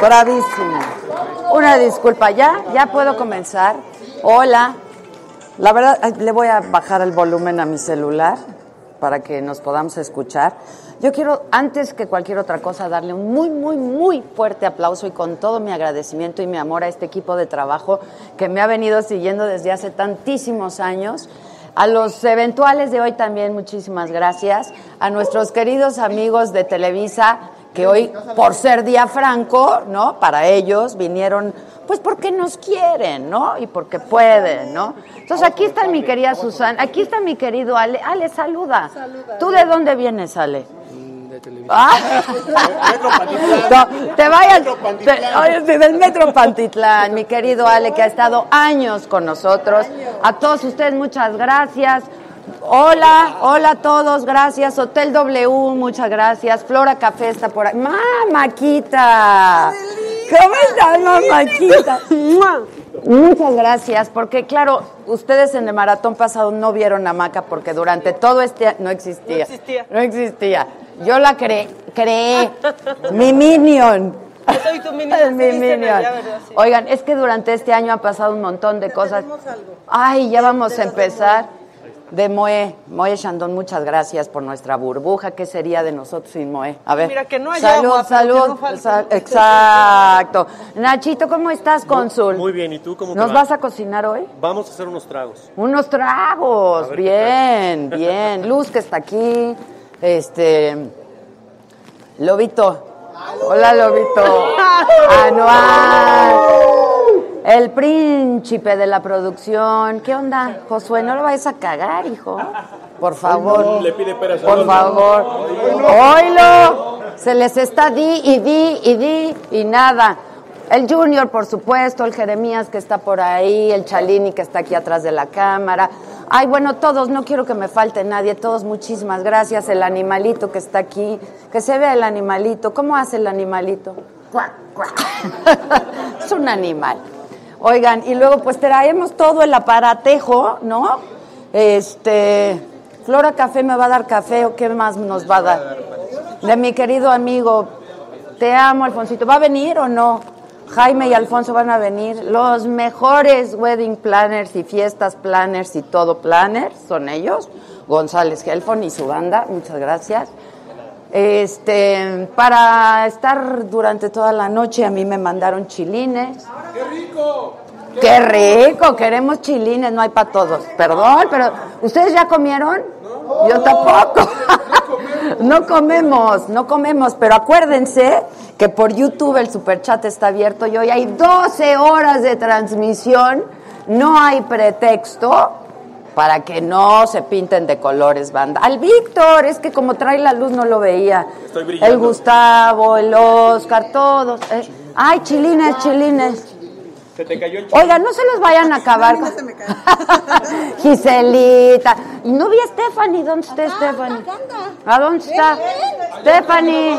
Bravísimo. Una disculpa, ¿ya? ¿Ya puedo comenzar? Hola. La verdad, ay, le voy a bajar el volumen a mi celular para que nos podamos escuchar. Yo quiero, antes que cualquier otra cosa, darle un muy, muy, muy fuerte aplauso y con todo mi agradecimiento y mi amor a este equipo de trabajo que me ha venido siguiendo desde hace tantísimos años. A los eventuales de hoy también muchísimas gracias. A nuestros queridos amigos de Televisa, que hoy, por ser día franco, ¿no? Para ellos vinieron, pues porque nos quieren, ¿no? Y porque pueden, ¿no? Entonces aquí está mi querida Susana, aquí está mi querido Ale. Ale, saluda. ¿Tú de dónde vienes, Ale? Ah. No, te vayas te- oye, sí, del Metro Pantitlán, mi querido Ale, que ha estado años con nosotros. A todos ustedes, muchas gracias. Hola, hola a todos, gracias. Hotel W, muchas gracias. Flora Café está por ahí. ¡Mamaquita! ¿Cómo estás, mamaquita? ¡Mua! Muchas gracias, porque claro, ustedes en el maratón pasado no vieron a Maca porque durante todo este no existía. No existía. No existía. Yo la creé, creé mi minion. soy tu minion, El mi sí, díselo, minion. ya, ¿verdad? Sí. Oigan, es que durante este año ha pasado un montón de cosas. Ay, ya vamos a empezar. De Moe, Moe Shandón, muchas gracias por nuestra burbuja. ¿Qué sería de nosotros sin Moe? A ver. Mira, que no haya Salud, agua, pero que salud. no falte. sal- exacto. Nachito, ¿cómo estás, cónsul? Muy bien, ¿y tú cómo te ¿Nos va? vas a cocinar hoy? Vamos a hacer unos tragos. Unos tragos, A ver qué bien, bien. Luz que está aquí, este, Lobito. Hola, Lobito. Anual. El príncipe de la producción. ¿Qué onda, Josué? No lo vayas a cagar, hijo. Por favor. Le pide peras al Por olmo. favor. Oilo. Se les está di y di y di y nada. El Junior, por supuesto, el Jeremías que está por ahí, el Chalini que está aquí atrás de la cámara. Ay, bueno, todos, no quiero que me falte nadie, todos muchísimas gracias. El animalito que está aquí, que se vea el animalito. ¿Cómo hace el animalito? Cuac, cuac. es un animal. Oigan, y luego pues traemos todo el aparatejo, ¿no? Este, Flora Café me va a dar café o qué más nos va a dar. De mi querido amigo, te amo, Alfonsito. ¿Va a venir o no? Jaime y Alfonso van a venir. Los mejores wedding planners y fiestas planners y todo planners son ellos. González Gelfon y su banda, muchas gracias. Este, para estar durante toda la noche a mí me mandaron chilines. ¡Qué rico! ¡Qué rico! Queremos chilines, no hay para todos. Perdón, pero ¿ustedes ya comieron? Yo tampoco. No comemos, no comemos, pero acuérdense que por YouTube el superchat está abierto y hoy hay 12 horas de transmisión. No hay pretexto para que no se pinten de colores, banda. Al Víctor, es que como trae la luz no lo veía. Estoy brillando. El Gustavo, el Oscar, todos. eh. Ay, chilines, chilines. Se te cayó el Oiga, no se los vayan a acabar. Giselita. Y no vi a Stephanie. ¿Dónde está Stephanie? ¿A dónde está? Stephanie,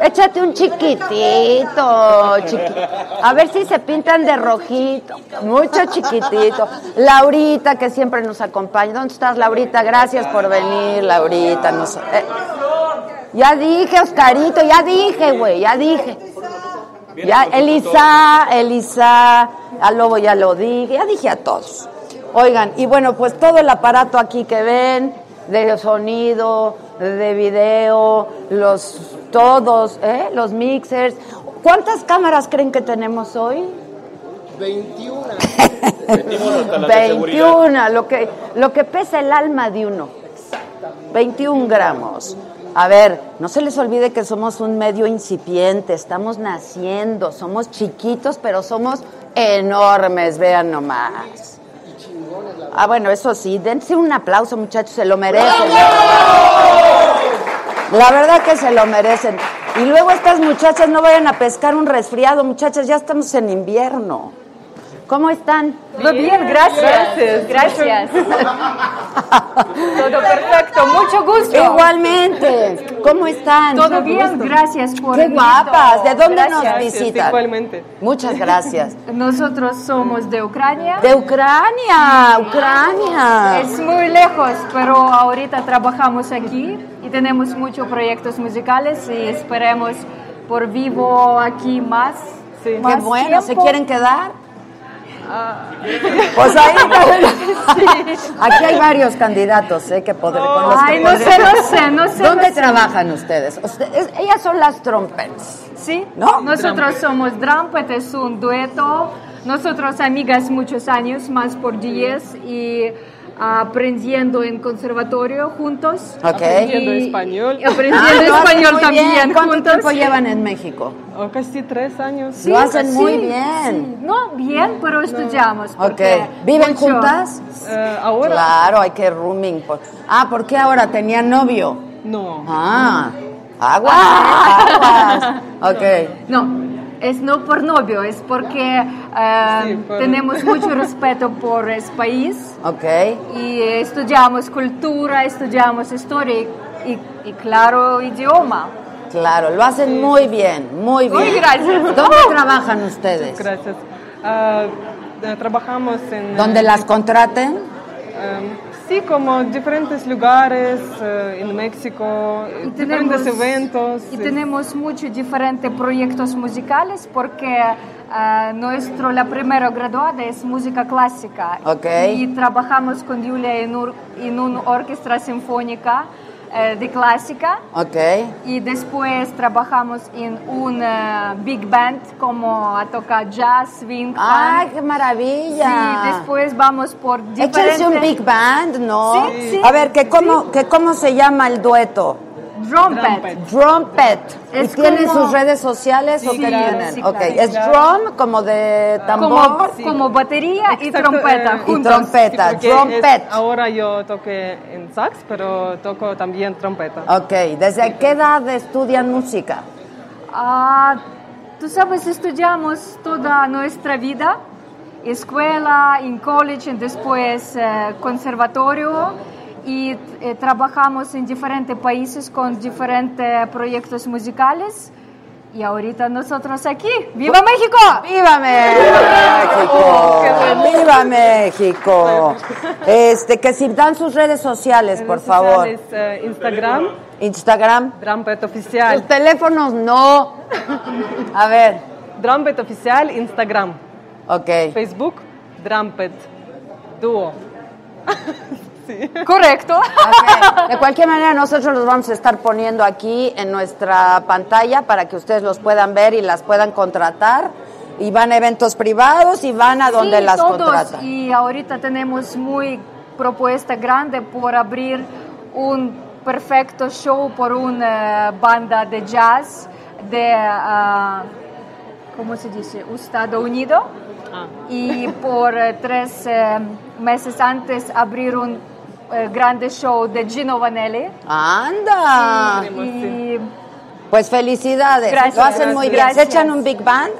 échate un chiquitito. chiqui- A ver si se pintan de rojito. Mucho chiquitito. Laurita, que siempre nos acompaña. ¿Dónde estás, Laurita? Gracias por venir, Laurita. Nos- eh, Ya dije, Oscarito, ya dije, güey, ya dije. Ya, Elisa, Elisa, al lobo ya lo dije, ya dije a todos. Oigan, y bueno, pues todo el aparato aquí que ven, de sonido, de video, los todos, ¿eh? los mixers. ¿Cuántas cámaras creen que tenemos hoy? 21, lo que, lo que pesa el alma de uno. 21 gramos. A ver, no se les olvide que somos un medio incipiente, estamos naciendo, somos chiquitos, pero somos enormes, vean nomás. Ah, bueno, eso sí, dense un aplauso, muchachos, se lo merecen. La verdad que se lo merecen. Y luego estas muchachas no vayan a pescar un resfriado, muchachas, ya estamos en invierno. ¿Cómo están? Muy bien, gracias. Gracias. Todo perfecto, mucho gusto. Igualmente. ¿Cómo están? Todo bien, gracias por Qué el guapas. gusto. ¿De dónde nos Gracias, visitan? igualmente. Muchas gracias. Nosotros somos de Ucrania. De Ucrania, Ucrania. Es muy lejos, pero ahorita trabajamos aquí y tenemos muchos proyectos musicales y esperemos por vivo aquí más Sí. Qué Más bueno, ¿se tiempo. quieren quedar? Pues ahí Aquí hay varios candidatos, ¿eh? Que podré, con los que Ay, no podré- sé, no sé, no sé. ¿Dónde no sé. trabajan ustedes? Ustedes- Ellas son las trompetas. Sí, ¿No? nosotros somos Drumpet, es un dueto. Nosotros amigas muchos años, más por 10 y ah, aprendiendo en conservatorio juntos. Ok. Aprendiendo español. y aprendiendo Ah, lo hacen español muy bien. también ¿Cuánto juntos. tiempo llevan en México? Oh, casi tres años. Lo hacen sí, muy sí. bien. No, bien, pero estudiamos. Ok. porque ¿Viven mucho- juntas? Eh, ahora Claro, hay que rooming. por- Ah, ¿por qué ahora tenía novio? no. Ah, aguas, Ah, aguas. Ok. No, es no por novio, es porque eh, Sí, por- tenemos mucho respeto por el país. Ok. y eh, estudiamos cultura, estudiamos historia y, y, claro idioma. Claro, lo hacen muy bien, muy bien. Muy gracias. Oh. ¿Dónde trabajan ustedes? Gracias. Ah, eh, trabajamos en. eh, ¿Dónde las contraten? eh, sí, como diferentes lugares eh, en México, eh, Y diferentes eventos. y eh, tenemos muchos diferentes proyectos musicales porque eh, nuestro la primera graduada es música clásica Ok. y trabajamos con Julia en, ur- en una orquesta sinfónica eh, de clásica Ok. y después trabajamos en un eh, big band como a tocar jazz, swing, ¡Ay, funk. qué maravilla! Sí, después vamos por diferentes... Échense un big band, ¿no? Sí, sí. A ver, ¿qué cómo, que cómo se llama el dueto? Trumpet. Drumpet. ¿Y Es tienen como- sus redes sociales o Sí, qué claro, tienen? sí, ok, claro. es Claro. drum como de Como, tambor. como batería y Exacto, eh, trompeta y juntos. trompeta. sí, porque trompet. es- ahora yo toqué en sax, pero toco también trompeta. Ok, ¿desde qué edad estudian música? Ah, tú sabes, estudiamos toda nuestra vida. Escuela, en college, y después eh, conservatorio. Y eh, trabajamos en diferentes países con diferentes proyectos musicales. Y ahorita nosotros aquí. ¡Viva México! ¡Viva Eh, México! oh, ¡Viva México! Este, que si dan sus redes sociales, por Redes favor. sociales, eh, Instagram, Instagram. Drumpet Sus Oficial. teléfonos no. A ver, Drumpet Oficial, Instagram. ok. Facebook, Drumpet Duo. Correcto. Ok. De cualquier manera, nosotros los vamos a estar poniendo aquí en nuestra pantalla para que ustedes los puedan ver y las puedan contratar. Y van a eventos privados y van a donde Sí, las todos. contratan. Y ahorita tenemos muy propuesta grande por abrir un perfecto show por una banda de jazz de, ah, ¿cómo se dice? Estados Unidos. Y por eh, tres eh, meses antes abrir un eh, grande show de Gino Vanelli. ¡Anda! Mm. Y Pues felicidades. Gracias. Lo hacen muy bien. ¿Se Gracias. echan un Big Band?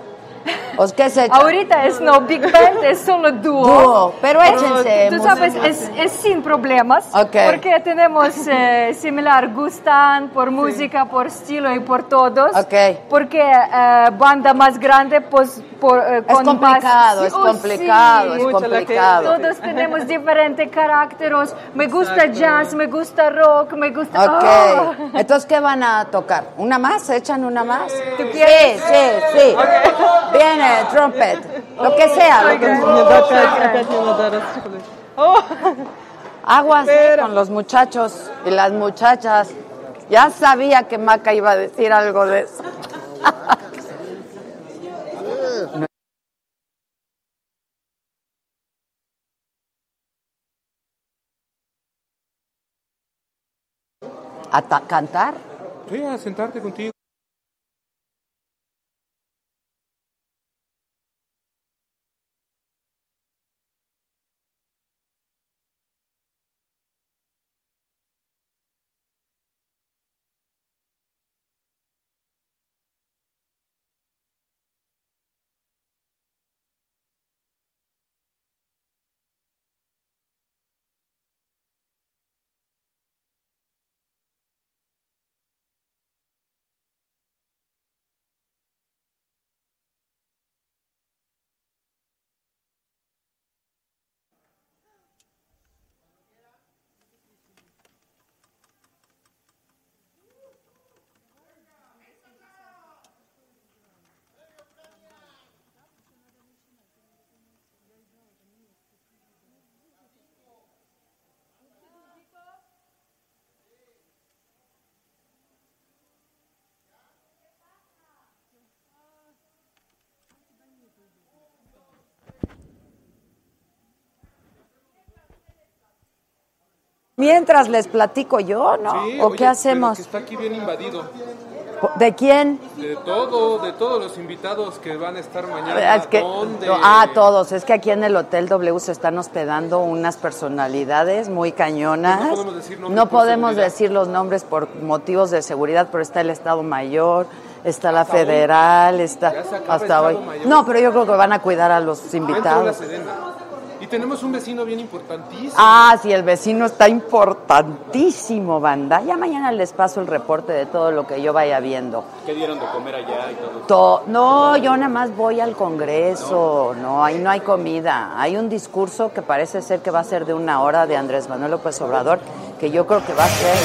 ¿O qué se echan? ahorita es no Big Band, es solo Dúo. Pero échense. Tú música. sabes, es, es sin problemas, Ok. porque tenemos eh, similar gustan por música, por estilo y por todos. Ok. Porque eh, banda más grande, pues, por, eh, Es con más- complicado, es Oh, sí. complicado, es Mucho la que- complicado. Todos tenemos diferentes caracteres. Me gusta jazz, me gusta rock, me gusta... Ok. Oh. Entonces, ¿qué van a tocar? ¿Una más? ¿Se echan una más? ¿Tú Sí, quieres? sí, sí. Viene el trumpet. Lo que sea. Lo que sea. Мне опять, опять не надо рассыпать. О, Aguas eh, Oh. con los muchachos y las muchachas. Ya sabía que Maca iba a decir algo de eso. ¿A ta- cantar? Estoy a sentarte contigo. Mientras les platico yo, ¿no? Sí, ¿O oye, qué pero hacemos? que está aquí bien invadido. ¿De quién? De todo, de todos los invitados que van a estar mañana. Ah, es que- ¿Dónde? ah, todos. Es que aquí en el Hotel W se están hospedando unas personalidades muy cañonas. Pues no podemos decir nombres No por podemos seguridad. decir los nombres por motivos de seguridad, pero está el Estado Mayor, está la Federal, está Ya se acaba el hasta Estado hoy. Mayor. No, pero yo creo que van a cuidar a los Va a entrar la invitados. Sedena. Y tenemos un vecino bien importantísimo. Ah, sí, el vecino está importantísimo, banda. Ya mañana les paso el reporte de todo lo que yo vaya viendo. ¿Qué dieron de comer allá y todo? To- no, yo nada más voy al Congreso, no, ahí no hay comida. Hay un discurso que parece ser que va a ser de una hora de Andrés Manuel López Obrador, que yo creo que va a ser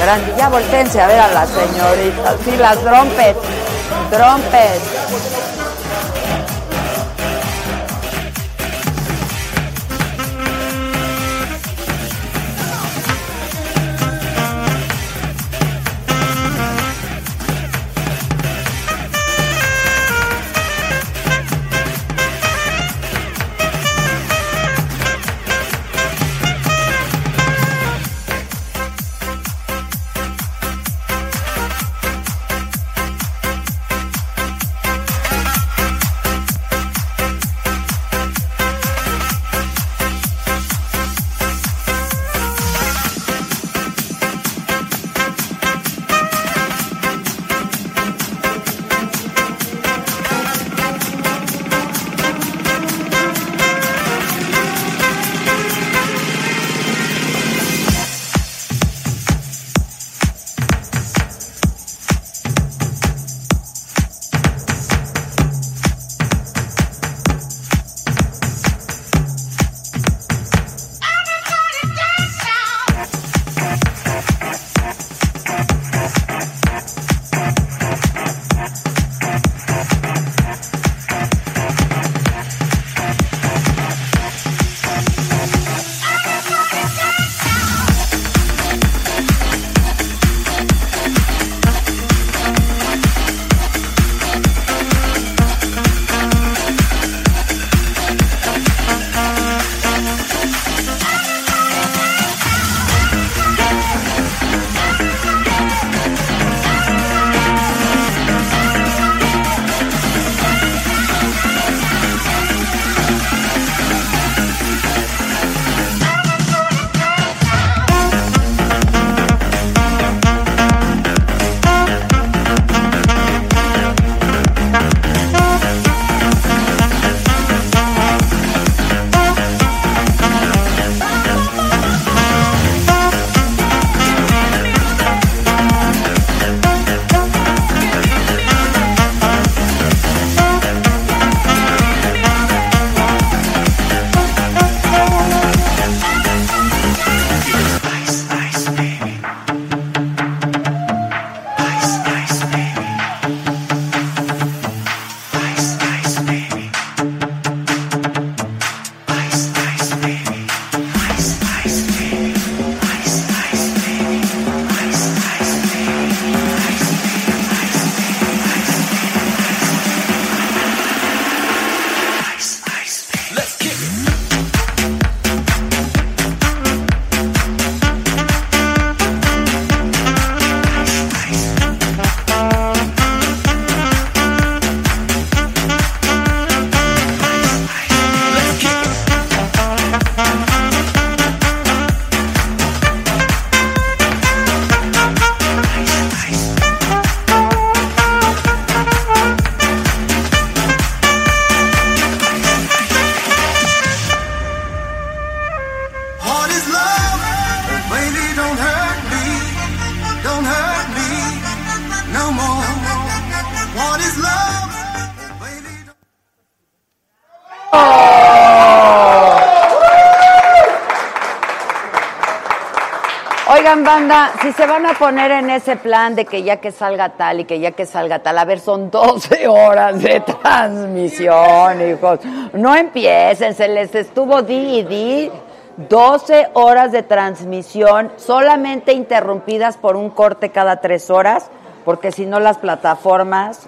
grande. Ya voltense a ver a las señoritas, sí, las trompes, trompes. Heart is love. Baby, don't hurt me. Don't hurt me. No more. Heart is love. Baby, don't- Oigan, banda, si se van a poner en ese plan de que ya que salga tal y que ya que salga tal, a ver, son 12 horas de transmisión, hijos. No empiecen, se les estuvo di y di 12 horas de transmisión, solamente interrumpidas por un corte cada tres horas, porque si no las plataformas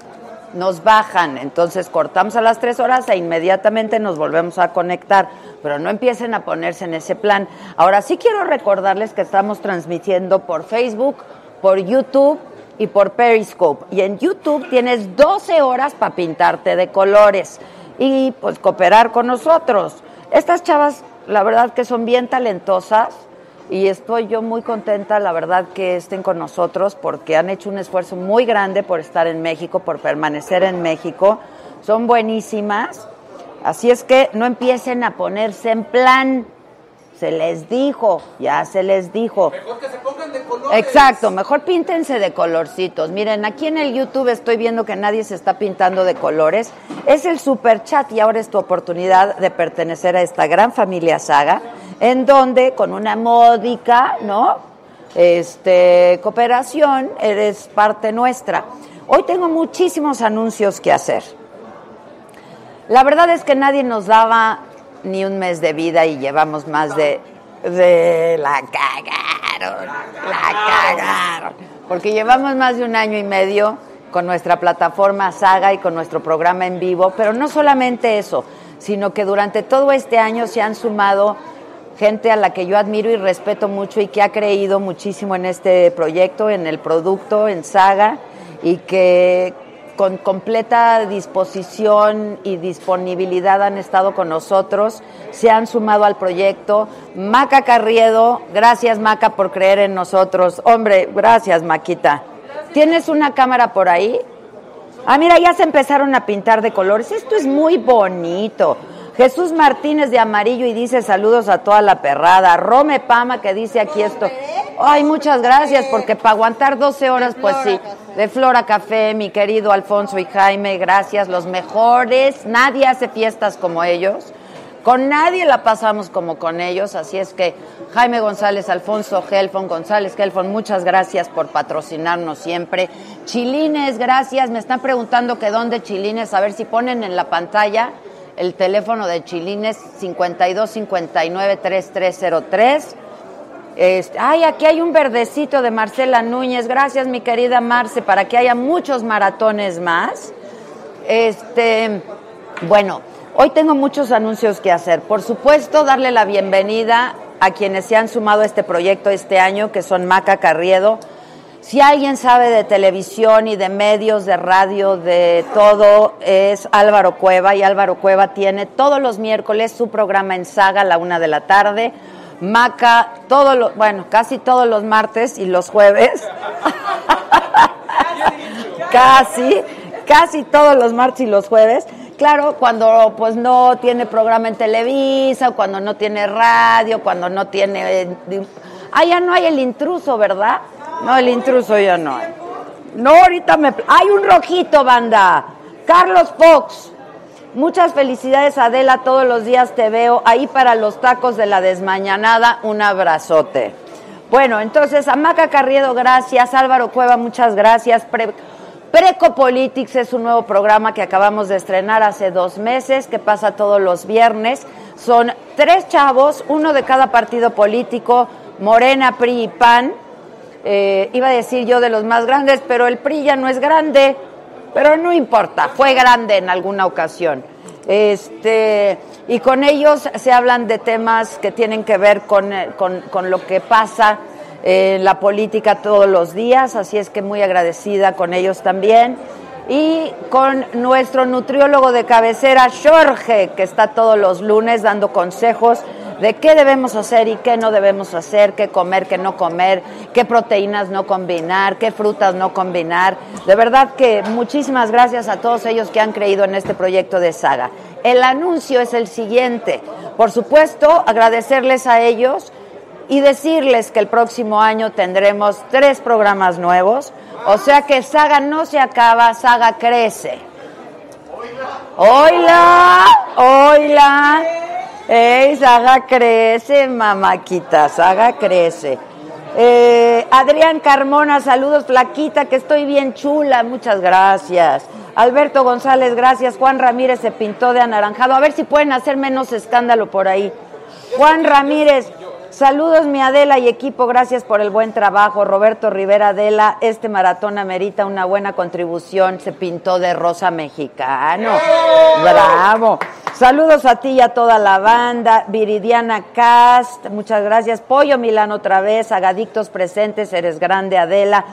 nos bajan, entonces cortamos a las tres horas e inmediatamente nos volvemos a conectar, pero no empiecen a ponerse en ese plan. Ahora sí quiero recordarles que estamos transmitiendo por Facebook, por YouTube y por Periscope. Y en YouTube tienes 12 horas para pintarte de colores y pues cooperar con nosotros. Estas chavas, la verdad que son bien talentosas y estoy yo muy contenta, la verdad, que estén con nosotros porque han hecho un esfuerzo muy grande por estar en México, por permanecer en México. Son buenísimas. Así es que no empiecen a ponerse en plan. Se les dijo, ya se les dijo. Mejor que se pongan de colores. Exacto, mejor píntense de colorcitos. Miren, aquí en el YouTube estoy viendo que nadie se está pintando de colores. Es el super chat y ahora es tu oportunidad de pertenecer a esta gran familia saga, en donde con una módica, ¿no? Este, cooperación, eres parte nuestra. Hoy tengo muchísimos anuncios que hacer. La verdad es que nadie nos daba ni un mes de vida y llevamos más de... de- la cagaron, la cagaron. Porque llevamos más de un año y medio con nuestra plataforma Saga y con nuestro programa en vivo, pero no solamente eso, sino que durante todo este año se han sumado gente a la que yo admiro y respeto mucho y que ha creído muchísimo en este proyecto, en el producto, en Saga, y que con completa disposición y disponibilidad han estado con nosotros, se han sumado al proyecto. Maca Carriedo, gracias Maca por creer en nosotros. Hombre, gracias Maquita. ¿Tienes una cámara por ahí? Ah, mira, ya se empezaron a pintar de colores. Esto es muy bonito. Jesús Martínez de Amarillo y dice saludos a toda la perrada. Rome Pama que dice aquí esto. Ay, muchas gracias, porque para aguantar 12 horas, pues sí. De Flora Café, mi querido Alfonso y Jaime, gracias, los mejores. Nadie hace fiestas como ellos. Con nadie la pasamos como con ellos, así es que Jaime González, Alfonso Gelfon, González Gelfon, muchas gracias por patrocinarnos siempre. Chilines, gracias. Me están preguntando que dónde Chilines, a ver si ponen en la pantalla el teléfono de Chilines 52 59 3303. Este, ay, aquí hay un verdecito de Marcela Núñez. Gracias, mi querida Marce, para que haya muchos maratones más. Este, bueno, hoy tengo muchos anuncios que hacer. Por supuesto, darle la bienvenida a quienes se han sumado a este proyecto este año, que son Maca Carriedo. Si alguien sabe de televisión y de medios, de radio, de todo, es Álvaro Cueva. Y Álvaro Cueva tiene todos los miércoles su programa en Saga a la una de la tarde. Maca, todos los, bueno, casi todos los martes y los jueves casi, casi todos los martes y los jueves. Claro, cuando pues no tiene programa en Televisa, o cuando no tiene radio, cuando no tiene... eh, di- Ah, ya no hay el intruso, ¿verdad? No, el intruso ya no hay. No, ahorita me... Hay un rojito, banda. Carlos Fox. Muchas felicidades, Adela. Todos los días te veo ahí para los tacos de la desmañanada. Un abrazote. Bueno, entonces, Amaca Carriedo, gracias. Álvaro Cueva, muchas gracias. Pre- Precopolitics es un nuevo programa que acabamos de estrenar hace dos meses, que pasa todos los viernes. Son tres chavos, uno de cada partido político, Morena, PRI y PAN. Eh, iba a decir yo de los más grandes, pero el PRI ya no es grande, pero no importa, fue grande en alguna ocasión. Este, y con ellos se hablan de temas que tienen que ver con, eh, con- con lo que pasa en la política todos los días, así es que muy agradecida con ellos también. Y con nuestro nutriólogo de cabecera, Jorge, que está todos los lunes dando consejos de qué debemos hacer y qué no debemos hacer, qué comer, qué no comer, qué proteínas no combinar, qué frutas no combinar. De verdad que muchísimas gracias a todos ellos que han creído en este proyecto de saga. El anuncio es el siguiente. Por supuesto, agradecerles a ellos y decirles que el próximo año tendremos tres programas nuevos. O sea que Saga no se acaba, Saga crece. ¡Hola! ¡Hola! ¡Ey, Saga crece, mamaquita! Saga crece. Eh, Adrián Carmona, saludos, Plaquita, que estoy bien chula, muchas gracias. Alberto González, gracias. Juan Ramírez se pintó de anaranjado. A ver si pueden hacer menos escándalo por ahí. Juan Ramírez, Saludos mi Adela y equipo, gracias por el buen trabajo. Roberto Rivera Adela, este maratón amerita una buena contribución, se pintó de rosa mexicano. Bravo. Saludos a ti y a toda la banda. Viridiana Cast, muchas gracias. Pollo Milán otra vez, Agadictos presentes, eres grande Adela.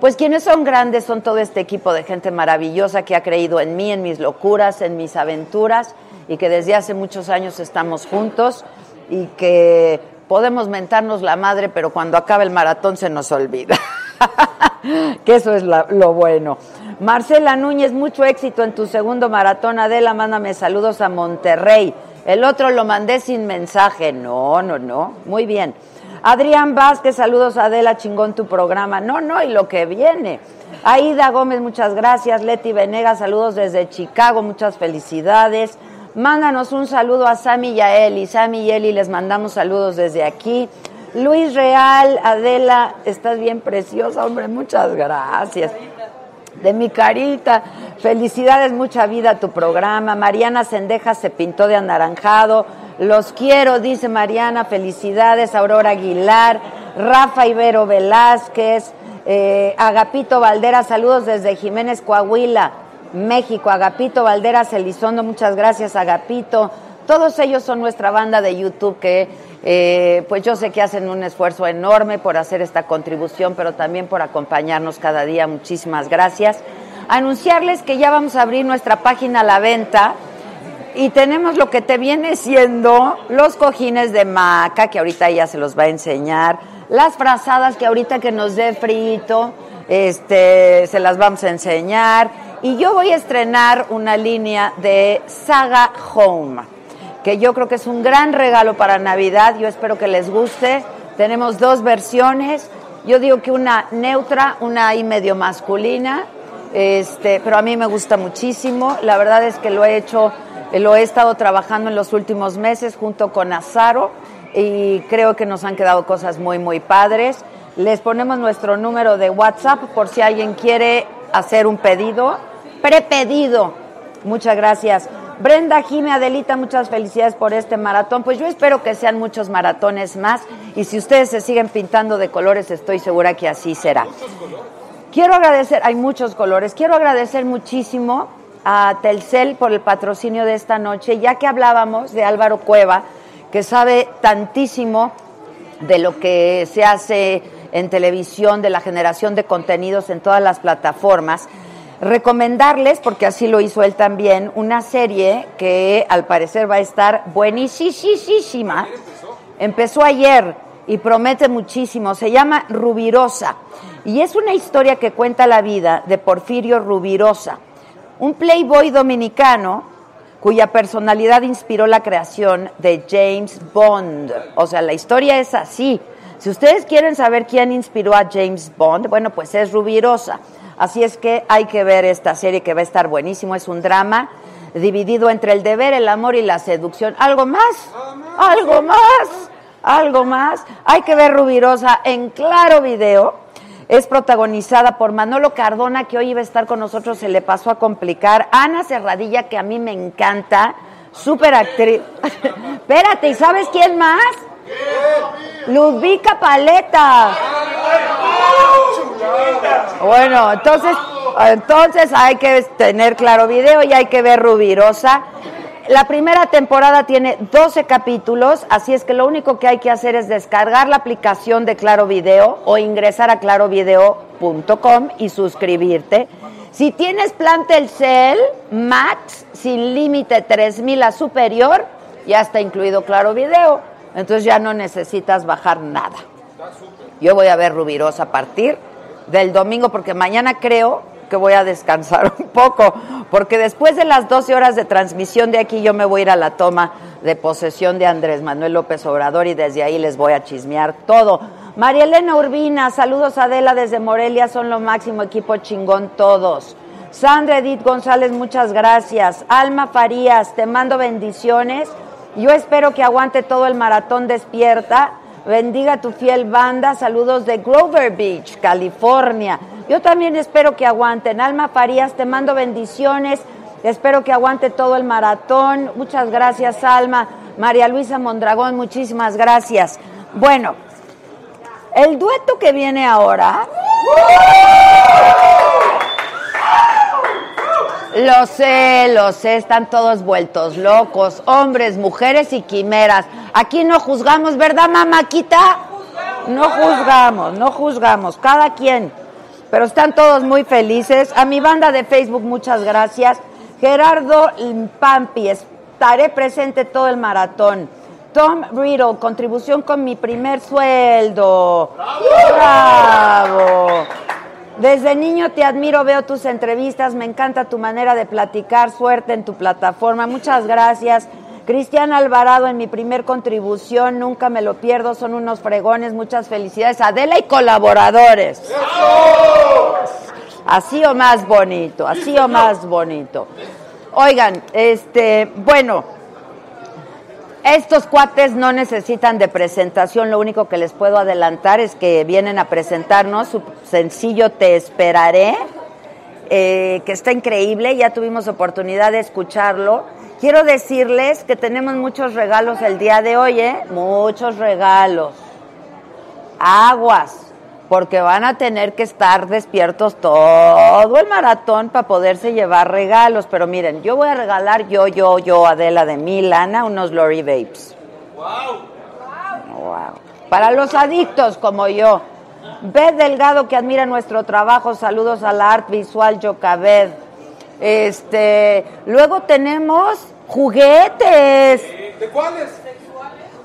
Pues quienes son grandes son todo este equipo de gente maravillosa que ha creído en mí, en mis locuras, en mis aventuras y que desde hace muchos años estamos juntos y que podemos mentarnos la madre, pero cuando acaba el maratón se nos olvida. que eso es la- lo bueno. Marcela Núñez, mucho éxito en tu segundo maratón. Adela, mándame saludos a Monterrey. El otro lo mandé sin mensaje. No, no, no. Muy bien. Adrián Vázquez, saludos a Adela, chingón tu programa. No, no, y lo que viene. Aida Gómez, muchas gracias. Leti Venegas, saludos desde Chicago, muchas felicidades. Mándanos un saludo a Sami y a Eli. Sami y Eli, les mandamos saludos desde aquí. Luis Real, Adela, estás bien preciosa, hombre, muchas gracias. De mi carita, felicidades, mucha vida a tu programa. Mariana Sendeja se pintó de anaranjado. Los quiero, dice Mariana, felicidades. Aurora Aguilar, Rafa Ibero Velázquez, eh, Agapito Valdera, saludos desde Jiménez Coahuila. México, Agapito Valderas Elizondo, muchas gracias Agapito. Todos ellos son nuestra banda de YouTube que eh, pues yo sé que hacen un esfuerzo enorme por hacer esta contribución, pero también por acompañarnos cada día. Muchísimas gracias. Anunciarles que ya vamos a abrir nuestra página a la venta y tenemos lo que te viene siendo los cojines de maca, que ahorita ella se los va a enseñar, las frazadas que ahorita que nos dé frito, este, se las vamos a enseñar. Y yo voy a estrenar una línea de Saga Home, que yo creo que es un gran regalo para Navidad, yo espero que les guste. Tenemos dos versiones, yo digo que una neutra, una ahí medio masculina, este, pero a mí me gusta muchísimo. La verdad es que lo he hecho, eh, lo he estado trabajando en los últimos meses junto con Azaro y creo que nos han quedado cosas muy, muy padres. Les ponemos nuestro número de WhatsApp por si alguien quiere hacer un pedido, prepedido. Muchas gracias. Brenda Jime, Adelita, muchas felicidades por este maratón. Pues yo espero que sean muchos maratones más y si ustedes se siguen pintando de colores, estoy segura que así será. Quiero agradecer, hay muchos colores, quiero agradecer muchísimo a Telcel por el patrocinio de esta noche, ya que hablábamos de Álvaro Cueva, que sabe tantísimo de lo que se hace en televisión, de la generación de contenidos en todas las plataformas. Recomendarles, porque así lo hizo él también, una serie que al parecer va a estar buenísima. Empezó ayer y promete muchísimo. Se llama Rubirosa y es una historia que cuenta la vida de Porfirio Rubirosa, un playboy dominicano cuya personalidad inspiró la creación de James Bond. O sea, la historia es así. Si ustedes quieren saber quién inspiró a James Bond, bueno, pues es Rubirosa. Así es que hay que ver esta serie que va a estar buenísimo. Es un drama dividido entre el deber, el amor y la seducción. ¿Algo más? ¿Algo más? ¿Algo más? Hay que ver Rubirosa en claro video. Es protagonizada por Manolo Cardona, que hoy iba a estar con nosotros, se le pasó a complicar. Ana Serradilla, que a mí me encanta, súper actriz. Espérate, ¿y sabes quién más? Ludvica Paleta. Bueno, entonces, entonces hay que tener claro video y hay que ver Rubirosa. La primera temporada tiene 12 capítulos, así es que lo único que hay que hacer es descargar la aplicación de Claro Video o ingresar a clarovideo.com y suscribirte. Si tienes plan Telcel Max sin límite 3000 a superior, ya está incluido Claro Video, entonces ya no necesitas bajar nada. Yo voy a ver Rubirosa a partir del domingo porque mañana creo que voy a descansar un poco, porque después de las 12 horas de transmisión de aquí yo me voy a ir a la toma de posesión de Andrés Manuel López Obrador y desde ahí les voy a chismear todo. María Elena Urbina, saludos Adela desde Morelia, son lo máximo, equipo chingón todos. Sandra Edith González, muchas gracias. Alma Farías, te mando bendiciones. Yo espero que aguante todo el maratón despierta. Bendiga tu fiel banda. Saludos de Grover Beach, California. Yo también espero que aguanten. Alma Farías, te mando bendiciones. Espero que aguante todo el maratón. Muchas gracias, Alma. María Luisa Mondragón, muchísimas gracias. Bueno, el dueto que viene ahora. Lo sé, lo sé, están todos vueltos locos, hombres, mujeres y quimeras. Aquí no juzgamos, ¿verdad, mamáquita? No juzgamos, no juzgamos, cada quien. Pero están todos muy felices. A mi banda de Facebook, muchas gracias. Gerardo Pampi, estaré presente todo el maratón. Tom Riddle, contribución con mi primer sueldo. ¡Bravo! Desde niño te admiro, veo tus entrevistas, me encanta tu manera de platicar, suerte en tu plataforma, muchas gracias. Cristian Alvarado en mi primer contribución, nunca me lo pierdo, son unos fregones, muchas felicidades. Adela y colaboradores. Así o más bonito, así o más bonito. Oigan, este, bueno, estos cuates no necesitan de presentación, lo único que les puedo adelantar es que vienen a presentarnos su sencillo Te Esperaré, eh, que está increíble, ya tuvimos oportunidad de escucharlo. Quiero decirles que tenemos muchos regalos el día de hoy, ¿eh? Muchos regalos. Aguas, porque van a tener que estar despiertos todo el maratón para poderse llevar regalos. Pero miren, yo voy a regalar yo, yo, yo, Adela de mi lana, unos Lori Vapes. ¡Wow! Para los adictos como yo. Beth Delgado, que admira nuestro trabajo, saludos a la Art Visual Yocabed. Este, luego tenemos juguetes. ¿De cuáles?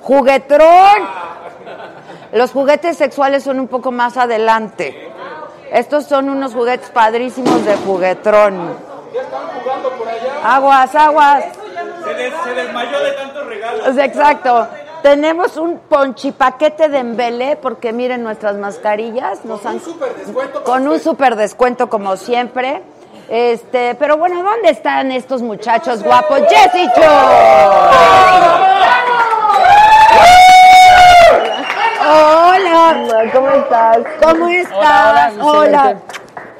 Juguetrón. Los juguetes sexuales son un poco más adelante. Estos son unos juguetes padrísimos de juguetrón. Aguas, aguas. Se, des- se desmayó de tantos regalos. O sea, Exacto. Tenemos un ponchipaquete de embelé porque miren nuestras mascarillas nos han con un super descuento como siempre. Este, pero bueno, ¿dónde están estos muchachos guapos? Jessy Cho. Hola, ¿cómo estás? ¿Cómo estás? Hola.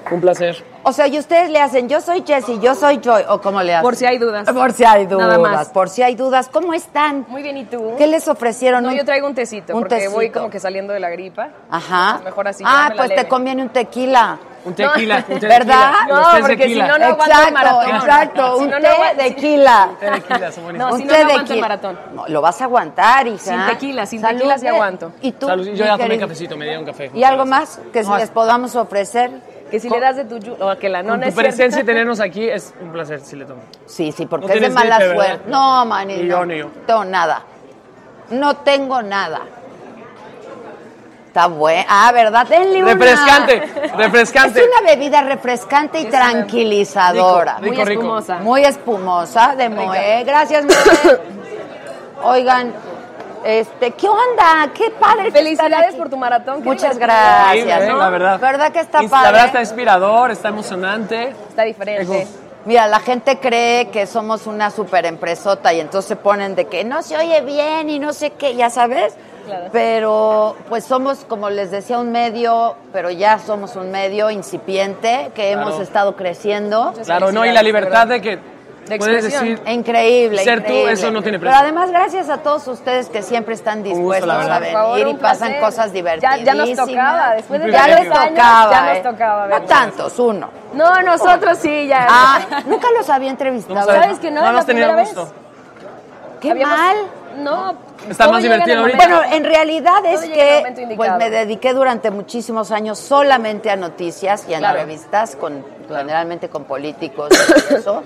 Un placer. O sea, y ustedes le hacen, yo soy Jessy, yo soy Joy, o cómo le hacen? Por si hay dudas. Por si hay dudas. Nada más. Por si hay dudas. ¿Cómo están? Muy bien, ¿y tú? ¿Qué les ofrecieron? No, Un- yo traigo un tecito, un porque voy tecito. como que saliendo de la gripa. Ajá. Mejor así, ya Ah, me la pues te leve. conviene un tequila. Un tequila, un tequila. ¿Verdad? No, Los tés de porque si quila. no, no aguanto el exacto, maratón. exacto. Si Un no, no té aguanto- de tequila. Té de quila, son buenísimos. No, Un si no, té no de aguanto el quila. maratón. No, lo vas a aguantar, hija. Sin tequila, sin tequila sí Salud, aguanto. ¿Y tú? Salud, yo mi ya tomé querido? cafecito, me dieron café. ¿Y algo más que les podamos ofrecer? Que si le das de tu... yu- O que la Con nona tu es cierta. presencia y tenernos aquí es un placer, si le tomo. Sí, sí, porque No es de tienes mala gripe, ¿verdad? suerte. No, manito. Ni yo, ni yo. No tengo nada. No tengo nada. Está bueno. Ah, ¿verdad? Denle una. Refrescante, refrescante. Es una bebida refrescante y tranquilizadora. Rico, Muy espumosa. Muy espumosa de Moe. Gracias, Moe. Oigan, este, ¿qué onda? Qué padre. que están Felicidades aquí. por tu maratón. qué Muchas divertido. gracias. Increíble, ¿no? La verdad. ¿Verdad que está Inst- padre? La verdad está inspirador, está emocionante. Está diferente. Mira, la gente cree que somos una super empresota y entonces se ponen de que no se oye bien y no sé qué, ya sabes. Claro. Pero pues somos, como les decía, un medio, pero ya somos un medio incipiente que hemos estado creciendo. Claro, no, y la libertad de que puedes expresión. decir Increíble. Ser tú, increíble. eso no tiene Pero precio. además, gracias a todos ustedes que siempre están gusto, dispuestos la a verdad. venir Por favor, y un pasan placer. cosas Ya- divertidas. ya nos tocaba, después de Ya tantos les años, tocaba. ya ¿eh? nos tocaba, No ¿verdad? tantos, uno. No, nosotros sí, ya. Ah, nunca los había entrevistado. Vamos a ver. ¿Sabes que no? No Es hemos la tenido primera vez. gusto. Qué Habíamos- mal. No. Está todo más llega en el divertido ahorita. momento. Bueno, en realidad es Todo llega en el momento que pues indicado. me dediqué durante muchísimos años solamente a noticias y a Claro. entrevistas con generalmente con políticos y eso.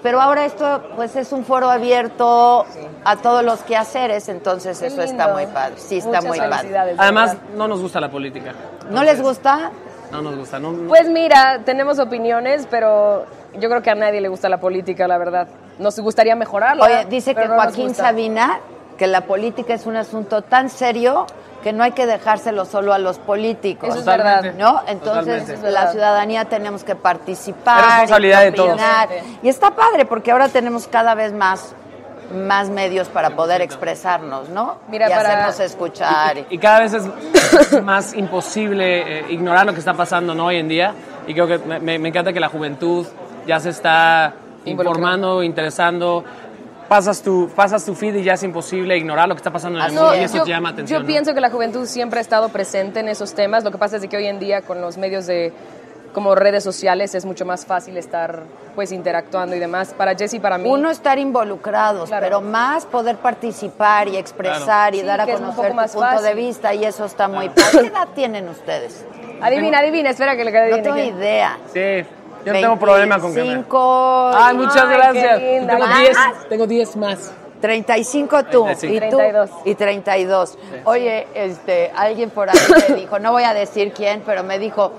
Pero ahora esto pues es un foro abierto a todos los quehaceres, entonces Qué eso está lindo. muy padre. Sí, está Muchas muy padre. felicidades, de Además, verdad. no nos gusta la política. ¿No les gusta? No nos gusta. No, no- Pues mira, tenemos opiniones, pero yo creo que a nadie le gusta la política, la verdad. Nos gustaría mejorarla. Oye, dice que pero no nos Joaquín gusta. Sabina que la política es un asunto tan serio que no hay que dejárselo solo a los políticos. Eso es Totalmente. verdad. ¿No? Entonces, Totalmente. la ciudadanía tenemos que participar. Es responsabilidad de todos. opinar. Y está padre porque ahora tenemos cada vez más más medios para poder expresarnos, ¿no? Mira, y para- hacernos escuchar. Y cada vez es más imposible eh, ignorar lo que está pasando ¿no? hoy en día. Y creo que me- me, me encanta que la juventud ya se está informando, interesando. pasas tu, pasas tu feed y ya es imposible ignorar lo que está pasando en el No, mundo y Ah, eso yo, te llama atención. yo ¿no? pienso que la juventud siempre ha estado presente en esos temas. Lo que pasa es de que hoy en día con los medios de como redes sociales es mucho más fácil estar pues interactuando y demás. Para Jesse y para mí. Uno estar involucrados, pero más poder participar y expresar Claro. y Sí, dar a que es un conocer poco tu más punto de fácil. vista y eso está muy padre. ¿Qué edad tienen ustedes? Adivina, adivina, espera que le quede No tengo idea. Sí, yo no tengo problema con que me... 35. Ay, muchas gracias. Tengo Ah, 10, ah, tengo 10 más. 35 tú 35. y tú 32. y 32. Oye, este, alguien por ahí me dijo, no voy a decir quién, pero me dijo,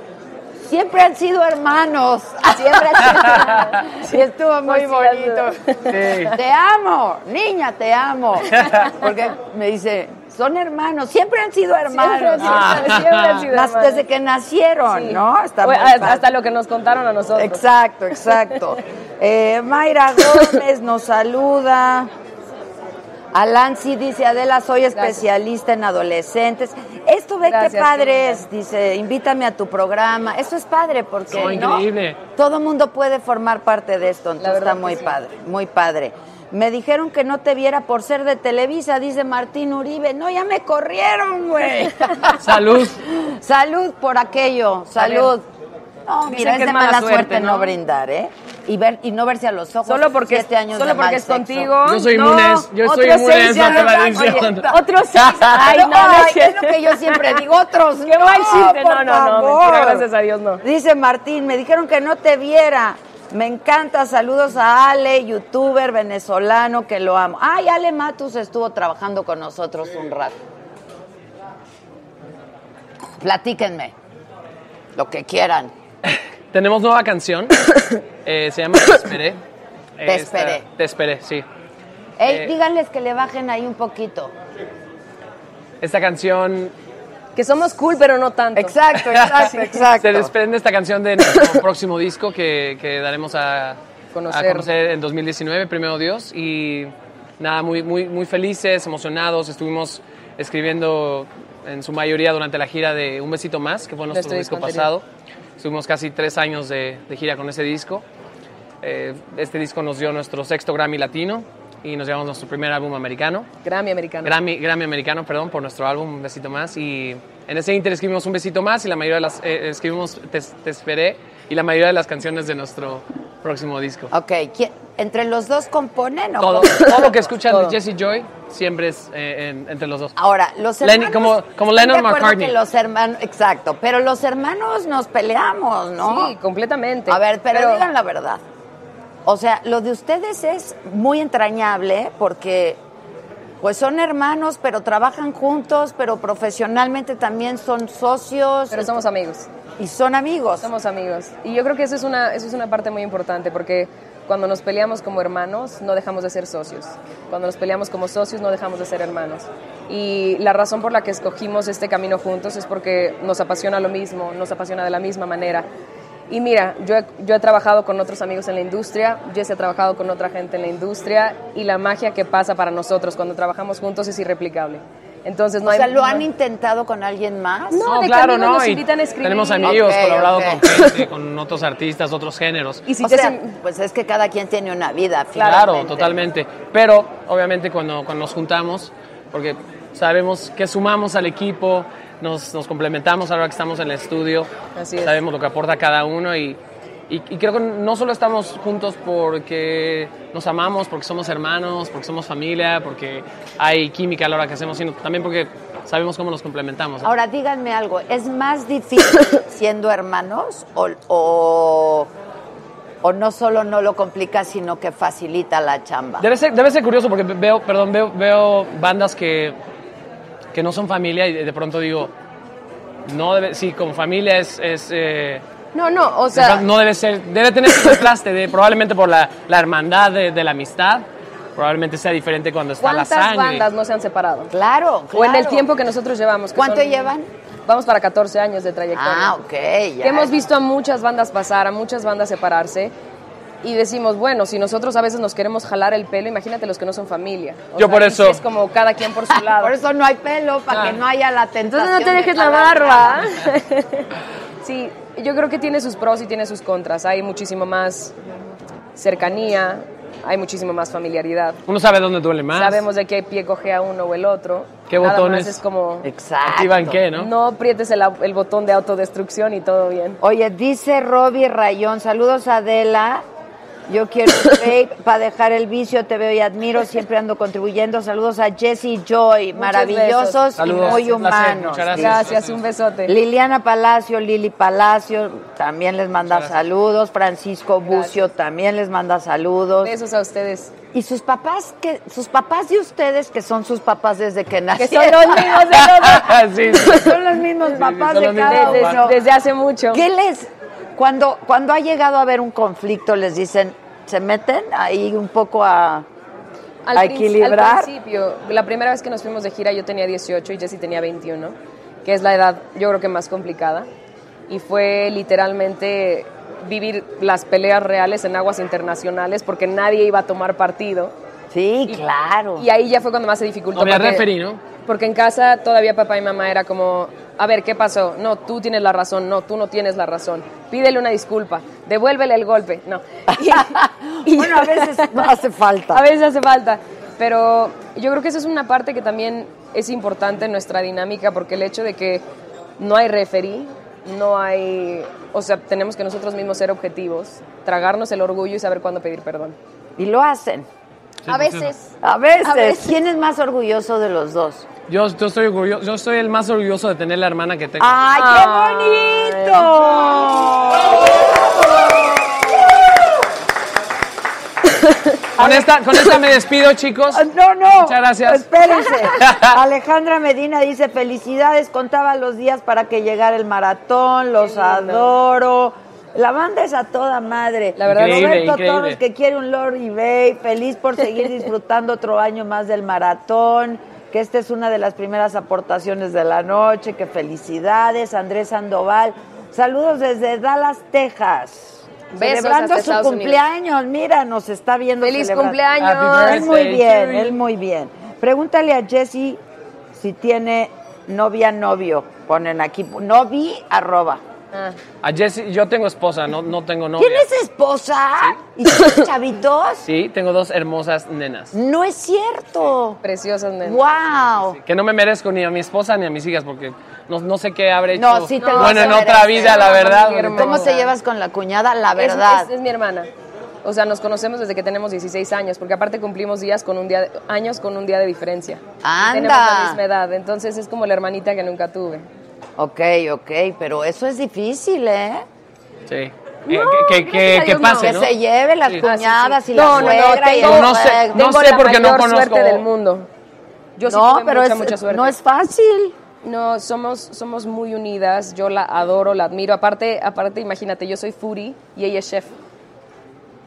siempre han sido hermanos. Siempre han sido hermanos. Y estuvo muy bonito. Te amo, niña, te amo. Porque me dice, son hermanos, siempre han sido hermanos. han sido hermanos, siempre han sido Nas- hermanos. Desde que nacieron, Sí. ¿no? Está O- muy hasta, padre. hasta lo que nos contaron a nosotros. Exacto, exacto. Eh, Mayra Gómez nos saluda. Alan sí dice, Adela, soy especialista en adolescentes. Esto ve qué Gracias, padre qué linda. es, dice, invítame a tu programa. Esto es padre porque No, ¿no? increíble. todo mundo puede formar parte de esto, entonces verdad está que muy sí. padre, muy padre. Me dijeron que no te viera por ser de Televisa, dice Martín Uribe. No, ya me corrieron, güey. Salud. Salud por aquello, salud. No, Dicen que mira, es de es mala mala suerte, suerte no ¿no? brindar, ¿eh? Y, ver, y no verse a los ojos. Solo porque, siete años solo de porque mal es sexo. contigo. Yo soy No, inmune a eso, yo soy otros inmune a seis eso, ya ante no la dan. adicción. Oye, Otros seis. Ay, no, ay, no, es lo que yo siempre digo, otros Qué no, mal chiste. por No, no, no, favor. mentira, gracias a Dios, no. Dice Martín, me dijeron que no te viera. Me encanta, saludos a Ale, youtuber venezolano que lo amo. Ay, Ale Matus estuvo trabajando con nosotros un rato. Platíquenme lo que quieran. Tenemos nueva canción. eh, se llama Te esperé. Eh, Te está- esperé. Te esperé, sí. Ey, Eh, díganles que le bajen ahí un poquito. Esta canción Que somos cool, pero no tanto. Exacto, exacto, exacto. se desprende esta canción de nuestro próximo disco que, que daremos a Conocer. a conocer en 2019, primero Dios. Y nada, muy, muy, muy felices, emocionados. Estuvimos escribiendo en su mayoría durante la gira de Un Besito Más, que fue nuestro Nuestro disco disco anterior. pasado. Estuvimos casi tres años de, de gira con ese disco. Eh, este disco nos dio nuestro sexto Grammy Latino y nos llevamos nuestro primer álbum americano. Grammy americano. Grammy, Grammy americano, perdón, por nuestro álbum Un Besito Más. Y en ese inter escribimos Un Besito Más y la mayoría de las... eh, escribimos te, Te Esperé y la mayoría de las canciones de nuestro próximo disco. Ok, ¿quién- ¿entre los dos componen o Todo, cómo? todo lo que escuchan de Todo. Jesse Joy siempre es eh, en- entre los dos. Ahora, los hermanos. Lenny- como- como estoy Lennon de acuerdo McCartney. que los hermanos, exacto, pero los hermanos nos peleamos, ¿no? Sí, completamente. A ver, pero, digan la verdad. O sea, lo de ustedes es muy entrañable porque pues son hermanos, pero trabajan juntos, pero profesionalmente también son socios pero somos amigos. y son amigos. Somos amigos. Y yo creo que eso es, una, eso es una parte muy importante porque cuando nos peleamos como hermanos no dejamos de ser socios. Cuando nos peleamos como socios no dejamos de ser hermanos. Y la razón por la que escogimos este camino juntos es porque nos apasiona lo mismo, nos apasiona de la misma manera. Y mira, yo he, yo he trabajado con otros amigos en la industria, Jess ha trabajado con otra gente en la industria y la magia que pasa para nosotros cuando trabajamos juntos es irreplicable. Entonces no o hay- sea, ¿lo no- han intentado con alguien más? No, de que amigos nos y invitan a escribir. Tenemos amigos, Ok, colaborado ok. con gente, con otros artistas, otros géneros. Y si o te sea, hacen- pues es que cada quien tiene una vida. Claro, finalmente. totalmente. Pero obviamente cuando, cuando nos juntamos, porque sabemos que sumamos al equipo, nos, nos complementamos ahora que estamos en el estudio, Así es. sabemos lo que aporta cada uno y, y- y creo que no solo estamos juntos porque nos amamos, porque somos hermanos, porque somos familia, porque hay química a la hora que hacemos, sino también porque sabemos cómo nos complementamos. ¿no? Ahora díganme algo, ¿es más difícil siendo hermanos o, o, o no solo no lo complica, sino que facilita la chamba? Debe ser, debe ser curioso porque veo, perdón, veo, veo bandas que, que no son familia y de de pronto digo, no debe, sí, como familia es, es eh, No, no, o sea, no debe ser, debe tener su contraste, de, probablemente por la, la hermandad de, de la amistad, probablemente sea diferente cuando está la ¿cuántas sangre. bandas no se han separado? Claro, O en el claro. tiempo que nosotros llevamos. que ¿Cuánto llevan? Vamos para 14 años de trayectoria. Ah, ok. ya. Que hemos visto a muchas bandas pasar, a muchas bandas separarse. Y decimos, bueno, si nosotros a veces nos queremos jalar el pelo, imagínate los que no son familia. O Yo por ahí eso- sí Es como cada quien por su lado. Ah. Por eso no hay pelo, para que no haya la tentación. Entonces no te de Ah. dejes la jalar. barba. sí, yo creo que tiene sus pros y tiene sus contras. Hay muchísimo más cercanía, hay muchísima más familiaridad. Uno sabe dónde duele más. Sabemos de qué pie cogea uno o el otro. ¿Qué Nada botones? Más es como. Exacto. Activan qué, ¿no? No aprietes el, au- el botón de autodestrucción y todo bien. Oye, dice Robbie Rayón, saludos Adela. Yo quiero un vape para dejar el vicio, te veo y admiro, siempre ando contribuyendo. Saludos a Jesse Joy, Muchos maravillosos besos. y Saludos, muy un placer, humanos. muchas gracias. Gracias, un besote. Liliana Palacio, Lili Palacio, también les manda Muchas gracias. saludos. Francisco Bucio también les manda saludos. Besos a ustedes. Y sus papás, que sus papás de ustedes, que son sus papás desde que Que nacieron. son los mismos de los Sí, Son los mismos papás son de los mismos cada papás. uno. Desde- desde hace mucho. ¿Qué les, cuando, cuando ha llegado a haber un conflicto, les dicen, se meten ahí un poco a, Al a prin- equilibrar? Al principio, la primera vez que nos fuimos de gira yo tenía 18 y Jessy tenía 21, que es la edad yo creo que más complicada. Y fue literalmente vivir las peleas reales en aguas internacionales porque nadie iba a tomar partido. Sí, claro. Y ahí ya fue cuando más se dificultó. No había porque- referee, ¿no? Porque en casa todavía papá y mamá era como, a ver, ¿qué pasó? No, tú tienes la razón, no, tú no tienes la razón. Pídele una disculpa, devuélvele el golpe, no. Y- y- bueno, a veces no hace falta. a veces hace falta. Pero yo creo que esa es una parte que también es importante en nuestra dinámica, porque el hecho de que no hay referí, no hay. O sea, tenemos que nosotros mismos ser objetivos, tragarnos el orgullo y saber cuándo pedir perdón. Y lo hacen. A veces. A veces. A veces. ¿Quién es más orgulloso de los dos? Yo, yo estoy orgulloso, yo soy el más orgulloso de tener la hermana que tengo. ¡Ay, qué bonito! con, esta, con esta me despido, chicos. No, no. Muchas gracias. Espérense. Alejandra Medina dice, felicidades, contaba los días para que llegara el maratón, los adoro. La banda es a toda madre. La verdad, Increíble, Roberto increíble. Torres, que quiere un Lori Bay, feliz por seguir disfrutando otro año más del maratón, que esta es una de las primeras aportaciones de la noche, que felicidades. Andrés Sandoval, saludos desde Dallas, Texas. Besos hasta celebrando su Estados Unidos. cumpleaños, mira, nos está viendo. ¡Feliz celebrar. cumpleaños! Happy Él muy birthday bien, to you. él muy bien. Pregúntale a Jessy si tiene novia, novio. Ponen aquí, novi, arroba. Ah, A Jessy, yo tengo esposa, no, no tengo novia. ¿Tienes esposa? ¿Y tienes chavitos? Sí, tengo dos hermosas nenas. No es cierto. preciosas, nenas. ¡Wow! Que no me merezco ni a mi esposa ni a mis hijas, porque no, no sé qué habré No, hecho. sí te lo bueno, en mereces. otra vida, la verdad. Qué hermoso. ¿Cómo se llevas con la cuñada? La Es- verdad. Es, es mi hermana. O sea, nos conocemos desde que tenemos 16 años, porque aparte cumplimos días con un día de- años con un día de diferencia. Anda. Tenemos la misma edad, entonces es como la hermanita que nunca tuve. Ok, ok, pero eso es difícil, ¿eh? Sí. Eh, que, que- que- a que Dios no. pase, Que ¿no? se lleve las Sí. cuñadas y Ah, No, no, la no, suegra y el tengo- No sé, suegro. no Tengo sé la porque no mayor conozco- suerte del mundo. Yo sí No, tuve pero mucha, es- mucha suerte. no es fácil. No, somos, somos muy unidas. Yo la adoro, la admiro. Aparte, aparte, imagínate, yo soy foodie y ella es chef.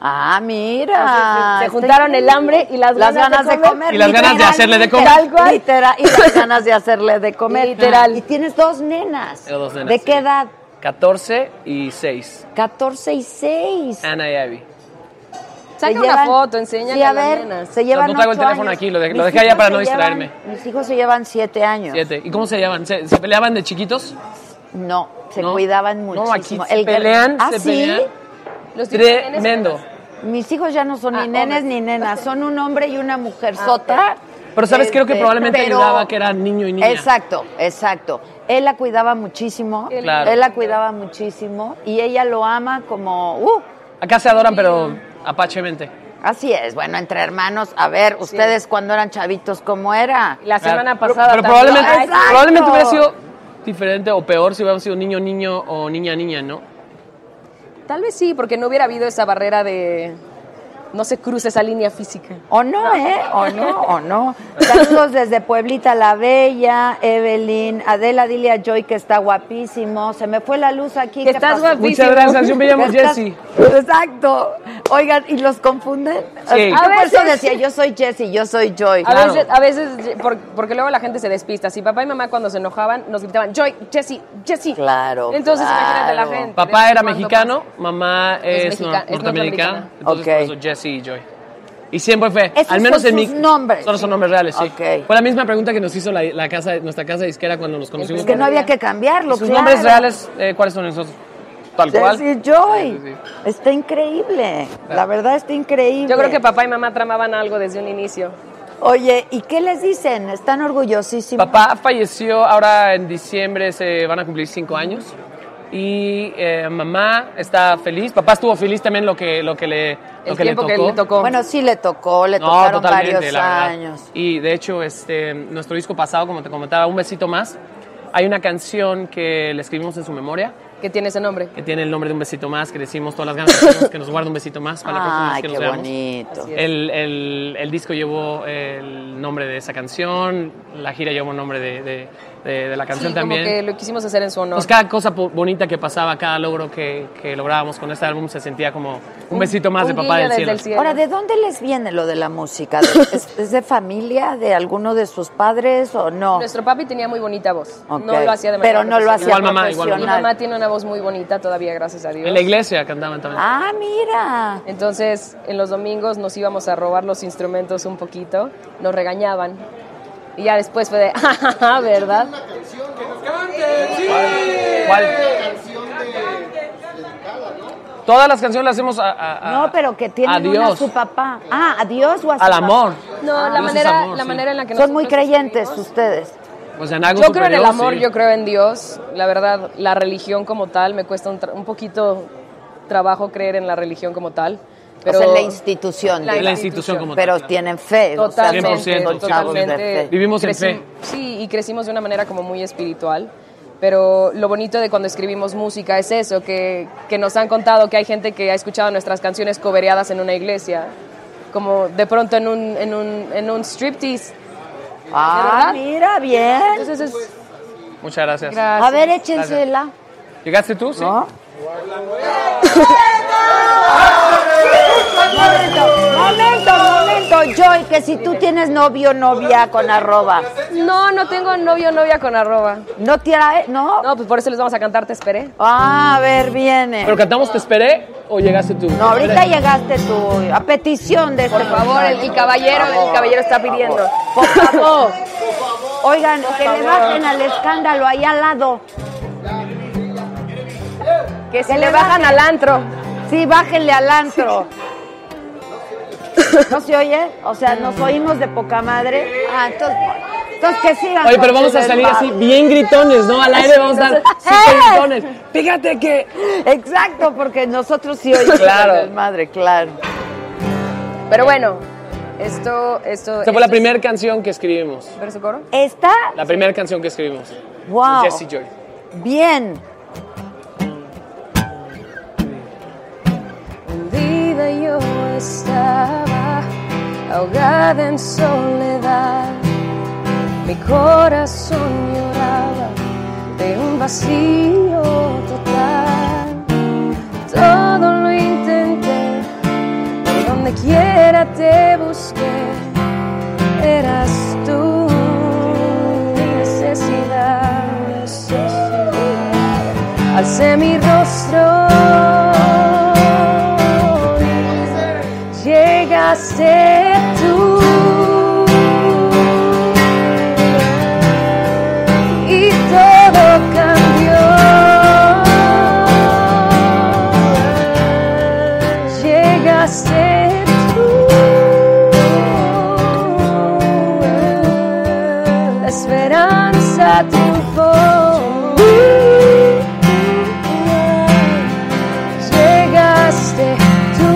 Ah, mira. Entonces, se- se juntaron el hambre y las ganas de comer. Y las ganas de Literal, hacerle de comer. Tal cual. Literal, y las ganas de hacerle de comer. Literal. Y tienes dos nenas. Tengo dos nenas, ¿De qué sí. edad? 14 y 6. 14 y 6. Ana y Abby. Saca Se una llevan- foto, enséñale sí, a, a las ver, nenas. se llevan No, no traigo el ocho teléfono años. aquí, lo de- Mis lo dejé allá hijos para se no llevan- distraerme. mis hijos se llevan siete años. Siete. ¿Y cómo se llaman? ¿Se, se peleaban de chiquitos? No, se No. cuidaban No, aquí muchísimo. se pelean, ¿Ah, se sí? pelean. Los titanes- Tremendo. Mis hijos ya no son Ah, ni nenes hombres. Ah, ni nenas, son un hombre y una mujer sota. Este, Pero, ¿sabes? Creo que probablemente pero- ayudaba que era niño y niña. Exacto, exacto. Él la cuidaba muchísimo, Él- Claro. él la cuidaba muchísimo y ella lo ama como, uh, Acá se adoran, pero apachemente. así es. Bueno, entre hermanos, a ver, ustedes cuando eran chavitos, ¿cómo era? La semana Claro. pasada. Pero, pero también. probablemente, Exacto. probablemente hubiera sido diferente o peor si hubiéramos sido niño, niño o niña, niña, ¿no? Tal vez sí, porque no hubiera habido esa barrera de no se cruza esa línea física. O no, ¿eh? O no, o no. Saludos desde Pueblita la Bella, Evelyn, Adela, dile a Joy que está guapísimo. Se me fue la luz aquí. Que ¿qué estás pasó? guapísimo. Muchas gracias, yo me llamo Estás- Jessy. Exacto. Oigan, ¿y los confunden? Sí. Yo A por eso veces. decía, yo soy Jessy, yo soy Joy. A Claro. veces, a veces por- porque luego la gente se despista. Si papá y mamá cuando se enojaban nos gritaban, Joy, Jesse, Jesse. Claro, Entonces imagínate la claro. gente. ¿de Papá era cuánto mexicano, pasa? mamá es, Es nor- mexica- es norteamericana. norteamericana. Entonces, Ok. por eso Jesse y Joy. Y siempre fue, Esos al menos son en mi. sus nombres. Solo son nombres reales, sí. Ok. Fue la misma pregunta que nos hizo la, la casa, nuestra casa disquera cuando nos conocimos. Es que no había que cambiarlo, Sus claro. nombres reales, eh, ¿cuáles son esos? Tal cual. Jesse Joy. Sí, sí, sí. Está increíble. La verdad está increíble. Yo creo que papá y mamá tramaban algo desde un inicio. Oye, ¿y qué les dicen? Están orgullosísimos. Papá falleció ahora en diciembre, se van a cumplir cinco años. Y eh, mamá está feliz. Papá estuvo feliz también lo que, lo que le, lo que le tocó. Bueno, sí le tocó, le No, tocaron totalmente, varios la verdad. años. Y de hecho, este, nuestro disco pasado, como te comentaba, Un Besito Más, hay una canción que le escribimos en su memoria. Que tiene ese nombre. Que tiene el nombre de Un Besito Más, que le decimos todas las ganas que tenemos, que nos guarde un besito más para la próxima vez Ay, que qué nos veamos. bonito. Así es. El, el- el disco llevó el nombre de esa canción, la gira llevó el nombre de, de- de- de la canción Sí, también. Como que lo quisimos hacer en su honor. Pues cada cosa po- bonita que pasaba, cada logro que, que lográbamos con este álbum se sentía como un besito más de papá del cielo. Ahora, ¿de dónde les viene lo de la música? ¿De- ¿Es, es de familia, de alguno de sus padres o no? Nuestro papi tenía muy bonita voz. Ok. No lo hacía de manera Pero no lo profesional. hacía Igual mamá, igual mamá. Mi mamá tiene una voz muy bonita todavía, gracias a Dios. En la iglesia cantaban también. Ah, mira. Entonces, en los domingos nos íbamos a robar los instrumentos un poquito, nos regañaban. Y ya después fue de, jajaja, ¿verdad? Todas las canciones las hacemos a, a- a- Ah. No, pero que tienen a una a Dios. su papá. Ah, a Dios o a su Al papá. amor. No, la Dios Ah, es manera, amor, la sí. manera en la que Son muy nosotros creyentes ustedes. Pues en algo Yo creo en el superior, amor, sí. yo creo en Dios. La verdad, la religión como tal me cuesta un, tra- un poquito trabajo creer en la religión como tal. Pero o sea, en la institución. La digamos. institución como tal, Pero claro. tienen fe. o sea, son- Totalmente, son chavos de fe. totalmente. Crecim- Sí, y crecimos de una manera como muy espiritual. Pero lo bonito de cuando escribimos música es eso, que, que nos han contado que hay gente que ha escuchado nuestras canciones cobereadas en una iglesia. Como de pronto en un, en un, en un striptease. Ah, ¿De verdad? mira, bien. Entonces es- Muchas gracias. A ver, échensela. Gracias. ¿Llegaste tú? Sí. Momento, momento, momento, Joy, que si tú tienes novio novia con arroba. No, no tengo novio novia con arroba. ¿No tira, no? No, pues por eso les vamos a cantar Te Esperé. Ah, a ver, viene. Pero cantamos Te Esperé o llegaste tú. No, ahorita llegaste tú, a petición de este Por favor, el, el caballero, el caballero está pidiendo. Por favor. Oigan, que le bajen al escándalo ahí al lado. Que se le bajan al antro. Sí, bájenle al antro. ¿No se oye? O sea, nos oímos de poca madre. Ah, entonces, entonces que sigan. Oye, con pero vamos su a salir así desmadre. bien gritones, ¿no? Al aire vamos a dar súper ¡eh! gritones. Fíjate que. Exacto, porque nosotros sí oímos Claro. el desmadre, claro. Pero bueno, esto, esto. Esta fue la primera canción que escribimos. ¿Verso coro? Esta, La primera canción que escribimos. wow. Jesse Joy. Bien. hundida yo estaba, ahogada en soledad. Mi corazón lloraba de un vacío total. Todo lo intenté, por donde quiera te busqué, eras tú mi necesidad. necesidad. Alcé mi rostro. Llegaste tú. Y todo cambió. Llegaste tú. La esperanza triunfó. Llegaste tú,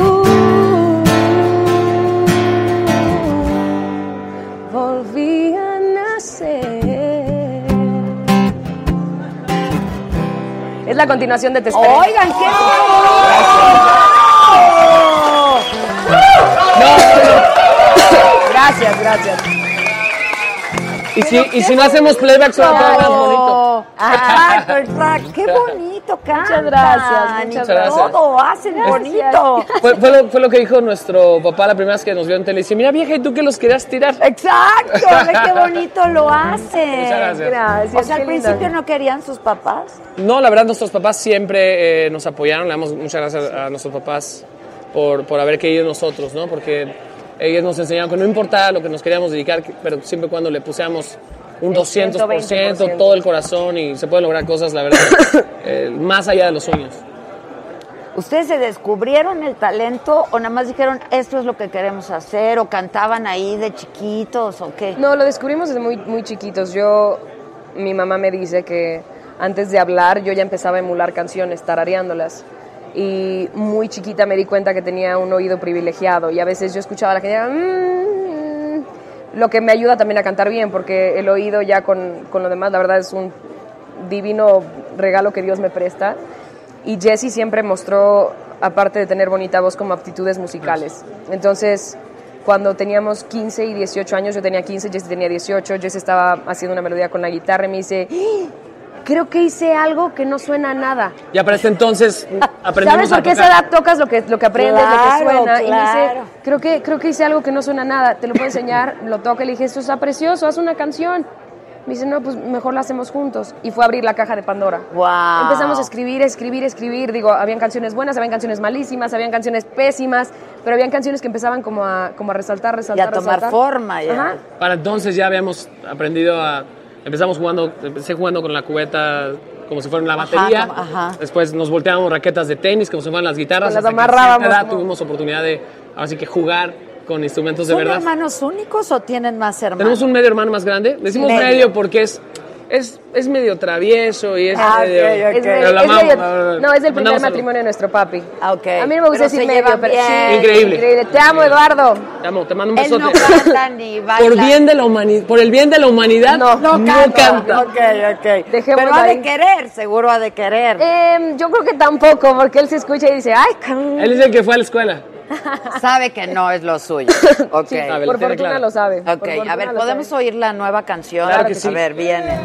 volví a nacer. Es la continuación de Te Esperé. Oigan, qué ¡Bravo! Gracias, gracias. Y si, y si no hacemos playback, suena todavía más bonito. Claro. Exacto, exacto. Qué bonito Muchas cantan. gracias, y muchas gracias. Todo hacen bonito. Fue, fue lo, fue lo que dijo nuestro papá la primera vez que nos vio en tele. Dice, mira vieja, ¿y tú que los querías tirar? Exacto, ve qué bonito lo hacen. Muchas O gracias. sea, al principio no querían sus papás. No, la verdad, nuestros papás siempre eh, nos apoyaron. Le damos muchas gracias a nuestros papás por, por haber querido en nosotros, ¿no? Porque ellos nos enseñaron que no importaba lo que nos queríamos dedicar, que- pero siempre y cuando le pusiéramos un 200%, 120%. todo el corazón y se pueden lograr cosas, la verdad, eh, más allá de los sueños. ¿Ustedes se descubrieron el talento o nada más dijeron esto es lo que queremos hacer o cantaban ahí de chiquitos o qué? No, lo descubrimos desde muy, muy chiquitos. Yo, mi mamá me dice que antes de hablar yo ya empezaba a emular canciones, tarareándolas. Y muy chiquita me di cuenta que tenía un oído privilegiado y a veces yo escuchaba a la gente, "Mm, mm", lo que me ayuda también a cantar bien, porque el oído ya con, con lo demás, la verdad, es un divino regalo que Dios me presta. Y Jesse siempre mostró, aparte de tener bonita voz, como aptitudes musicales. Entonces, cuando teníamos 15 y 18 años, yo tenía 15, Jesse tenía 18, Jesse estaba haciendo una melodía con la guitarra y me dice, "¡Ah! creo que hice algo que no suena a nada. Ya para este entonces aprendimos ¿Sabes por qué a se tocar. edad tocas lo que, lo que aprendes, Claro, lo que suena? Y me claro. dice, creo que, creo que hice algo que no suena a nada, te lo puedo enseñar, lo toca, le dije, esto está precioso, haz una canción. Me dice, no, pues mejor la hacemos juntos. Y fue a abrir la caja de Pandora. Wow. Empezamos a escribir, escribir, escribir. Digo, habían canciones buenas, habían canciones malísimas, habían canciones pésimas, pero habían canciones que empezaban como a, como a resaltar, resaltar, tomar resaltar. forma, ya. Ajá. Para entonces ya habíamos aprendido a... Empezamos jugando, empecé jugando con la cubeta como si fuera una batería. como- ajá. Después nos volteábamos raquetas de tenis como si fueran las guitarras. Las hasta que a amarrábamos, cierta edad ¿no? tuvimos oportunidad de, así que jugar con instrumentos de ¿Son verdad. hermanos únicos o tienen más hermanos? Tenemos un medio hermano más grande. Decimos Medio. medio, porque es, es, es medio travieso y es Ah, medio... ok, ok. Es medio- Pero la es amamos, medio- la verdad. no, es del primer Mandamos saludos. matrimonio de nuestro papi. A mí no me gusta Ah, Pero se decir medio, llevan pero bien. sí. Increíble. Te amo, Eduardo. Te amo, te mando un Él besote. no canta ni baila. por, bien de la humani- por el bien de la humanidad, no, canta. Ok, ok. Pero ha de querer, seguro ha de querer. yo creo que tampoco, porque él se escucha y dice, ay, can-". Él dice que fue a la escuela. Sabe que no es lo suyo. Ok. Sí, Sabe, por lo tiene fortuna claro. lo sabe. Ok, a ver, ¿podemos oír la nueva canción? Claro que sí. A ver, viene.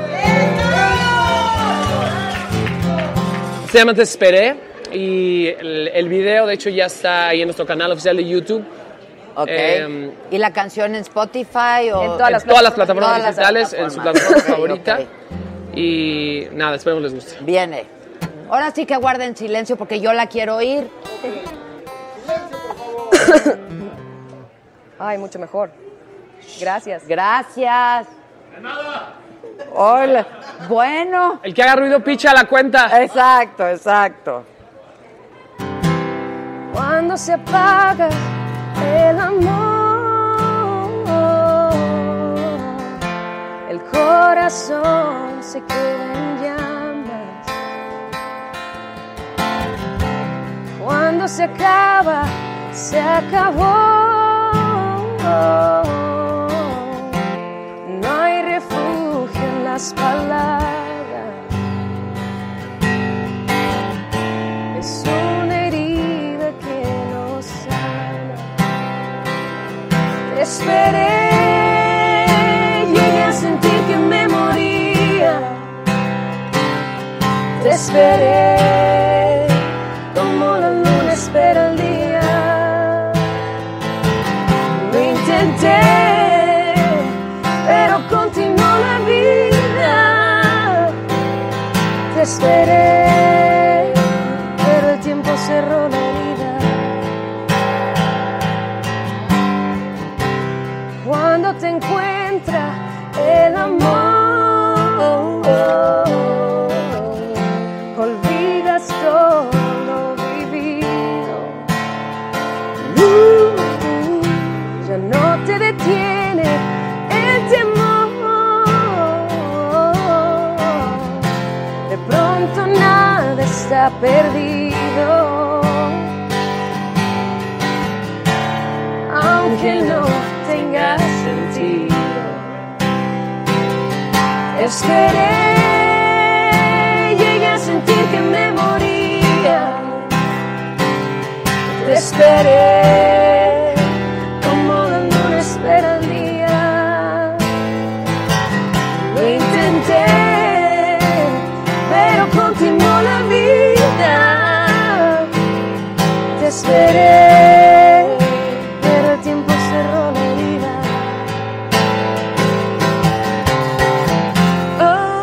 Se llama Te Esperé y el, el video, de hecho, ya está ahí en nuestro canal oficial de YouTube. Ok. Em, ¿Y la canción en Spotify o...? en todas las, plataformas Todas las digitales, en su plataformas. plataforma Ok, ok. favorita. Y nada, esperemos les guste. Viene. Ahora sí que guarden silencio porque yo la quiero oír. Ay, mucho mejor. Gracias. Gracias. Hola. Bueno. El que haga ruido picha la cuenta. Exacto, exacto. Cuando se apaga el amor, el corazón se queda en llamas. Cuando se acaba, se acabó. No hay refugio en las palabras. es una herida que no sana. Te esperé, llegué a sentir que me moría. Te esperé, como la luna espera el día. Lo intenté, pero continuó la vida. Te esperé, pero el tiempo cerró la herida. Cuando te encuentra el amor, olvidas todo lo vivido. Uh, ya no te detiene el temor. De pronto nada está perdido. Aunque no tenga sentido. Esperé, llegué a sentir que me moría. Te esperé, como la luna espera el día. Lo intenté, pero continuó la vida. Te esperé, pero el tiempo cerró la herida. Oh,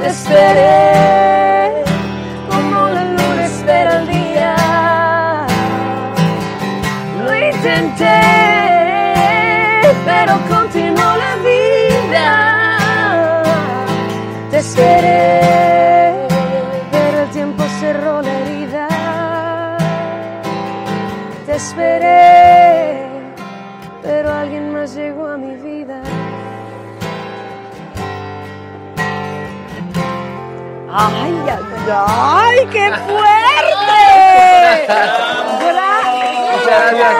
te esperé, como la luna espera el día. Lo intenté, pero continuó la vida. Te esperé, pero el tiempo cerró la herida. Te esperé, pero alguien más llegó a mi vida. ¡Ay, ay, ay! ¡Qué fuerte! ¡Gracias!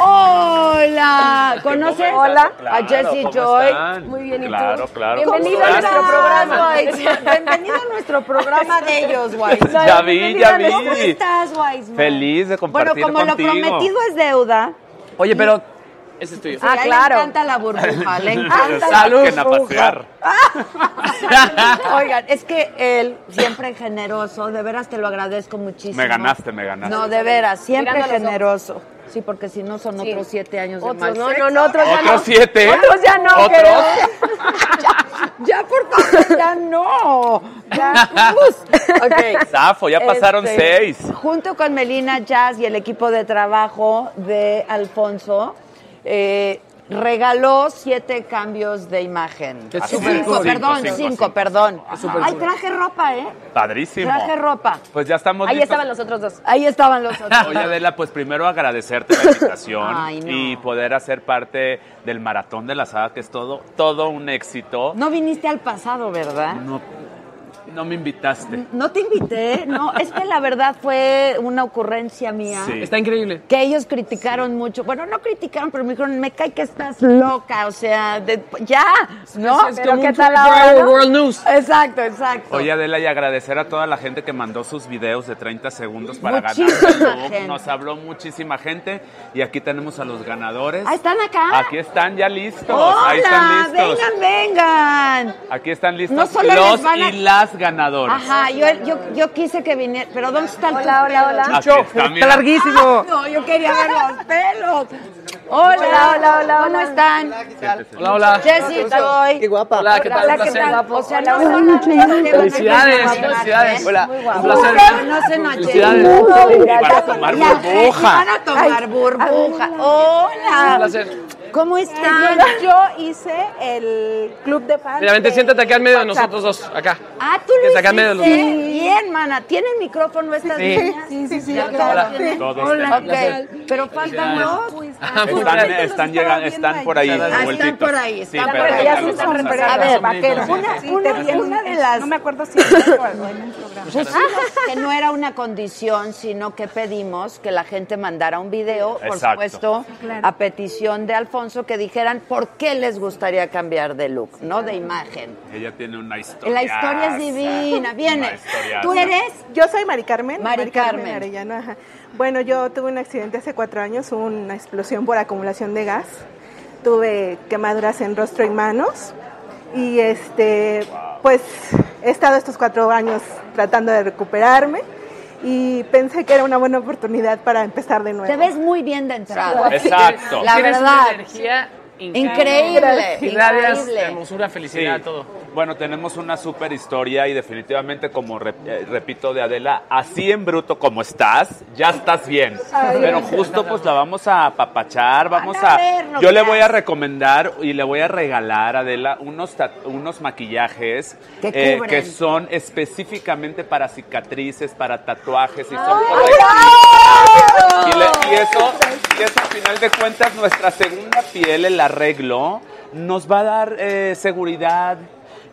¡Hola! ¿Conoces Hola. a Jessie ¿cómo Joy? están? Muy bien, ¿y tú? Claro, claro, ¿cómo Bienvenido a están? nuestro programa. Bienvenido a nuestro programa de ellos, guay. Ya vi, ya vi. ¿Cómo estás, guay? Feliz de Bueno, compartir como lo contigo. prometido es deuda. Oye, pero. Ese es tuyo. a ella Le encanta la burbuja, le encanta la Salud. burbuja. Saquen a pasear. Oigan, es que él siempre generoso, de veras te lo agradezco muchísimo. Me ganaste, me ganaste. No, de veras, siempre Mirando a los generoso. Sí, porque si no son otros siete años de mal Otros, no, sexo. no, no, otros ya ¿Otros no. siete? Otros ya no, ¿Otros? creo. ya, ya, por favor, ya no. Ya, pues. Ok. Zafo, ya pasaron Este, seis. Junto con Melina Jazz y el equipo de trabajo de Alfonso, eh, regaló siete cambios de imagen. Qué Así súper cinco, cool. perdón, Cinco, cinco, cinco, perdón. súper Ay, cool. traje ropa, ¿eh? Padrísimo. Traje ropa. Pues ya estamos Ahí listos. estaban los otros dos. Ahí estaban los otros Oye, Adela, pues primero agradecerte la invitación Ay, no. y poder hacer parte del maratón de la saga, que es todo, todo un éxito. No viniste al pasado, ¿verdad? No, no me invitaste. No te invité, no, es que la verdad fue una ocurrencia mía. Sí. Está increíble. Que ellos criticaron mucho. Bueno, no criticaron, pero me dijeron, me cae que estás loca, o sea, de- ya, ¿no? es como un 24 hour world news. Exacto, exacto. Oye, Adela, y agradecer a toda la gente que mandó sus videos de 30 segundos para Muchísima ganar. gente. Nos habló muchísima gente y aquí tenemos a los ganadores. Ah, ¿están acá? Aquí están ya listos. Ahí ¡Hola! están listos. ¡Vengan, vengan! Aquí están listos No solo los les van a- y las ganadoras. Ajá, yo, yo, yo quise que viniera. Pero ¿dónde está el Hola, hola, hola. Aquí Chucho, está, mira. larguísimo. Ah, no, yo quería ver los pelos. Hola, Hola, hola, hola. ¿Cómo están? Hola, hola. Jessie, soy. Qué guapa. Hola, ¿qué tal? Un placer. O sea, no se nos Felicidades, felicidades. Hola, un placer. No se nos Felicidades. Y van a tomar burbuja. Van a tomar burbuja. Hola. Un placer. ¿Cómo están? Yo hice el club de fans. Mira, vente, de siéntate acá en medio de WhatsApp. nosotros dos, acá. Ah, tú Que lo sacan de hiciste. los- Bien, mana. ¿Tienen micrófono estas Sí. niñas? Sí, sí, sí. Hola. Todos Hola, tenemos. ok. Pero faltan dos. Están, están, llegan, están por ahí. Ah, están vueltitos. por ahí. Sí, Están pero por ahí. ya Ya los son vamos sombreros. a A sacar. ver, vaqueros. Una, una, una de las. Pues No me acuerdo si. Pusimos Ah, que no era una condición, sino que pedimos que la gente mandara un video, por Exacto. supuesto, Claro. a petición de Alfonso, que dijeran por qué les gustaría cambiar de look, no de imagen. Ella tiene una historia. La historia es divina, viene. Tú eres Yo soy Mari Carmen. Mari Carmen. Arellano, ajá. Bueno, yo tuve un accidente hace cuatro años, hubo una explosión por acumulación de gas. Tuve quemaduras en rostro y manos. Y este, pues he estado estos cuatro años tratando de recuperarme. Y pensé que era una buena oportunidad para empezar de nuevo. Te ves muy bien de entrada. Exacto. La Tienes verdad. una energía Increíble, Y radias increíble. hermosura, felicidad, Sí. todo. Bueno, tenemos una super historia y definitivamente, como rep- eh, repito de Adela, así en bruto como estás, ya estás bien. Ay, Pero gracias. justo pues la vamos a apapachar, vamos a a... vernos, yo le ya. voy a recomendar y le voy a regalar a Adela unos, tat- unos maquillajes eh, Que cubren. que son específicamente para cicatrices, para tatuajes y son... Y, le- y eso, y eso, al final de cuentas, nuestra segunda piel, el arreglo, nos va a dar eh, seguridad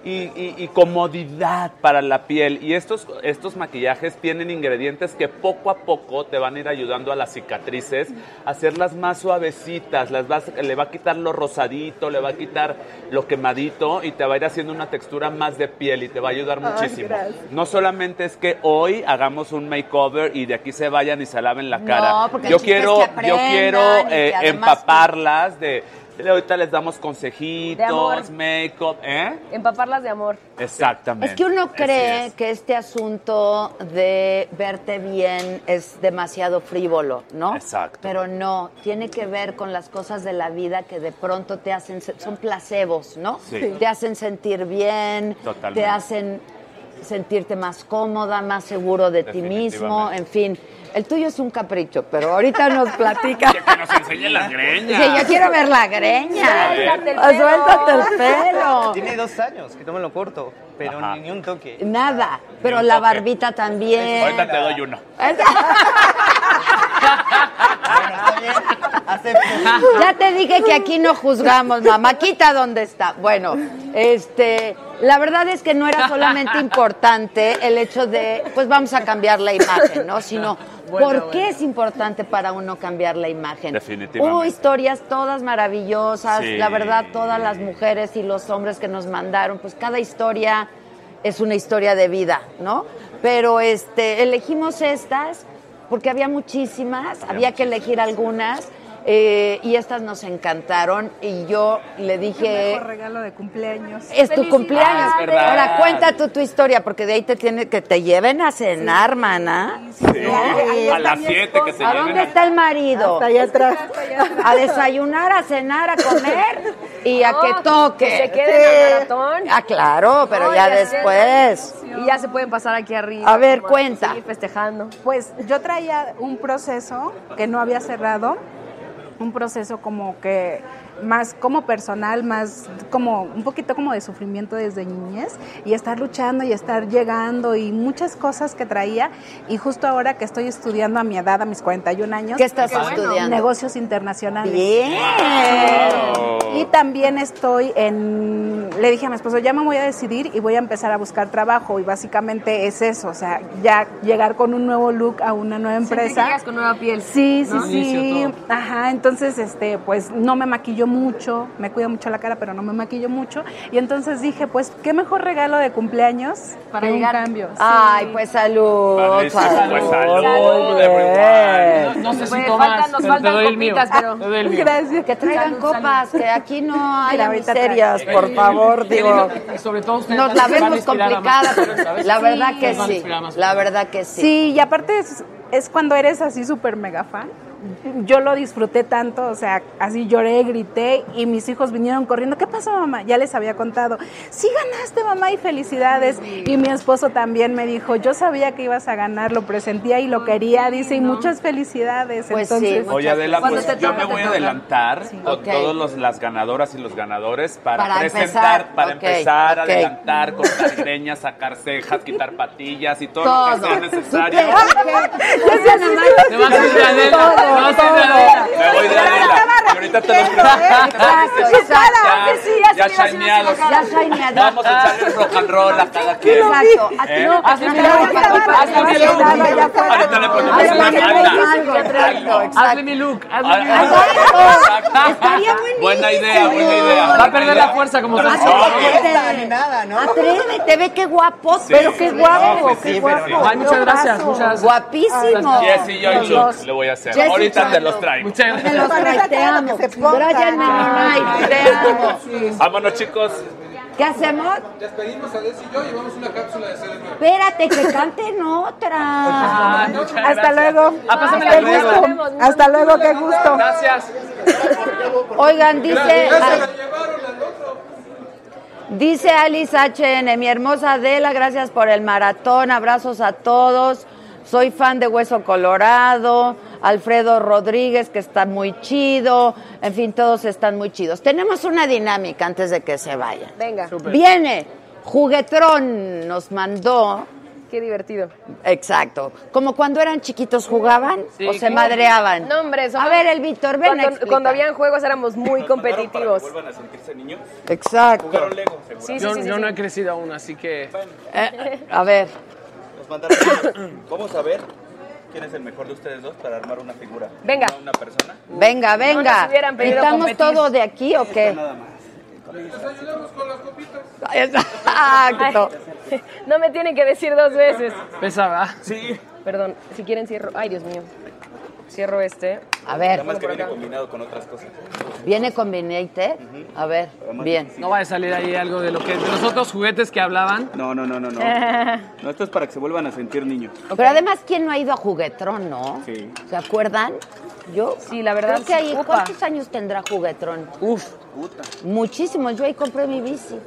y, y- y comodidad para la piel. Y estos, estos maquillajes tienen ingredientes que poco a poco te van a ir ayudando a las cicatrices, a hacerlas más suavecitas, las vas- le va a quitar lo rosadito, le va a quitar lo quemadito y te va a ir haciendo una textura más de piel y te va a ayudar Ay, muchísimo. gracias. No solamente es que hoy hagamos un makeover y de aquí se vayan y se laven la No, cara. porque el yo, chiste es quiero, que aprendan yo quiero y que eh, además- empaparlas de, Ahorita les damos De amor. consejitos, make-up, ¿eh? Empaparlas de amor. Exactamente. Es que uno cree es. que este asunto de verte bien es demasiado frívolo, ¿no? Exacto. Pero no, tiene que ver con las cosas de la vida que de pronto te hacen, se- son placebos, ¿no? Sí. Te hacen sentir bien, Totalmente. te hacen sentirte más cómoda, más seguro de ti mismo, en fin. El tuyo es un capricho, pero ahorita nos platica. Enseñen las greñas. Dice, yo quiero ver la greña. Ah, Suéltate el pelo. Tiene dos años, que no me lo corto, pero ni, ni un toque. Nada, pero la barbita también. Ahorita te doy uno. Ya te dije que aquí no juzgamos, mamá. Quita dónde está. Bueno, este, la verdad es que no era solamente importante el hecho de, pues vamos a cambiar la imagen, ¿no? Sino, Bueno, ¿por bueno. qué es importante para uno cambiar la imagen? Definitivamente. Hubo historias todas maravillosas, Sí. la verdad, todas las mujeres y los hombres que nos mandaron, pues cada historia es una historia de vida, ¿no? Pero este, elegimos estas porque había muchísimas, había, que elegir algunas eh, y estas nos encantaron y yo le dije... mejor regalo de cumpleaños. Es tu cumpleaños, Ah, es verdad. Ahora cuenta tú tu historia, porque de ahí te tiene que te lleven a cenar, mana. A las 7 que te ¿A dónde lleven. está el marido? Hasta allá atrás. A desayunar, a cenar, a comer y a No, que toque. que se queden al maratón. Ah, claro, pero No, ya sé. después. Pues, Y ya se pueden pasar aquí arriba. A ver, como cuenta. seguir festejando. Pues yo traía un proceso que no había cerrado, un proceso como que más como personal, más como un poquito como de sufrimiento desde niñez y estar luchando y estar llegando y muchas cosas que traía y justo ahora que estoy estudiando a mi edad, a mis 41 años. ¿Qué estás estudiando? negocios internacionales. Bien. Y también estoy en, le dije a mi esposo, ya me voy a decidir y voy a empezar a buscar trabajo y básicamente es eso, o sea, ya llegar con un nuevo look a una nueva Siempre que empresa. llegas con nueva piel. Sí, sí, ¿no? sí. Ajá, entonces, este, pues no me maquillo mucho, me cuido mucho la cara, pero no me maquillo mucho. Y entonces dije, pues, qué mejor regalo de cumpleaños Para que un llegar. cambio. Ay, pues salud. Padrísimo, salud. pues, salud, Muy everyone. bien. No- no sé si Pues, tomas, faltan- nos pero te faltan doy el mío. copitas, pero- Te doy el mío. Gracias. Que traigan Salud, copas, que aquí no hay Mira, ahorita miserias, traigo. por favor, digo. Y sobre todo ustedes Nos van a la vemos inspirar a más complicada, personas, pero ¿sabes? la verdad Sí. que Nos van a sí. inspirar a más La verdad que sí. Sí, y aparte es, es cuando eres así súper mega fan. Yo lo disfruté tanto, o sea, así lloré, grité y mis hijos vinieron corriendo. ¿Qué pasó, mamá? Ya les había contado. Sí ganaste, mamá, y felicidades. Y mi esposo también me dijo, yo sabía que ibas a ganar, lo presentía y lo quería, dice, y muchas felicidades. Pues Pues Entonces, Oye, Adela, Cuando pues te yo toca, me te voy a toca. adelantar con Ok. todos los, las ganadoras y los ganadores para, Para presentar, empezar, para ok, empezar, ok. adelantar, cortar greñas, sacar cejas, quitar patillas y todo, lo que Todo. sea necesario. Ya se asustó. Te vas a ir a Adela, Todo, te vas a ir todo. a Adela. Me voy de Adela. Y ahorita te los ¿eh? Exacto, exacto. Sí, sí, ya se me Ya iba a hacer shineados. así la cara. Ya shineados. Vamos a echarle un rock and roll a cada quien. Exacto. A ti ¿Eh? no, a ti no, a ti no, a ti no, a ti no. Ahorita le ponemos Hazle una mi look, banda. algo, Algo. exacto. Hazle mi look, hazle mi Ah, look. ah. Exacto. Buena idea, buena idea. Va a perder la fuerza como Pero tal. no, Atrévete. Atrévete, ve qué guapo. Sí, pero qué sí, pues guapo, Ah, sí, sí, qué sí, guapo. sí. Ay, muchas gracias, Guapazo. muchas gracias. Guapísimo. Jessy, yo el Los dos. look le voy a hacer. Jessy, Ahorita yo te el los look. traigo. Me los traes, te amo. Brian Manonay, te amo. Vámonos, chicos. ¿Qué hacemos? Despedimos a Des y yo, llevamos una cápsula de CDM. Espérate, que canten otra. Ah, muchas Hasta gracias. luego. Ah, pásamela Qué luego. gusto. Hasta luego, qué gusto. Gracias. Oigan, dice... Gracias, ay, Dice Alice HN, mi hermosa Adela, gracias por el maratón, abrazos a todos. Soy fan de Hueso Colorado, Alfredo Rodríguez, que está muy chido, en fin, todos están muy chidos. Tenemos una dinámica antes de que se vayan. Venga. Viene, Juguetrón nos mandó, Qué divertido. exacto, como cuando eran chiquitos jugaban Sí, o se claro. madreaban. No, hombre, A ver, el Víctor, ven a Cuando, explicar. cuando habían juegos éramos muy competitivos. Van a sentirse niños. Exacto. Sí, sí, yo sí, sí, yo sí. no he crecido aún, así que. Eh, a ver. Nos mandaron. Vamos a ver quién es el mejor de ustedes dos para armar una figura. Venga. No Una persona. Venga, venga. nos hubieran pedido ¿Quitamos competir. todo de aquí o qué? Ah, Exacto. No me tienen que decir dos veces. Pesaba. Sí. Perdón, si quieren cierro. Ay, Dios mío. Cierro este. A ver. Nada más que viene combinado con otras cosas. ¿Viene combinate? A ver, bien. No va a salir ahí algo de lo que de los otros juguetes que hablaban. No, no, ah, no, no, no. No, esto es para que se vuelvan a sentir niños. Pero además, ¿quién no ha ido a Juguetrón, no? Sí. ¿Se acuerdan? Yo. Sí, la verdad, Creo que ahí, sí. Upa. ¿cuántos años tendrá Juguetrón? Uf. Muchísimos. Yo ahí compré mi bici.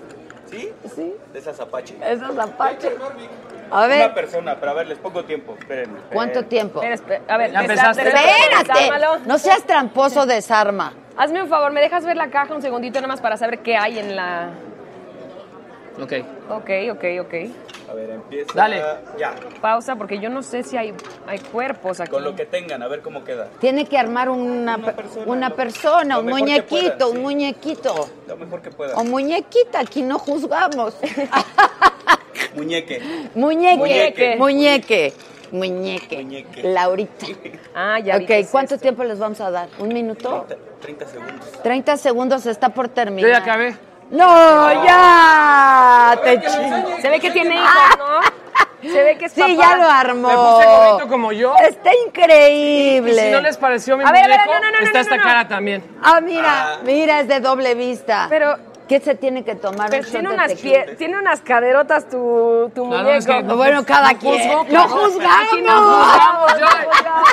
¿Sí? Sí. De esas Apache. Esas Apache. A A ver. ver. Una persona, pero a ver, les pongo tiempo. Espérenme. espérenme. ¿Cuánto tiempo? Espera, espera, a ver, Ya desar- empezaste. desar- Espérate. desármalo. No seas tramposo, desarma. Hazme un favor, ¿me dejas ver la caja un segundito nada más para saber qué hay en la. Ok. Ok, ok, ok. A ver, empieza. Dale. Ya. Pausa, porque yo no sé si hay, hay cuerpos aquí. Con lo que tengan, a ver cómo queda. Tiene que armar una, pe- una persona, un mejor que muñequito, puedan, un muñequito. Lo mejor que pueda. O muñequita, aquí no juzgamos. Ah, Muñeque. Muñeque. Muñeque. Muñeque. Muñeque. Laurita. Ah, ya. Ok, ¿cuánto tiempo les vamos a dar? ¿Un minuto? 30 segundos. 30 segundos está por terminar. Yo ya acabé. ¡No, ya! Te que lo chin- enseñe, Se ve que tiene hijos, ¿no? Se ve que es Sí, papá. ya lo armó. Me puse gordito como yo. Está increíble. Y si no les pareció mi A ver, a ver, muñeco, no, no, no, está no, esta no, no. cara también. Ah, mira, mira, es de doble vista. Pero. ¿Qué se tiene que tomar? Pero Un tiene shot de unas, tequila. pie- tiene unas caderotas tu, tu Claro, muñeco. es que- Bueno, cada No quien. juzgo, ¡No claro. juzgamos! Aquí no juzgamos, yo-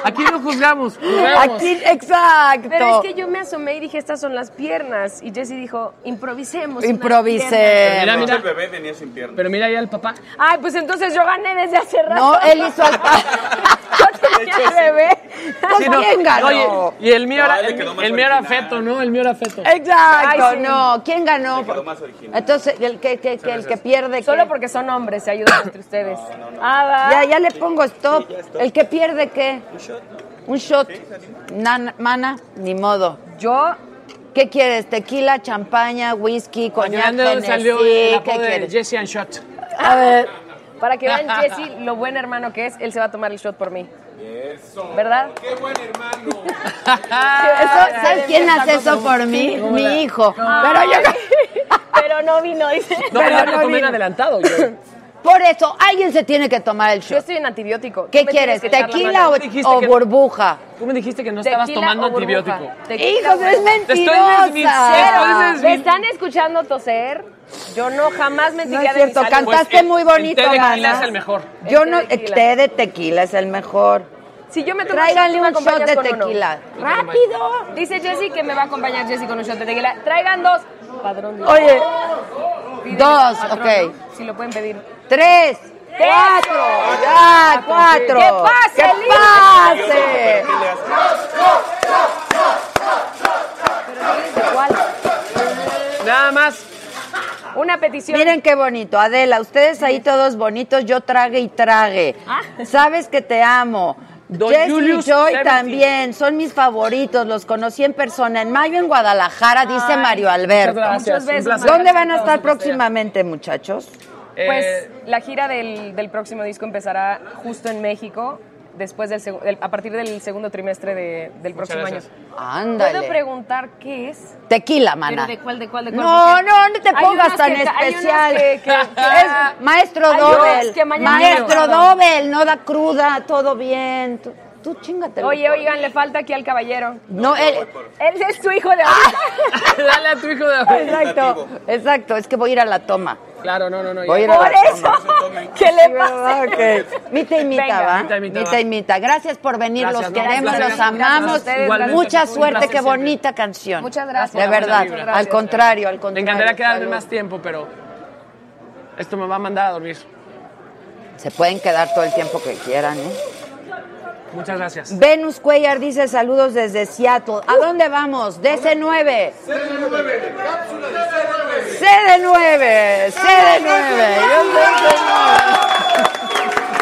Aquí no juzgamos. juzgamos. Aquí, exacto. Pero es que yo me asomé y dije, estas son las piernas. Y Jesse dijo, improvisemos. unas piernas. Mira, mira. El bebé venía sin piernas. Pero mira ahí al papá. Ay, pues entonces yo gané desde hace rato. No, él hizo Yo tenía el bebé. pues, Sí, no. Oye, y el mío era, No, le el, quedó más el mío era feto, ¿no? El mío era feto. Exacto, Ay, sí. no. ¿Quién ganó? Entonces, el que, que- que- el que pierde. Solo porque son hombres, se ayudan entre ustedes. Ah, va. Ya, ya le pongo stop. ¿El que pierde qué? Un shot, Un shot. Nan- mana, ni modo. Yo. ¿Qué quieres? ¿Tequila, champaña, whisky, coñac, Llorando, ¿dónde Hennessy? salió el ¿Qué apodo de quieres? Jesse and Shot? A ver. Para que vean Jesse lo buen hermano que es, él se va a tomar el shot por mí. Eso. ¿Verdad? Qué buen hermano. Eso, ¿Sabes quién hace eso por mí? ¿Cómo la- Mi hijo. cómo Pero la- yo... Pero no vino, dice. No, pero ya me tomé en vino. adelantado. Yo. Por eso, alguien se tiene que tomar el shot. Yo estoy en antibiótico. ¿Qué Tú me tienes quieres? que echar la ¿Tequila mano. o, Tú dijiste o que- burbuja? Tú me dijiste que no estabas Tequila tomando o burbuja. antibiótico. Tequila, Hijos, es güey. Te estoy mentirosa. desmin- ¿Me están escuchando toser? Yo no jamás me No enteré es de mi salud. cierto, cantaste muy bonito, mana. Yo El té no, de el tequila. té de tequila es el mejor. Si yo me tomo Tráiganle shot, un tú me shot de acompañas con uno. tequila. ¡Rápido! Dice Jessy que me va a acompañar Jessy con un shot de tequila. Traigan dos. Padrón. dice. Oye, Pídele dos, patrón, ok. ¿no? Si lo pueden pedir. Tres, cuatro, ya, cuatro. ¡Que pase, ¡Que Lina! pase! Nada más. Una petición. Miren qué bonito. Adela, ustedes ahí todos bonitos, yo trague y trague. Ah. Sabes que te amo. Don Jess Julius y Joy Seventeen. también, son mis favoritos, los conocí en persona en mayo en Guadalajara, dice Ay, Mario Alberto. muchas gracias, Muchos besos, un placer. Mario, ¿Dónde van a que estar todos nos vean. próximamente, muchachos? Pues la gira del, del próximo disco empezará justo en México, después del, seg- del- a partir del segundo trimestre de- del próximo gracias. año. ¿Puedo Ándale. preguntar qué es? Tequila, mana. ¿Pero de cuál, de cuál, de cuál? No, Porque no, no te hay pongas unos que- tan hay unos especial. que- que- Es maestro Hay unos que Dobel. mañana- Maestro Dobel, no da cruda, todo bien. Tú, tú chingate. Oye, oigan, le falta aquí al caballero. No, él, ¡Ah! Él es tu hijo de ahorita. Dale a tu hijo de Exacto, exacto, es que voy a ir a la toma. Claro, no, no, no. Voy a ir a Por la eso. toma. ¿Qué le pasa? Ok. Mita y mita, Venga. ¿va? Mita Mita y y mita, mita. va. Gracias por venir, Gracias, los no, queremos, gracias. los Gracias a amamos. ustedes, gracias. Mucha Un suerte, placer qué siempre. bonita canción. Muchas gracias. De Buena verdad, vibra. al Gracias. contrario, al contrario. Me encantaría quedarme Salud. más tiempo, pero esto me va a mandar a dormir. Se pueden quedar todo el tiempo que quieran, ¿eh? Muchas gracias. Venus Cuellar dice saludos desde Seattle. ¿A dónde vamos? DC9. CD9, cápsula de CD9. CD9. CD9. Yo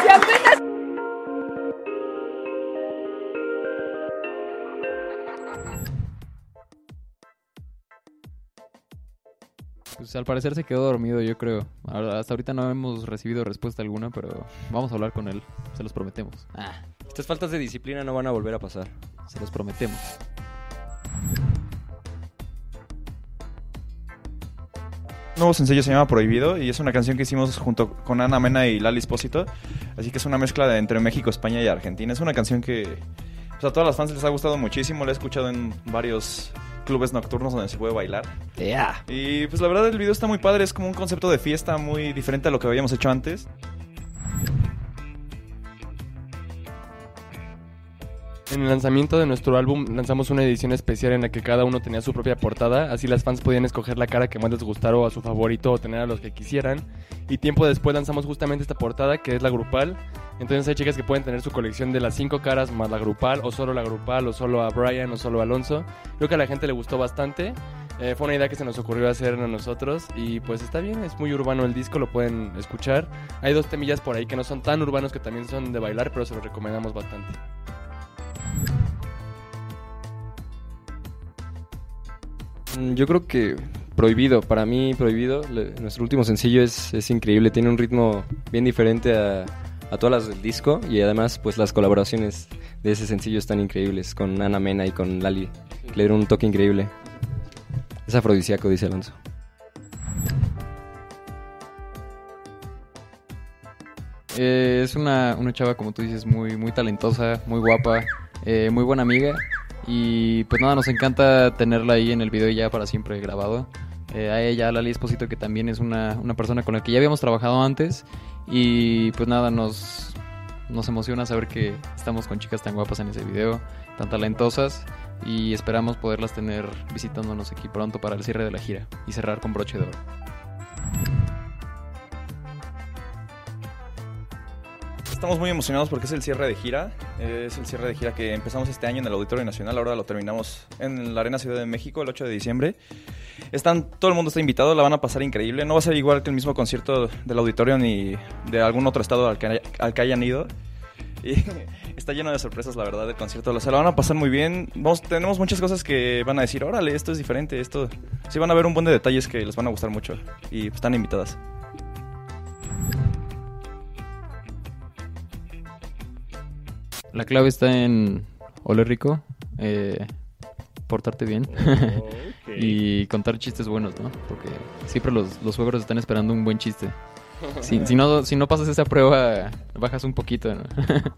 soy CD9. Si apenas- Pues al parecer se quedó dormido, yo creo. Ahora- Hasta ahorita no hemos recibido respuesta alguna, pero vamos a hablar con él. Se los prometemos. Ah, Estas faltas de disciplina no van a volver a pasar. Se los prometemos. nuevo sencillo se llama Prohibido y es una canción que hicimos junto con Ana Mena y Lali Espósito. Así que es una mezcla de entre México, España y Argentina. Es una canción que O sea, a todas las fans les ha gustado muchísimo. La he escuchado en varios clubes nocturnos donde se puede bailar. Yeah. Y pues la verdad el video está muy padre. Es como un concepto de fiesta muy diferente a lo que habíamos hecho antes. En el lanzamiento de nuestro álbum lanzamos una edición especial en la que cada uno tenía su propia portada, así las fans podían escoger la cara que más les gustara o a su favorito o tener a los que quisieran. Y tiempo después lanzamos justamente esta portada que es la grupal. Entonces hay chicas que pueden tener su colección de las cinco caras más la grupal o solo la grupal o solo a Brian o solo a Alonso. Creo que a la gente le gustó bastante. Eh, fue una idea que se nos ocurrió hacer a nosotros y pues está bien, es muy urbano el disco, lo pueden escuchar. Hay dos temillas por ahí que no son tan urbanos que también son de bailar, pero se los recomendamos bastante. Mm, Yo creo que prohibido, para mí prohibido. Le- nuestro último sencillo es, es increíble, tiene un ritmo bien diferente a, a todas las del disco y además pues las colaboraciones de ese sencillo están increíbles con Ana Mena y con Lali, que le dieron un toque increíble. Es afrodisíaco, dice Alonso. Eh, es una, una chava, como tú dices, muy, muy talentosa, muy guapa, eh, muy buena amiga. Y pues nada, nos encanta tenerla ahí en el video ya para siempre grabado. Eh, a ella, a Lali Esposito, que también es una, una persona con la que ya habíamos trabajado antes. Y pues nada, nos, nos emociona saber que estamos con chicas tan guapas en ese video, tan talentosas. Y esperamos poderlas tener visitándonos aquí pronto para el cierre de la gira y cerrar con broche de oro. Estamos muy emocionados porque es el cierre de gira. Eh, Es el cierre de gira que empezamos este año en el Auditorio Nacional. Ahora lo terminamos en la Arena Ciudad de México el 8 de diciembre. Están, todo el mundo está invitado, la van a pasar increíble. No va a ser igual que el mismo concierto del auditorio ni de algún otro estado al que, haya- al que hayan ido. Y está lleno de sorpresas, la verdad, el concierto. O sea, la van a pasar muy bien. Vamos, tenemos muchas cosas que van a decir, órale, esto es diferente, esto... Sí, van a ver un buen de detalles que les van a gustar mucho. Y pues, están invitadas. La clave está en oler rico, eh, portarte bien y contar chistes buenos, ¿no? Porque siempre los, los suegros están esperando un buen chiste. Si, si no, si no pasas esa prueba, bajas un poquito, ¿no?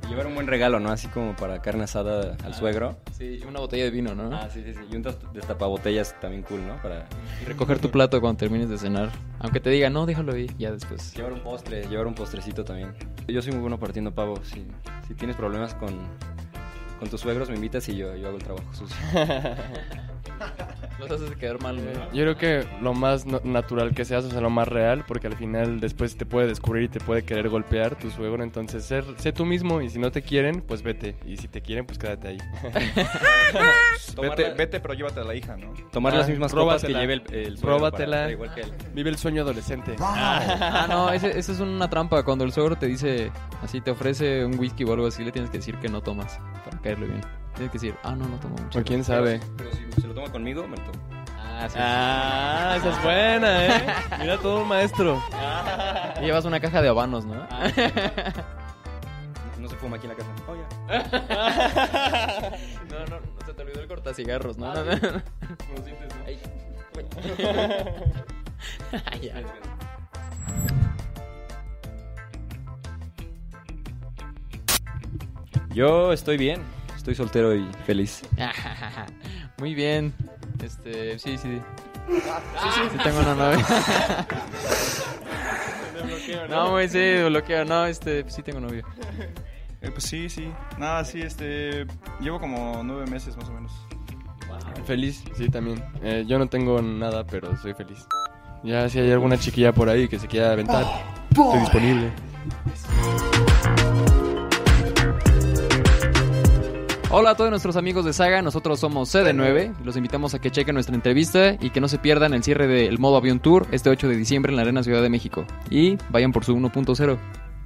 Llevar un buen regalo, ¿no? Así como para carne asada al suegro. Sí, una botella de vino, ¿no? Ah, sí, sí, sí. Y un tas- destapabotellas también cool, ¿no? Para Recoger tu plato cuando termines de cenar. Aunque te diga, no, déjalo ahí, ya después. Llevar un postre, llevar un postrecito también. Yo soy muy bueno partiendo pavo. Si, si tienes problemas con, con tus suegros, me invitas y yo, yo hago el trabajo sucio. Los haces quedar mal, ¿no? Yo creo que lo más no- natural que seas, o sea, lo más real, porque al final después te puede descubrir y te puede querer golpear tu suegro, entonces ser, sé tú mismo y si no te quieren, pues vete, y si te quieren, pues quédate ahí. Vete, vete, pero llévate a la hija, ¿no? Tomar las mismas copas que Ah, róbatela. lleve el- el suegro Róbatela. para- igual que él. Vive el sueño adolescente. Ah, no, ese- esa es una trampa. Cuando el suegro te dice, así te ofrece un whisky o algo así, le tienes que decir que no tomas para caerle bien. Tienes que decir, ah, no, no tomo mucho. O Pues, quién sabe. Pero si se lo toma conmigo, me lo tomo. Ah, sí. Ah, esa es buena, ¿eh? Mira todo un maestro. Ah, Y llevas una caja de habanos, ¿no? No se fuma aquí en la casa. Oh, ya. no, no, no, se te olvidó el cortacigarros, ¿no? Ah, No, sí. no, no. Como sientes, ¿no? Ay, güey. Ay, ya. Yo estoy bien. Estoy soltero y feliz. Muy bien. Este, sí, sí. Sí, sí tengo una novia. No, güey, sí, bloqueo. No, este, sí tengo novio. Eh, pues sí, sí. Nada, sí, este. Llevo como nueve meses más o menos. Feliz, sí, también. Eh, yo no tengo nada, pero soy feliz. Ya si hay alguna chiquilla por ahí que se quiera aventar, estoy disponible. Hola a todos nuestros amigos de Saga, nosotros somos CD9. Los invitamos a que chequen nuestra entrevista y que no se pierdan el cierre del modo avión tour este 8 de diciembre en la Arena Ciudad de México. Y vayan por su 1.0.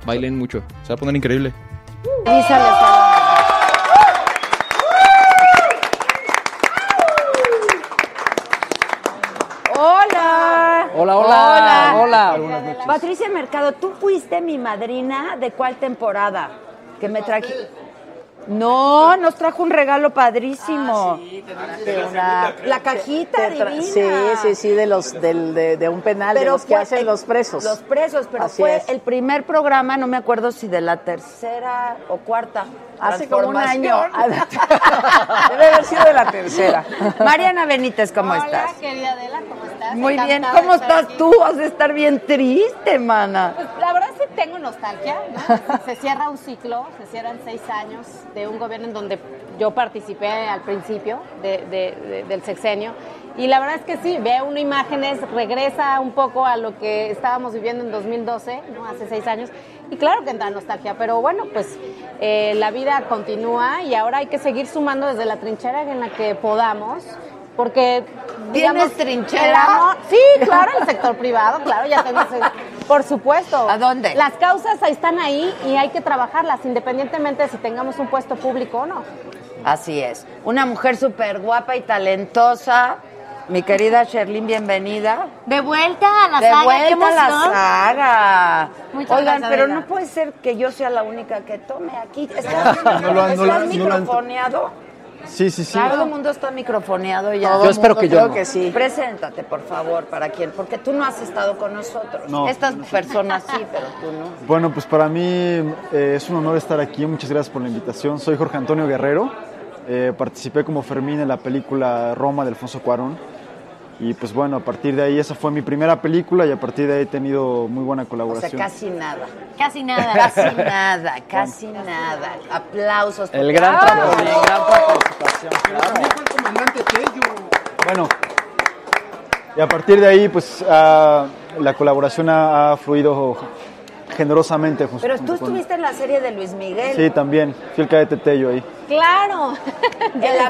Bailen mucho. Se va a poner increíble. Misa le está Hola. Hola, hola. Hola. Buenas Hola. Patricia Mercado, tú fuiste mi madrina de cuál temporada? Que me traje. No, nos trajo un regalo Ah, padrísimo. De una- la cajita Te tra- divina. Sí, sí, sí, de los del, de, de un penal, de los que fue- hacen los presos. Los presos, pero Así fue es. el primer programa, no me acuerdo si de la tercera o cuarta. Hace como un transformación. Debe haber sido de la tercera. Mariana Benítez, ¿cómo estás? querida Adela, ¿cómo estás? Muy bien, Encantada ¿cómo de estar estás aquí. tú? Vas a estar bien triste, mana. Pues la verdad sí tengo nostalgia, ¿no? Se cierra un ciclo, se cierran seis años de un gobierno en donde yo participé al principio de- de- de- del sexenio. Y la verdad es que sí, ve uno imágenes, regresa un poco a lo que estábamos viviendo en 2012, ¿no? hace seis años. Y claro que da nostalgia, pero bueno, pues eh, la vida continúa y ahora hay que seguir sumando desde la trinchera en la que podamos, porque... digamos, el amor- Sí, claro, el sector privado, claro, ya tengo ese- Por supuesto. ¿A dónde? Las causas ahí están ahí y hay que trabajarlas independientemente de si tengamos un puesto público o no. Así es. Una mujer súper guapa y talentosa. Mi querida Sherlyn, bienvenida. De vuelta a la de saga, qué vuelta a la emoción. saga. Muchas Oigan, gracias, pero Adela. no puede ser que yo sea la única que tome aquí. No ¿Estás, lo han- no lo estás han- no lo han- microfoneado? Sí, sí, sí. Todo el mundo está microfoneado ya. Yo espero que yo Creo no. que sí. Preséntate, por favor, para quien, porque tú no has estado con nosotros. No. Estas personas sí, pero tú no. Bueno, pues para mí eh, es un honor estar aquí. Muchas gracias por la invitación. Soy Jorge Antonio Guerrero. Eh, participé como Fermín en la película Roma de Alfonso Cuarón. Y pues bueno, a partir de ahí, esa fue mi primera película y a partir de ahí he tenido muy buena O sea, colaboración. casi nada. Casi nada. Casi nada, casi nada. Aplausos. El gran ¡Bravo! trampolín, gran comandante Bueno, y a partir de ahí, pues ah, la colaboración ha, ha fluido generosamente. junto- Pero junto tú con- estuviste en la serie de Luis Miguel. Sí, también. Fui el cadete Tello ahí. Claro.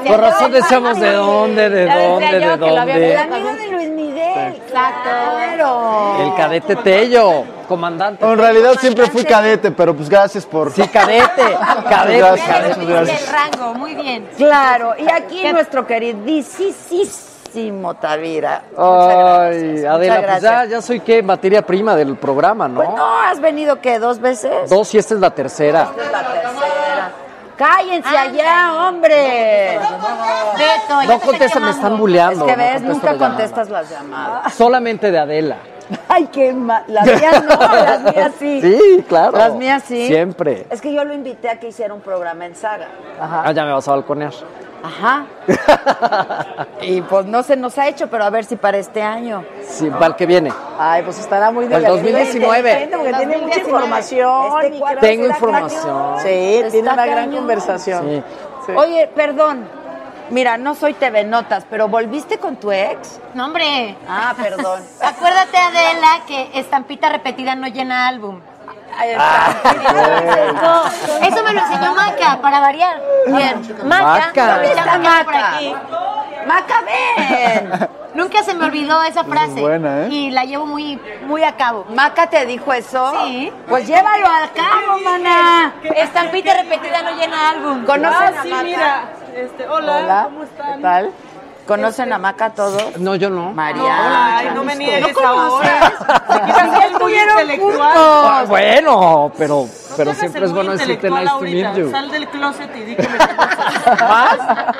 Por razón decíamos, ¿de dónde, de Ya decía dónde, yo de que lo había dónde? visto El amigo también. de Luis Miguel. Exacto. Claro. El cadete Tello, comandante. En realidad siempre fui cadete, pero pues gracias por... Sí, cadete, Muchas gracias, muchas gracias. rango, muy bien. Claro, y aquí nuestro queridísimo Tavira. Ay, Adela, muchas pues ya, gracias. ya soy qué, materia prima del programa, ¿no? Pues no, has venido que dos veces. Dos y esta es la tercera. Esta es la tercera. Cállense allá, hombre. ya No te contesta, están me están llamando. buleando, Es que no ves, contesto nunca las llamadas. contestas las llamadas. Solamente de Adela. Ay, qué mal. Las mías no, las mías sí. Sí, claro. Las mías sí. Siempre. Es que yo lo invité a que hiciera un programa en saga. Ah, ya me vas a balconear. Ajá. y pues no se nos ha hecho, pero a ver si para este año. Sí, para el que viene. Ay, pues estará muy Para el divertido. 2019. Depende, porque tiene mucha 2019. información. Este y cuadro Tengo está información. cañón. Sí, tiene una gran conversación. Sí. Sí. Oye, perdón. Mira, no soy TV Notas, pero ¿volviste con tu ex? No, hombre. Ah, perdón. Acuérdate, Adela, que estampita repetida no llena álbum. Ah. Eso me lo enseñó Maca, para variar. Bien. Maca. Maca. ¿Dónde está Maca? por Maca? aquí. Maca, ven. Nunca se me olvidó esa frase. buena, ¿eh? Y la llevo muy, muy a cabo. ¿Maca te dijo eso? Sí. Pues llévalo a cabo, maná. Estampita repetida no llena álbum. ¿Conocen Ah, a sí, Maca? mira. Este, hola, ¿cómo están? ¿Qué tal? ¿Conocen a Maca todos? No, yo no. María. Ay, no me niegues ¿No conoces? Ya estuvieron pues. Ah, bueno, pero, pero siempre es bueno decirte nice to meet you. Sal del closet y di que me conoces. ¿Más?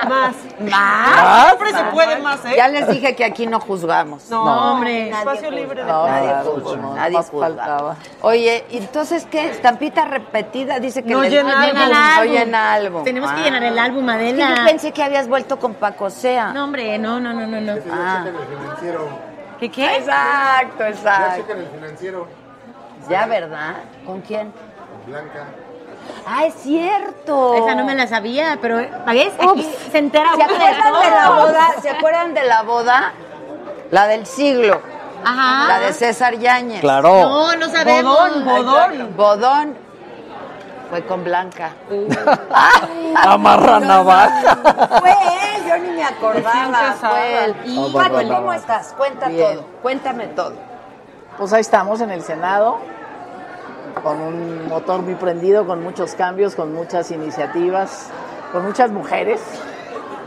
Más. ¿Más? Siempre se puede más, ¿eh? Ya les dije que aquí no juzgamos. No, No. hombre. Nadie Espacio juzga. libre de No, nadie Claro, juzga, no, nadie más juzga. Oye, ¿y entonces qué? Estampita repetida dice que No les- llena álbum. No llena álbum. Ah. Tenemos que llenar el álbum, Adela. Es que yo pensé que habías vuelto con Paco Sea. No, hombre, no, no, no, no. no. Ah. ¿Qué qué? Exacto, exacto. el financiero. Ya, ¿verdad? ¿Con quién? Blanca. Ah, es cierto. Esa no me la sabía, pero ¿ves? Aquí Ups. se entera pues, ¿Se uno de acuerdan de la todo. boda? ¿Se acuerdan de la boda? La del siglo. Ajá. La de César Yáñez. Claro. No, no sabemos. Bodón, bodón. Bodón. Fue con Blanca. Uh. Amarra navaja. Fue él, yo ni me acordaba. Fue él. Y- Y, Paco, Amarra ¿cómo navaja. estás? Cuenta Bien. todo. Cuéntame todo. Pues ahí estamos en el Senado, con un motor muy prendido, con muchos cambios, con muchas iniciativas, con muchas mujeres.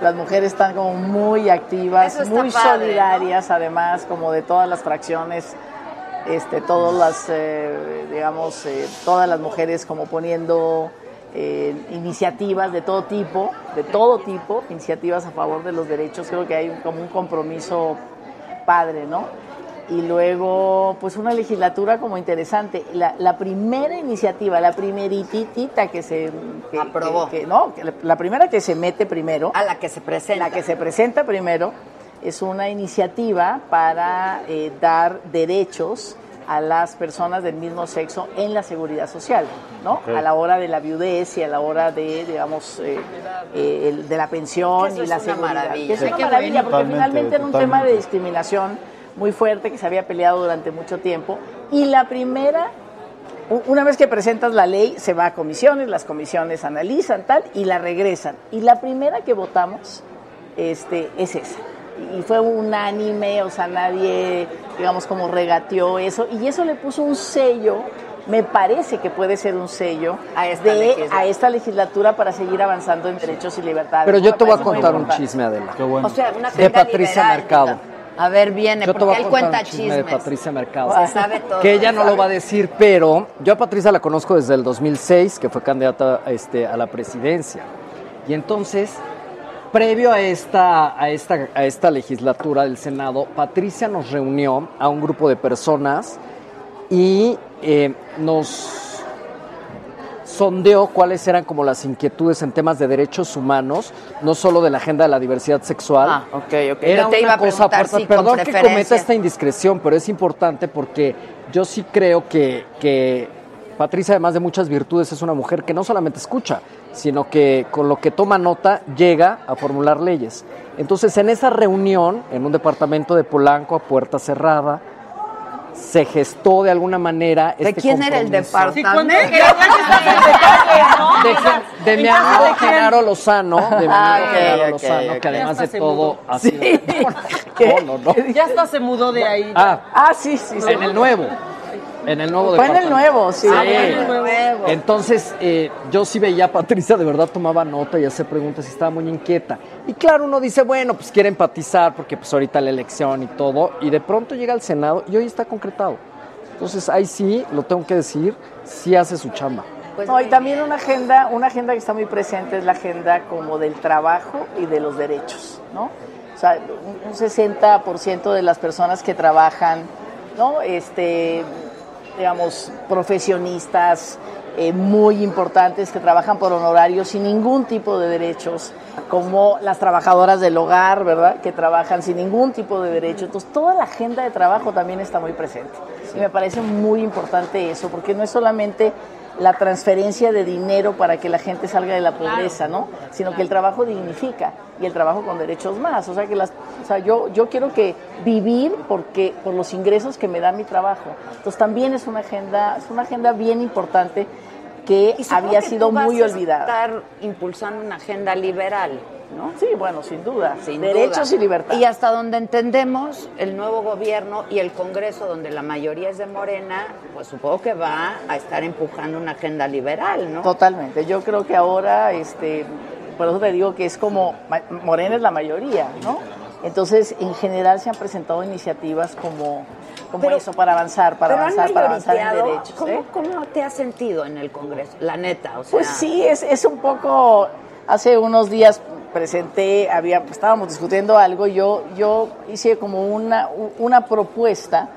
Las mujeres están como muy activas, Eso está muy padre, ¿no? solidarias, además, como de todas las fracciones, este, todas las, eh, digamos, eh, todas las mujeres como poniendo eh, iniciativas de todo tipo, de todo tipo, iniciativas a favor de los derechos. Creo que hay como un compromiso padre, ¿no? Y luego, pues una legislatura como interesante. La, la primera iniciativa, la primeritita que se... que- Aprobó. que- que- no, que la, la primera que se mete primero. A la que se presenta. La que se presenta primero es una iniciativa para eh, dar derechos a las personas del mismo sexo en la seguridad social, ¿no? Ok. A la hora de la viudez y a la hora de, digamos, eh, eh, el- de la pensión Eso y es la una seguridad. maravilla. Que Es Sí. una Qué maravilla, bueno. porque Totalmente, finalmente era un tema de totalmente. discriminación muy fuerte que se había peleado durante mucho tiempo. Y la primera u- una vez que presentas la ley, se va a comisiones, las comisiones analizan tal y la regresan. Y la primera que votamos este, es esa. Y fue unánime, o sea, nadie, digamos, como regateó eso. Y eso le puso un sello, me parece que puede ser un sello, a esta, legislatura. a esta legislatura para seguir avanzando en derechos y libertades. Pero yo Me te voy a parece muy contar un importante. chisme, Adela. O sea, una de cuenta Patricia liberal. Mercado. A ver, viene, Yo te voy porque a él contar cuenta un chisme de chismes. Patricia Mercado. Se sabe todo. Que ella no ¿sabe? lo va a decir, pero yo a Patricia la conozco desde el 2006, que fue candidata este, a la presidencia. Y entonces, previo a esta, a, esta, a esta legislatura del Senado, Patricia nos reunió a un grupo de personas y eh, nos sondeó cuáles eran como las inquietudes en temas de derechos humanos, no solo de la agenda de la diversidad sexual. Ah, ok, ok. Era Yo te una iba a cosa preguntar aparte. si con Perdón que cometa preferencia. esta indiscreción, pero es importante porque yo sí creo que, que Patricia, además de muchas virtudes, es una mujer que no solamente escucha, sino que con lo que toma nota llega a formular leyes. Entonces, en esa reunión, en un departamento de Polanco a puerta cerrada, se gestó de alguna manera. ¿De este quién era el compromiso. departamento? De, Gen- de mi amigo Genaro Lozano, de mi amigo Ah, ok, Genaro ok, Lozano, ok. que además Ya de hasta se todo mudó. ha sido- No, no, no. Ya hasta se mudó de ahí. Ah, sí, sí, En el nuevo. En el nuevo Fue en el departamento. nuevo, sí. Ah, fue en el nuevo. Entonces, eh, yo sí veía a Patricia, de verdad tomaba nota y hacía preguntas y estaba muy inquieta. Y claro, uno dice, bueno, pues quiere empatizar porque pues ahorita la elección y todo. Y de pronto llega al Senado y hoy está concretado. Entonces, ahí sí, lo tengo que decir, sí hace su chamba. No, y también una agenda, una agenda que está muy presente es la agenda como del trabajo y de los derechos, ¿no? O sea, un- un 60% de las personas que trabajan, ¿no? Este, digamos, profesionistas eh, muy importantes que trabajan por honorarios sin ningún tipo de derechos, como las trabajadoras del hogar, ¿verdad? Que trabajan sin ningún tipo de derecho. Entonces, toda la agenda de trabajo también está muy presente. Y me parece muy importante eso, porque no es solamente la transferencia de dinero para que la gente salga de la pobreza, ¿no? Sino que el trabajo dignifica y el trabajo con derechos más. O sea que las, o sea, yo yo quiero que vivir porque por los ingresos que me da mi trabajo. Entonces también es una agenda es una agenda bien importante que Supongo había que sido tú vas muy a olvidada. estar impulsando una agenda liberal, ¿no? Sí, bueno, sin duda. Sin Derechos duda. y libertades. Y hasta donde entendemos, el nuevo gobierno y el Congreso, donde la mayoría es de Morena, pues supongo que va a estar empujando una agenda liberal, ¿no? Totalmente. Yo creo que ahora, este, por eso te digo que es como ma- Morena es la mayoría, ¿no? Entonces, en general se han presentado iniciativas como, como eso, para avanzar, para Pero han avanzar, para avanzar en mayoriteado. derechos. ¿Cómo, ¿eh? cómo te has sentido en el Congreso? La neta, o sea. Pues sí, es, es un poco. Hace unos días presenté, había, estábamos discutiendo algo, yo, yo hice como una, u- una propuesta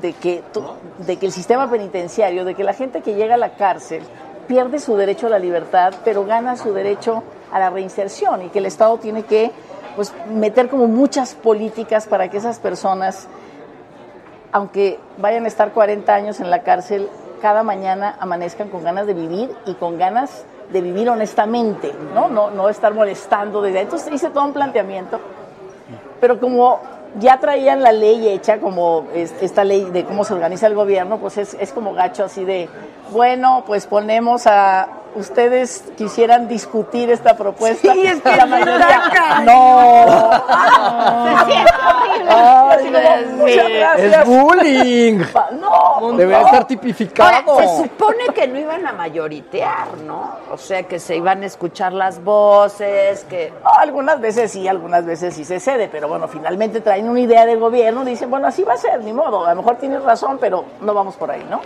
de que, tu- de que el sistema penitenciario, de que la gente que llega a la cárcel pierde su derecho a la libertad, pero gana su derecho a la reinserción y que el Estado tiene que pues, meter como muchas políticas para que esas personas aunque vayan a estar 40 años en la cárcel, cada mañana amanezcan con ganas de vivir y con ganas de vivir honestamente, ¿no? No, no estar molestando desde ahí. Entonces hice todo un planteamiento, pero como ya traían la ley hecha, como es- esta ley de cómo se organiza el gobierno, pues es, es como gacho así de, bueno, pues ponemos a... Ustedes quisieran discutir esta propuesta. Sí, es que la sí mayoría, está cañón. no. Ay, Así como, "Muchas gracias". es bullying. No. Debería estar Ahora, tipificado. se supone que no iban a mayoritear, ¿no? O sea, que se iban a escuchar las voces, que... No, algunas veces sí, algunas veces sí se cede, pero bueno, finalmente traen una idea del gobierno, dicen, bueno, así va a ser, ni modo, a lo mejor tienes razón, pero no vamos por ahí, ¿no?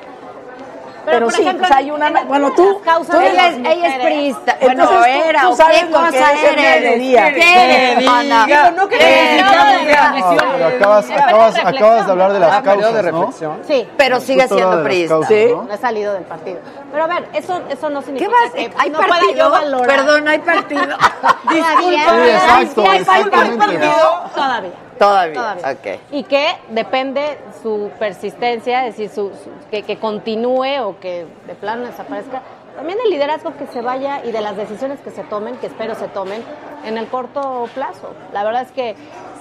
Pero, pero, sí, o sea, hay una. Bueno, tú. tú ella, es, eres- ella es priista. Bueno, Entonces, tú- era. tú ¿o sabes ¿Qué lo cosa que es el eres? mediodía. ¿Qué Que eres, diga. Ana? Digo, no que ¿Qué te eres? diga, no diga. reflexión. No, Pero acabas, acabas, acabas de hablar de las Ah, periodo causas, de ¿no? reflexión. Sí. Pero sigue Justo siendo la de las priista. causas, ¿Sí? ¿no? No he salido del partido. Pero a ver, eso, eso no significa vas- que hay no partido? pueda yo valorar. Perdón, hay partido. Todavía. Sí, exacto, Todavía hay exactamente. partido. Todavía. Todavía. Todavía. Ok. Y que depende su persistencia, es decir, su, su- que, que continúe o que de plano desaparezca. También del liderazgo que se vaya y de las decisiones que se tomen, que espero se tomen en el corto plazo. La verdad es que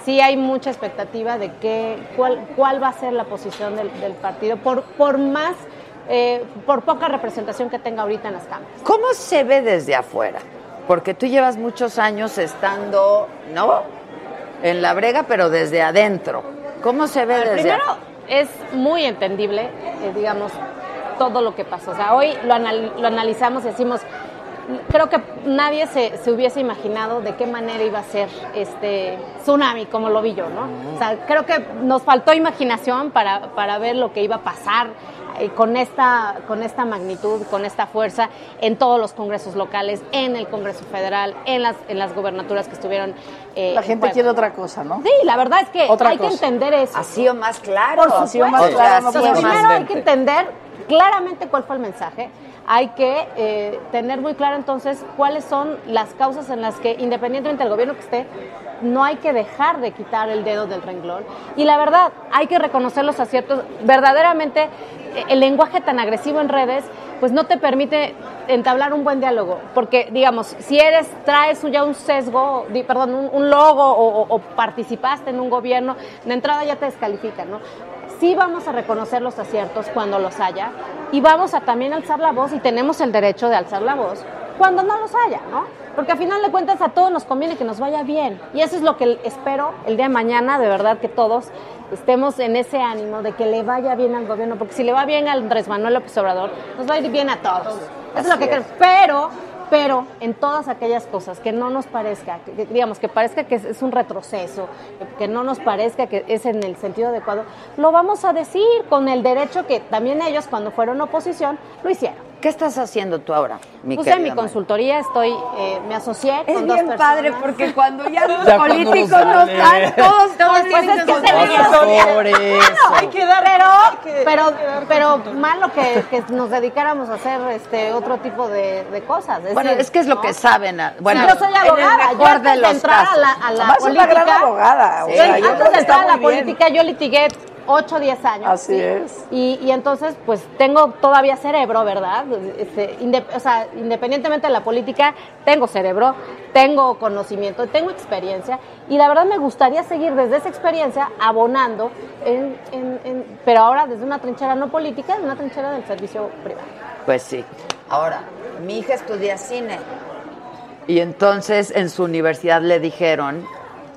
sí hay mucha expectativa de que, cuál, cuál va a ser la posición del, del partido, por, por más, eh, por poca representación que tenga ahorita en las cámaras. ¿Cómo se ve desde afuera? Porque tú llevas muchos años estando, ¿no? En la brega, pero desde adentro. ¿Cómo se ve Bueno, desde primero, afuera? es muy entendible, eh, digamos, todo lo que pasó. O sea, hoy lo, anal- lo analizamos y decimos, creo que nadie se, se hubiese imaginado de qué manera iba a ser este tsunami, como lo vi yo, ¿no? O sea, creo que nos faltó imaginación para, para ver lo que iba a pasar eh, con esta, con esta magnitud, con esta fuerza, en todos los congresos locales, en el Congreso Federal, en las, en las gobernaturas que estuvieron. eh, La en gente juego. quiere otra cosa, ¿no? Sí, la verdad es que Otra hay cosa. que entender eso. Así o más claro. Por Así o supuesto. más O sea, claro, no sí, puede primero más. hay que entender claramente cuál fue el mensaje. Hay que eh, tener muy claro entonces cuáles son las causas en las que, independientemente del gobierno que esté, no hay que dejar de quitar el dedo del renglón. Y la verdad, hay que reconocer los aciertos. Verdaderamente, eh, el lenguaje tan agresivo en redes, pues no te permite entablar un buen diálogo. Porque, digamos, si eres, traes ya un sesgo, di- perdón, un, un logo o, o- o participaste en un gobierno, de entrada ya te descalifican, ¿no? Sí vamos a reconocer los aciertos cuando los haya y vamos a también alzar la voz y tenemos el derecho de alzar la voz cuando no los haya, ¿no? Porque a final de cuentas a todos nos conviene que nos vaya bien y eso es lo que espero el día de mañana, de verdad que todos estemos en ese ánimo de que le vaya bien al gobierno, porque si le va bien al Andrés Manuel López Obrador, nos va a ir bien a todos. Eso es lo Así que es. queremos. Pero, pero en todas aquellas cosas que no nos parezca, que- que, digamos, que parezca que es, es un retroceso, que no nos parezca que es en el sentido adecuado, lo vamos a decir con el derecho que también ellos cuando fueron oposición lo hicieron. ¿Qué estás haciendo tú ahora? Mi Puse mi querida Mari? consultoría, estoy, eh, me asocié Es con dos bien personas. padre porque cuando ya los Ya cuando políticos nos no sale. están, todos, todos Pues tienen es que consultar. se les Hay que dar, pero, pero, pero malo que, que nos dedicáramos a hacer este otro tipo de, de cosas. Bueno, es que es lo que saben. ah, Bueno, yo soy en abogada. el mejor yo antes de los entrar casos. a la, a la Además, es una política. gran abogada, o Sí. sea, yo antes creo que de entrar está a la muy bien. política, yo litigué 8 o 10 años. Así ¿sí? es. Y, y entonces, pues tengo todavía cerebro, ¿verdad? Este, inde- o sea, independientemente de la política, tengo cerebro, tengo conocimiento, tengo experiencia. Y la verdad me gustaría seguir desde esa experiencia abonando, en- en- en- pero ahora desde una trinchera no política, desde una trinchera del servicio privado. Pues sí. Ahora, mi hija estudia cine. Y entonces en su universidad le dijeron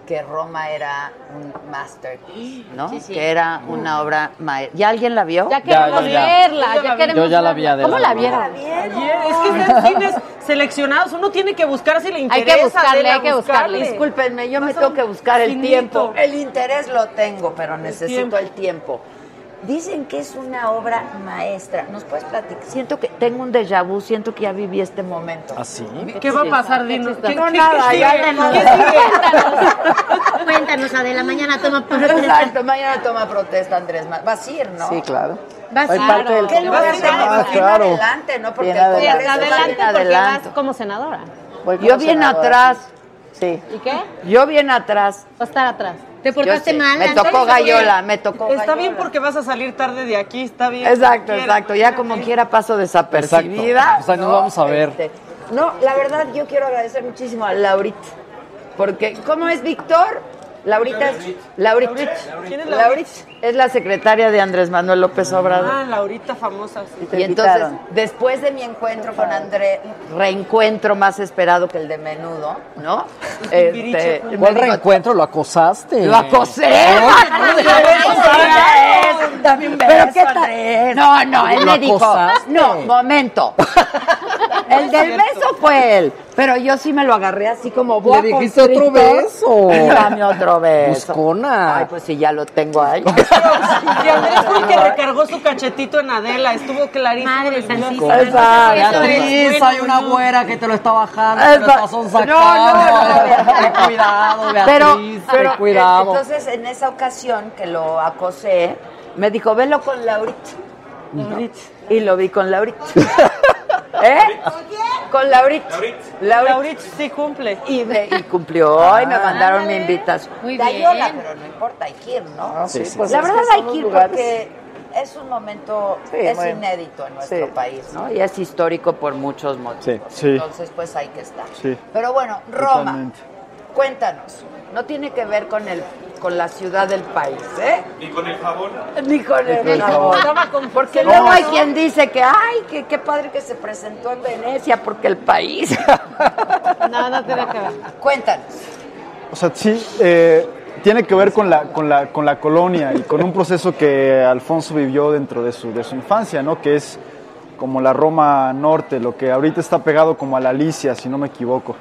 que Roma era un masterpiece, ¿no? Sí, Mm. sí. Que era una obra maestra. ¿Ya alguien la vio? Ya queremos verla, ya, queremos Yo ya la vi, verla. Adela, ¿Cómo la la vi. vieron? Es que están cines seleccionados. Uno tiene que buscar si le Hay interesa. que buscarle, Adela, hay que buscarle. Discúlpenme, yo me tengo que buscar el finito. tiempo. El interés lo tengo, pero necesito tiempo. el tiempo. Dicen que es una obra maestra. ¿Nos puedes platicar? Siento que tengo un déjà vu, siento que ya viví este momento. ¿Así? pues ¿Qué va a pasar, Dino? ¿Qué- No, qué- nada, qué ya sigue? de nada. ¿Qué sigue? Cuéntanos, Adela, mañana toma protesta. Exacto, mañana toma protesta Andrés. Ma- Vas a ir, ¿no? Sí, claro. Vas Soy claro. parte del ¿Qué lugar Congreso. te vas? Ah, Bien claro. adelante, ¿no? Porque Bien el Congreso adelante. va bien Adelante, porque vas adelante. como senadora. Voy como Yo bien senadora. atrás. Sí. ¿Y qué? Yo bien atrás. Va a estar atrás. Te portaste mal, Me Andrés, tocó está bien. gallola, me tocó Está gallola. bien porque vas a salir tarde de aquí, está bien. Exacto, Quiero. exacto. Ya como quiera paso desapercibida. Exacto. O sea, nos vamos a ver. Este, no, la verdad yo quiero agradecer muchísimo a Laurit. Porque, ¿cómo es Víctor? Laurita es. Laurit. ¿Quién es Laurit? Laurit es la secretaria de Andrés Manuel López Obrador. Ah, Laurita famosa. sí. Y entonces, después de mi encuentro con André, reencuentro más esperado que el de menudo, ¿no? Este, me ¿Cuál dijo, reencuentro? ¿Lo acosaste? Lo acosé. Ay, Dame un beso, Andrés. Pero qué tal- No, no, él Lo me dijo. acosaste. No, momento. El del beso fue él. Pero yo sí me lo agarré así como ¿Le boa dijiste otro constrictor. beso? Dame otro beso. Buscona. Ay, pues sí, ya lo tengo ahí. Y Andrés fue el que recargó su cachetito en Adela. Estuvo clarísimo. Madre Exacto. Beatriz, hay una güera que te lo está bajando, te lo está sonsacando. Ten cuidado, Beatriz, Pero, ten pero cuidado. entonces en esa ocasión que lo acosé, me dijo, velo con Laurita. Y lo vi con Laurita. ¿Eh? Con Laurita. Laurita. sí cumple. Y, me, y cumplió y me mandaron mi invitación. Muy Dayola, bien. pero no importa, hay que ir, ¿no? Ah, sí, sí, pues La es que verdad son hay los que ir lugares. porque es un momento, Sí, es bueno. inédito en nuestro Sí. país, ¿no? Y es histórico por muchos motivos. Sí. Entonces, pues hay que estar. Sí. Pero bueno, Roma, Totalmente. cuéntanos. No tiene que ver con el con la ciudad del país, ¿eh? Ni con el jabón. Ni con el, Ni con el jabón. jabón. Porque No, luego hay no. quien dice que, ay, que qué padre que se presentó en Venecia porque el país. no, no tiene que ver. Cuéntanos. O sea, sí, eh, tiene que ver con la, con, la, con la colonia y con un proceso que Alfonso vivió dentro de su, de su infancia, ¿no? Que es como la Roma Norte, lo que ahorita está pegado como a la Alicia, si no me equivoco.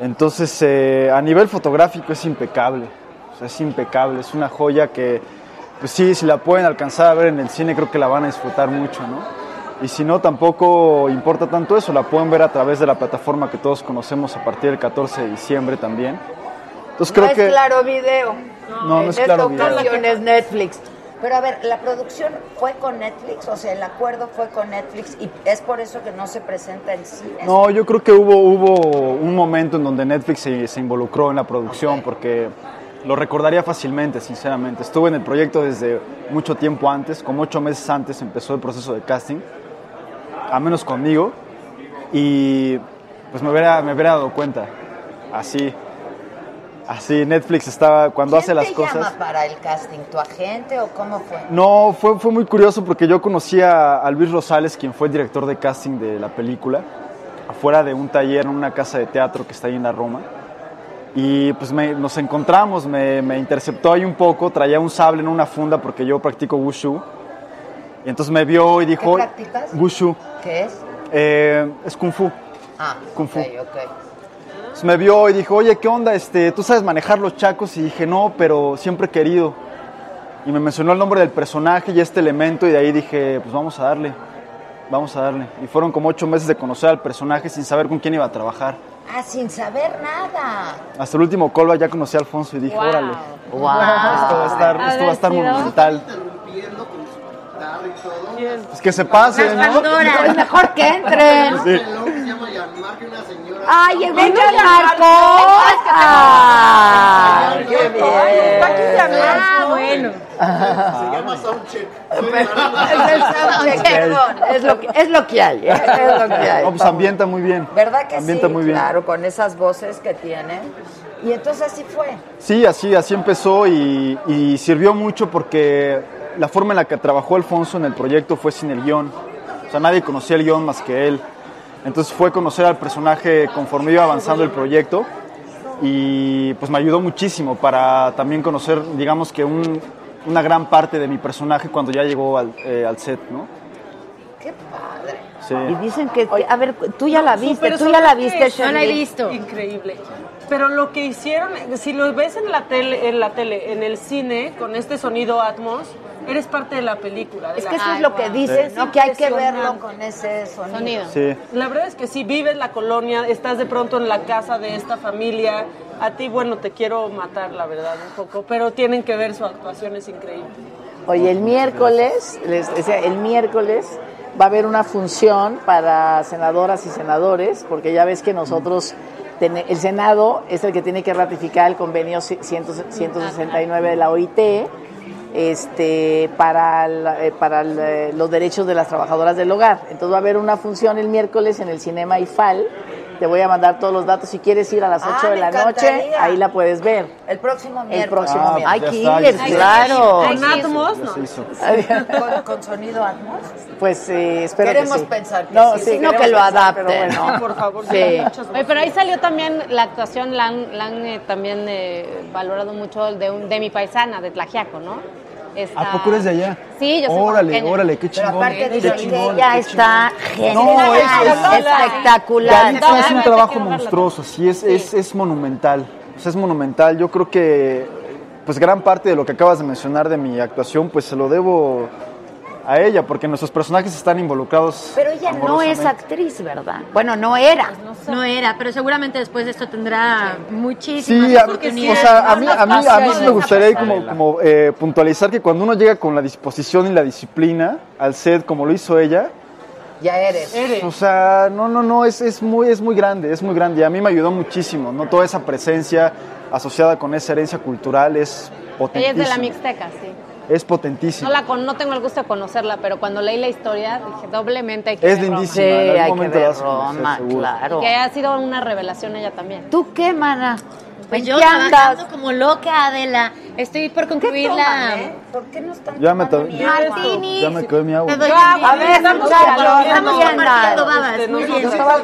Entonces, eh, a nivel fotográfico es impecable, o sea, es impecable, es una joya que, pues sí, si la pueden alcanzar a ver en el cine, creo que la van a disfrutar mucho, ¿no? Y si no, tampoco importa tanto eso, la pueden ver a través de la plataforma que todos conocemos a partir del 14 de diciembre también. Entonces Pues creo no que... es claro video. No, no es Claro En Video. esta ocasión es Netflix. Pero a ver, la producción fue con Netflix, o sea, el acuerdo fue con Netflix y es por eso que no se presenta en cine. No, yo creo que hubo, hubo un momento en donde Netflix se, se involucró en la producción porque lo recordaría fácilmente, sinceramente. Estuve en el proyecto desde mucho tiempo antes, como ocho meses antes empezó el proceso de casting, a menos conmigo, y pues me hubiera, me hubiera dado cuenta. Así, así Netflix estaba cuando hace las ¿Te cosas. llama para el casting tu agente o cómo fue? No, fue, fue muy curioso porque yo conocí a, a Luis Rosales, quien fue el director de casting de la película, afuera de un taller en una casa de teatro que está ahí en la Roma. Y pues me- nos encontramos, me, me interceptó ahí un poco, traía un sable en una funda porque yo practico wushu. Y entonces me vio y dijo... practicas? Wushu. ¿Qué es? Eh, es kung fu. Ah, Kung fu. ok, ok. Entonces me vio y dijo, oye, ¿qué onda? Este, ¿Tú sabes manejar los chacos? Y dije, no, pero siempre he querido. Y me mencionó el nombre del personaje y este elemento y de ahí dije, pues vamos a darle, vamos a darle. Y fueron como ocho meses de conocer al personaje sin saber con quién iba a trabajar. Ah, sin saber nada. Hasta el último callback ya conocí a Alfonso y dije, Wow. órale, esto Wow. va a estar, esto A va a ver, estar ¿sí, no? monumental. Pues que se pase, Las ¿no? Pandoras. Es mejor que entren. Sí. ¡Ay, Ay, venga no, el Marcos! ¡Ay, qué bien! está aquí ya Ah, Marcos. bueno. Se llama Soundcheck. Es el soundcheck, perdón. Es lo que, es lo que hay. ¿eh? Es lo que hay. No, pues ambienta muy bien. ¿Verdad que ambienta sí? muy bien. Claro, con esas voces que tiene. Y entonces así fue. Sí, así, así empezó y, y sirvió mucho porque la forma en la que trabajó Alfonso en el proyecto fue sin el guión. O sea, nadie conocía el guión más que él. Entonces fue conocer al personaje conforme iba avanzando el proyecto y pues me ayudó muchísimo para también conocer, digamos que un- una gran parte de mi personaje cuando ya llegó al, eh, al set, ¿no? ¡Qué padre! Sí. Y dicen que, a ver, tú ya la viste, Pero tú son ya la que- viste, Shirley. Increíble. Pero lo que hicieron, si lo ves en la tele, en la tele, en el cine, con este sonido Atmos, eres parte de la película. de Es la- que eso es Ay, lo que wow. dicen, Es ¿no? Que hay que verlo impresionante. con ese sonido. Sí. La verdad es que sí, vives la colonia, estás de pronto en la casa de esta familia. A ti, bueno, te quiero matar, la verdad, un poco, pero tienen que ver su actuación, es increíble. Oye, el miércoles, les decía, el miércoles va a haber una función para senadoras y senadores, porque ya ves que nosotros, ten- el Senado es el que tiene que ratificar el convenio ci- ciento- 169 de la OIT este, para, la- eh, para la- los derechos de las trabajadoras del hogar. Entonces va a haber una función el miércoles en el Cinema IFAL. Te voy a mandar todos los datos. Si quieres ir a las 8 Ah, de me la noche, encantaría. ahí la puedes ver. El próximo miércoles. próximo Ah, miércoles. pues ya Ay, está, killer, ya está. claro. Con Atmos, ¿no? ¿Con, con sonido Atmos. Pues eh, espero Queremos que sí. pensar que no, sí, sí, sino queremos que lo pensar, adapten, pero bueno. ¿no? Por favor, Sí. Oye, pero ahí salió también la actuación, la han, la han, eh, también eh, valorado mucho de, un, de mi paisana, de Tlajiaco, ¿no? Está- ¿A poco eres de allá? Sí, yo soy Órale, oaxaqueña. órale, qué chingón. aparte qué dicen que chingón, ella qué está chingón. genial, No, es, es- espectacular. Galita es un trabajo monstruoso, sí, es, es, es monumental. O sea, es monumental. Yo creo que pues gran parte de lo que acabas de mencionar de mi actuación, pues se lo debo a ella, porque nuestros personajes están involucrados. Pero ella no es amorosamente. actriz, ¿verdad? Bueno, no era. No era, pero seguramente después de esto tendrá muchísimas Sí, a, o oportunidades. sea, a mí, más a mí, a mí sí me pasiones. gustaría como, como, eh, puntualizar que cuando uno llega con la disposición y la disciplina al set, como lo hizo ella, Ya eres. O sea, no, no, no, es, es, muy, es muy grande, es muy grande. Y a mí me ayudó muchísimo, ¿no? Toda esa presencia asociada con esa herencia cultural es Ella es potentísima. de la Mixteca, sí. Es No, potentísima. la con, no tengo el gusto de conocerla, pero cuando leí la historia dije doblemente hay que Es ver Roma. lindísima. en algún momento la vas a conocer, seguro. Y que ha sido una revelación ella también. ¿Tú qué, mana? Pues ¿En yo qué trabajando como loca, Adela. Estoy por concluir la... ¿Por qué no están Ya me, to- Martini. ya me quedé mi agua. Te doy Yo mi- a ver, estamos muchachos, compartiendo- ¿qué estamos compartiendo andan? Ah, babas. Muy bien. Yo estaba,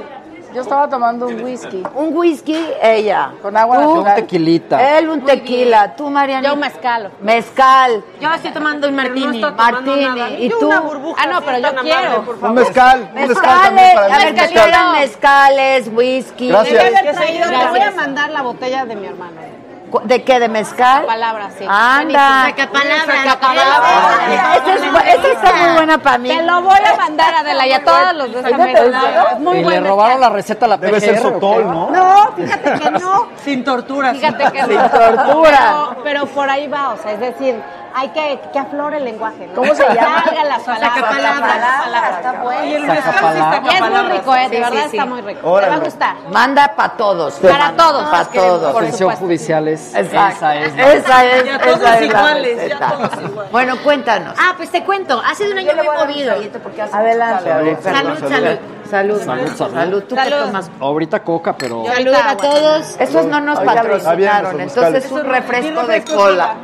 yo estaba tomando un whisky. Un whisky, ella. Con agua Tú, un natural. tequilita. Él un tequila. Tú, Mariana. Yo mezcal. Mezcal. Yo estoy tomando un martini. Martini. ¿Y tú? Ah, no, pero yo quiero. Un mezcal, un mezcal también Mezcales. para A mí. ver, un que mezcal. traigan mezcales, whisky. Gracias. Debe haber Traído- Le voy a mandar la botella de mi hermano. Cu- ¿De qué? ¿De mezcal? Palabra, sí. Anda. Sacapalabra. Ah, Esa, es, esa está muy buena para mí. Te lo voy a mandar, Adela, y a todos los de esta mesa. Es muy y le buena. robaron la receta a la Debe ser PGR, ¿o sotol, qué? ¿no? Fíjate que no. Sin tortura. Fíjate que no. Sin tortura. Pero, pero por ahí va, o sea, es decir, hay que que aflore el lenguaje. ¿no? ¿Cómo se llama? Salgan las palabras. Sacapalabras. Sacapalabras, Está Oye, el bueno. mezcal sí Sacapalabras. Y es muy rico, ¿eh? Sí, De verdad sí, sí. está muy rico. Te Órale. va a gustar. Manda para todos. Para manda todos. Para todos. Atención judicial es, Exacto. esa es. la- Esa es, Ya esa todos es la iguales, ya receta. Bueno, cuéntanos. Ah, pues te cuento. Ha sido un año muy movido. Adelante, Salud, Adela, perdón. salud, salud. Salud, Salud, salud. salud. Salud, tú qué tomas. Ahorita coca, pero... Saludos a todos. Esos no nos Ahorita patrocinaron, abrimos el buscal. entonces es un refresco de refresco cola.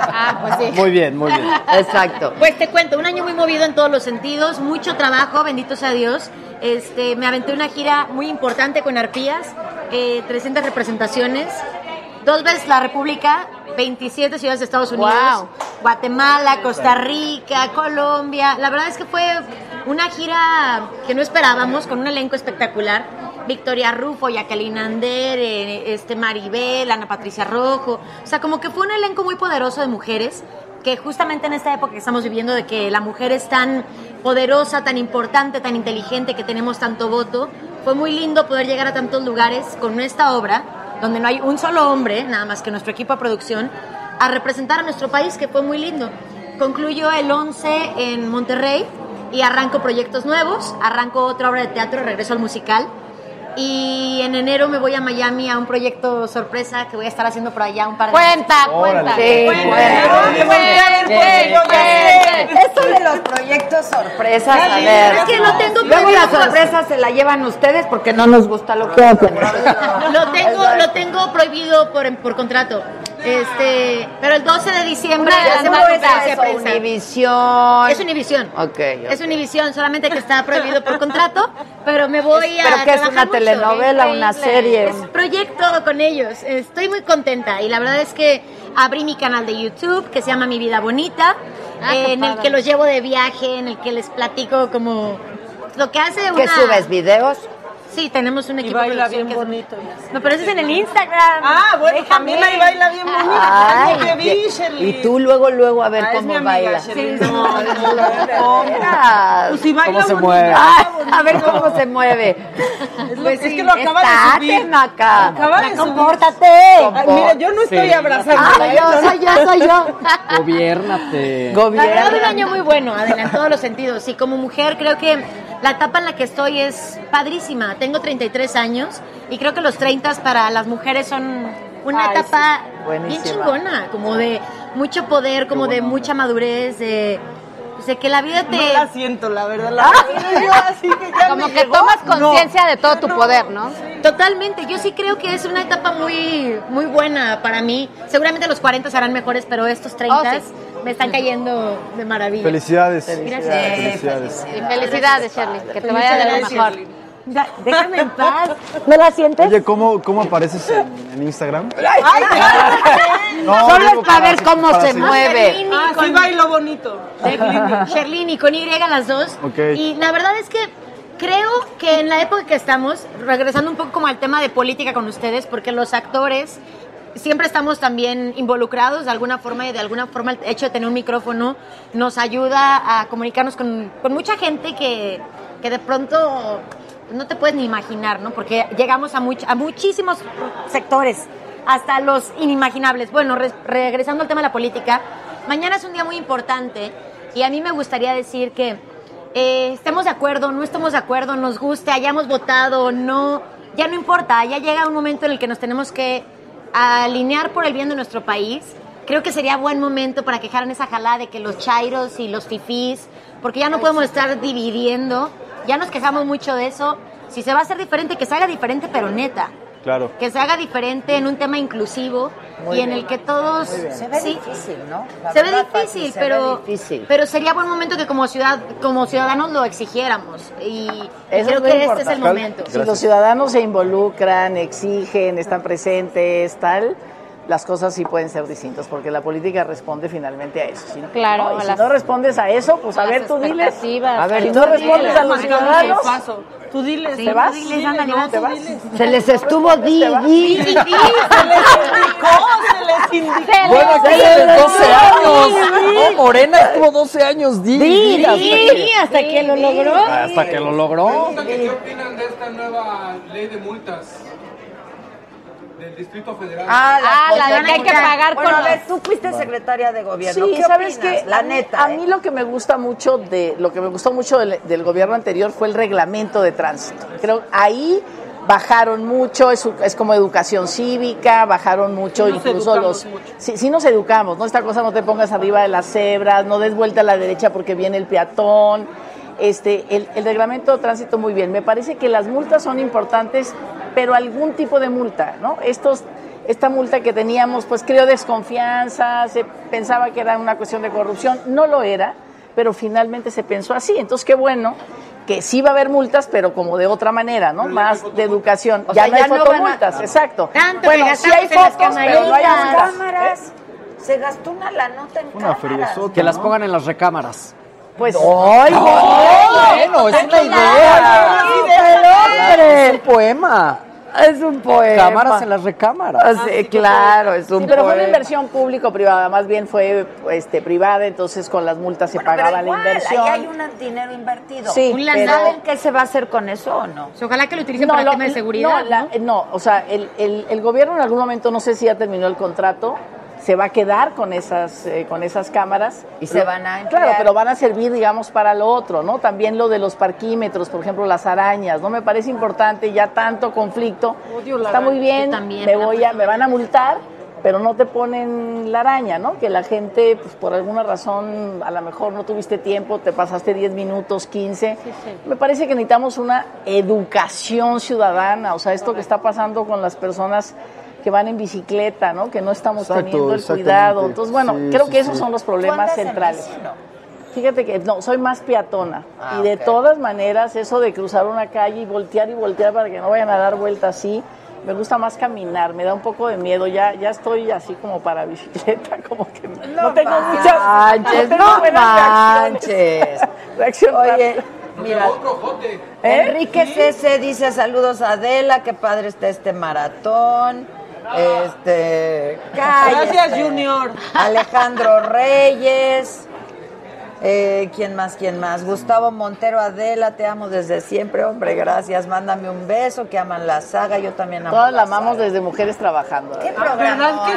Ah, pues sí. Muy bien, muy bien. Exacto. Pues te cuento, un año muy movido en todos los sentidos, mucho trabajo, bendito sea Dios. Este, me aventé una gira muy importante con Arpías, eh, 300 representaciones, dos veces la República, 27 ciudades de Estados Unidos, Wow. Guatemala, Costa Rica, Colombia. La verdad es que fue una gira que no esperábamos, con un elenco espectacular. Victoria Rufo, Jacqueline Ander, eh, este Maribel, Ana Patricia Rojo. O sea, como que fue un elenco muy poderoso de mujeres que justamente en esta época que estamos viviendo de que la mujer es tan poderosa, tan importante, tan inteligente, que tenemos tanto voto, fue muy lindo poder llegar a tantos lugares con esta obra, donde no hay un solo hombre, nada más que nuestro equipo de producción, a representar a nuestro país, que fue muy lindo. Concluyo el 11 en Monterrey y arranco proyectos nuevos, arranco otra obra de teatro, regreso al musical. Y en enero me voy a Miami a un proyecto sorpresa que voy a estar haciendo por allá un par de Cuenta, cuenta. Sí, Cuenta. cuenta. Cuenta. Cuenta. Eso de los proyectos sorpresas, Ya a vi, ver. es que lo tengo Luego planeado. las sorpresas se la llevan ustedes porque no nos gusta lo que hacen. lo tengo, lo tengo prohibido por, por contrato. Este, pero el 12 de diciembre Una lanzo adelantada conferencia eso, de prensa. Univisión. Es Univisión. Ok. Es Univisión, solamente que está prohibido por contrato, pero me voy a ¿Pero qué es, trabajar una mucho. telenovela, una serie? Es proyecto con ellos. Estoy muy contenta y la verdad es que abrí mi canal de YouTube que se llama Mi Vida Bonita, eh, Ah, qué en el padre. que los llevo de viaje, en el que les platico como lo que hace una ¿Qué subes? ¿Videos? Sí, tenemos un equipo de baila producción que es- bonito. No, pero eso es en el Instagram. Ah, bueno, Déjame. Camila y baila bien bonito. Ay, Yo te vi, qué- Shirley. y tú luego, luego a ver Ah, es mi cómo amiga, baila. Shirley. Sí, No, no, no, no, no. veras. Pues si baila ¿Cómo se bonito, mueve? baila Ah, a ver cómo se mueve. Es, lo- Pues es sí, que lo acaba de estate, subir. Maca. Acaba de Ya, subir. compórtate. Ay, mira, yo no estoy Sí. abrazando. Ah, ¿eh? yo soy yo, soy yo. Gobiérnate. La verdad, un año muy bueno, Adela, en todos los sentidos. Y como mujer, creo que la etapa en la que estoy es padrísima. Tengo 33 años y creo que los 30 para las mujeres son una Ay, etapa sí. bien Buenísima. chingona, como de mucho poder, como de mucha madurez, de, pues, de que la vida te... No la siento, la verdad. La Ah, verdad, yo así que ya Como me que llegó. tomas conciencia de todo tu No. poder, ¿no? Totalmente, yo sí creo que es una etapa muy, muy buena para mí. Seguramente los 40 serán mejores, pero Oh, estos 30 me están cayendo de maravilla. Felicidades. Gracias. Felicidades. Y felicidades, Shirley. Que te vaya de lo mejor. Ya, déjame en paz. ¿No la sientes? Oye, ¿cómo, cómo apareces en, en Instagram? No, Solo digo, es para para ver si- cómo para se si- mueve. Ah, sí bailo bonito. Sherlini, con Y las dos. Ok. Y la verdad es que creo que en la época que estamos, regresando un poco como al tema de política con ustedes, porque los actores siempre estamos también involucrados de alguna forma y de alguna forma el hecho de tener un micrófono nos ayuda a comunicarnos con, con mucha gente que, que de pronto no te puedes ni imaginar, ¿no? Porque llegamos a, much- a muchísimos sectores, hasta los inimaginables. Bueno, re- regresando al tema de la política, mañana es un día muy importante y a mí me gustaría decir que eh, estemos de acuerdo, no estemos de acuerdo, nos guste, hayamos votado o no, ya no importa, ya llega un momento en el que nos tenemos que alinear por el bien de nuestro país. Creo que sería buen momento para quejar en esa jalada de que los chairos y los fifís, porque ya no podemos estar dividiendo, ya nos quejamos mucho de eso. Si se va a hacer diferente, que se haga diferente, pero neta Claro. que se haga diferente en un tema inclusivo Muy y en bien. el que todos Muy bien. Se ve difícil, ¿no? se ve verdad, Pati, difícil, se ve pero difícil. pero sería buen momento que como ciudad como ciudadanos lo exigiéramos y Eso creo es que muy este es importante. el momento. Si los ciudadanos se involucran, exigen, están presentes, tal, las cosas sí pueden ser distintas, porque la política responde finalmente a eso. Si no- Claro, ¿no? Y a si las- no respondes a eso, pues a, a ver, las tú diles. expectativas, A ver, a si los no diles, respondes a los marcamos ciudadanos, el paso. Tú diles, ¿Te tú vas? diles, Diles, ándale, ¿no? tú ¿Te vas? diles. Se les estuvo di, di. Sí, sí, sí, se les indicó, se les indicó. Bueno, acá Se ya les de 12 años. indicó. No, Morena estuvo 12 años. Di, Di, di, hasta di, que- hasta que lo logró. Hasta que lo logró. Pregunta que ¿Qué opinan de esta nueva ley de multas del Distrito Federal? Ah, la, de de que hay que pagar bueno, con a ver, tú fuiste secretaria de gobierno. Sí, ¿Qué ¿sabes opinas? qué? La A mí- neta. ¿eh? A mí lo que me gusta mucho de lo que me gustó mucho del, del gobierno anterior fue el reglamento de tránsito. Creo ahí bajaron mucho, es, es como educación cívica, bajaron mucho Sí nos incluso educamos los mucho. Sí, sí nos educamos, ¿no? Esta cosa no te pongas arriba de las cebras, no des vuelta a la derecha porque viene el peatón. Este, el, el reglamento de tránsito muy bien. Me parece que las multas son importantes, pero algún tipo de multa, ¿no? Estos, esta multa que teníamos, pues creo desconfianza, se pensaba que era una cuestión de corrupción, no lo era, pero finalmente se pensó así. Entonces qué bueno que sí va a haber multas, pero como de otra manera, ¿no? Más de educación. O ya sea, no hay ya no van a- fotomultas, exacto. Tanto que bueno, sí gastamos hay en las fotos, pero no hay ¿eh? camaritas. multas. cámaras. Se gastó una la nota en Una cámaras. Que las pongan en las recámaras. Pues. ¡Ay, no! bueno! Es una Aquí idea. no, del hombre. Es un poema. Es un poema. Cámaras en las recámaras. Ah, sí, claro, es un Sí, pero fue una poema. inversión público-privada, más bien fue este, privada, entonces con las multas se pagaba Pero igual, la inversión. Ahí hay un dinero invertido. Sí, ¿Un pero- ¿Saben qué se va a hacer con eso o no? Ojalá que lo utilicen No, para lo- el tema de seguridad. No, la- no, o sea, el, el- el gobierno en algún momento, no sé si ya terminó el contrato, se va a quedar con esas, eh, con esas cámaras. Y se Lo- van a emplear. Claro, pero van a servir, digamos, para lo otro, ¿no? También lo de los parquímetros, por ejemplo, las arañas, ¿no? Me parece importante, ya tanto conflicto. Odio la Está araña. muy bien, Yo también, me, la voy a, me van a multar, pero no te ponen la araña, ¿no? Que la gente, pues, por alguna razón, a lo mejor no tuviste tiempo, te pasaste 10 minutos, 15. Me parece que necesitamos una educación ciudadana, o sea, esto que está pasando con las personas que van en bicicleta, ¿no? Que no estamos Exacto, teniendo el exactamente. cuidado. Entonces, bueno, Sí, creo sí, que esos sí. son los ¿Tú problemas andas en centrales. bici, Fíjate que no, soy más peatona. Ah, y de ok. todas maneras, eso de cruzar una calle y voltear y voltear para que no vayan a dar vuelta así, me gusta más caminar, me da un poco de miedo. Ya, ya estoy así como para bicicleta, como que no, tengo muchas. manches, tengo no buenas manches. reacciones. Reacción Oye, rápida. mira. ¿Eh? Enrique C.C. dice saludos a Adela, qué padre está este maratón. Este. cállese. Gracias, Junior. Alejandro Reyes. Eh, ¿Quién más? ¿Quién más? Gustavo Montero, Adela, te amo desde siempre, hombre, gracias. Mándame un beso, que aman la saga, yo también amo. Todas la la amamos desde Mujeres Trabajando. ¿eh? ¿Qué Ah, programa?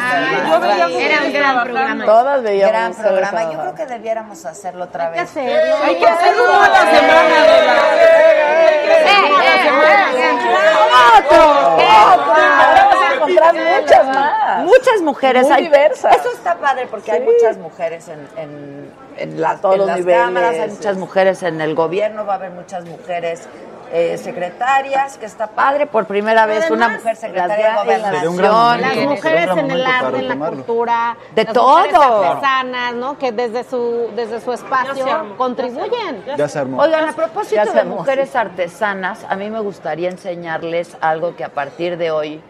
Yo veía Era un gran Trabajando. programa. Todas veíamos Gran Mujeres programa. Yo Trabajando. creo que debiéramos hacerlo otra vez. Hay que hacerlo una a la semana, Adela. Hay que hacerlo una a la semana. ¡Otro! Vamos a encontrar muchas más. Muchas mujeres. Muy hay- diversas. Eso está padre porque hay muchas mujeres en, en, en, las- todos en los las niveles, cámaras, hay muchas sí. mujeres en el gobierno, va a haber muchas mujeres eh, secretarias, que está padre. Por primera vez una Además, mujer secretaria de las- gobernación. las- las mujeres en el arte, en la cultura, De las mujeres todo. artesanas, ¿no? Que desde su desde su espacio se armó, contribuyen. Ya se armó. Oigan, a propósito Ya se de armó. mujeres artesanas, a mí me gustaría enseñarles algo que a partir de hoy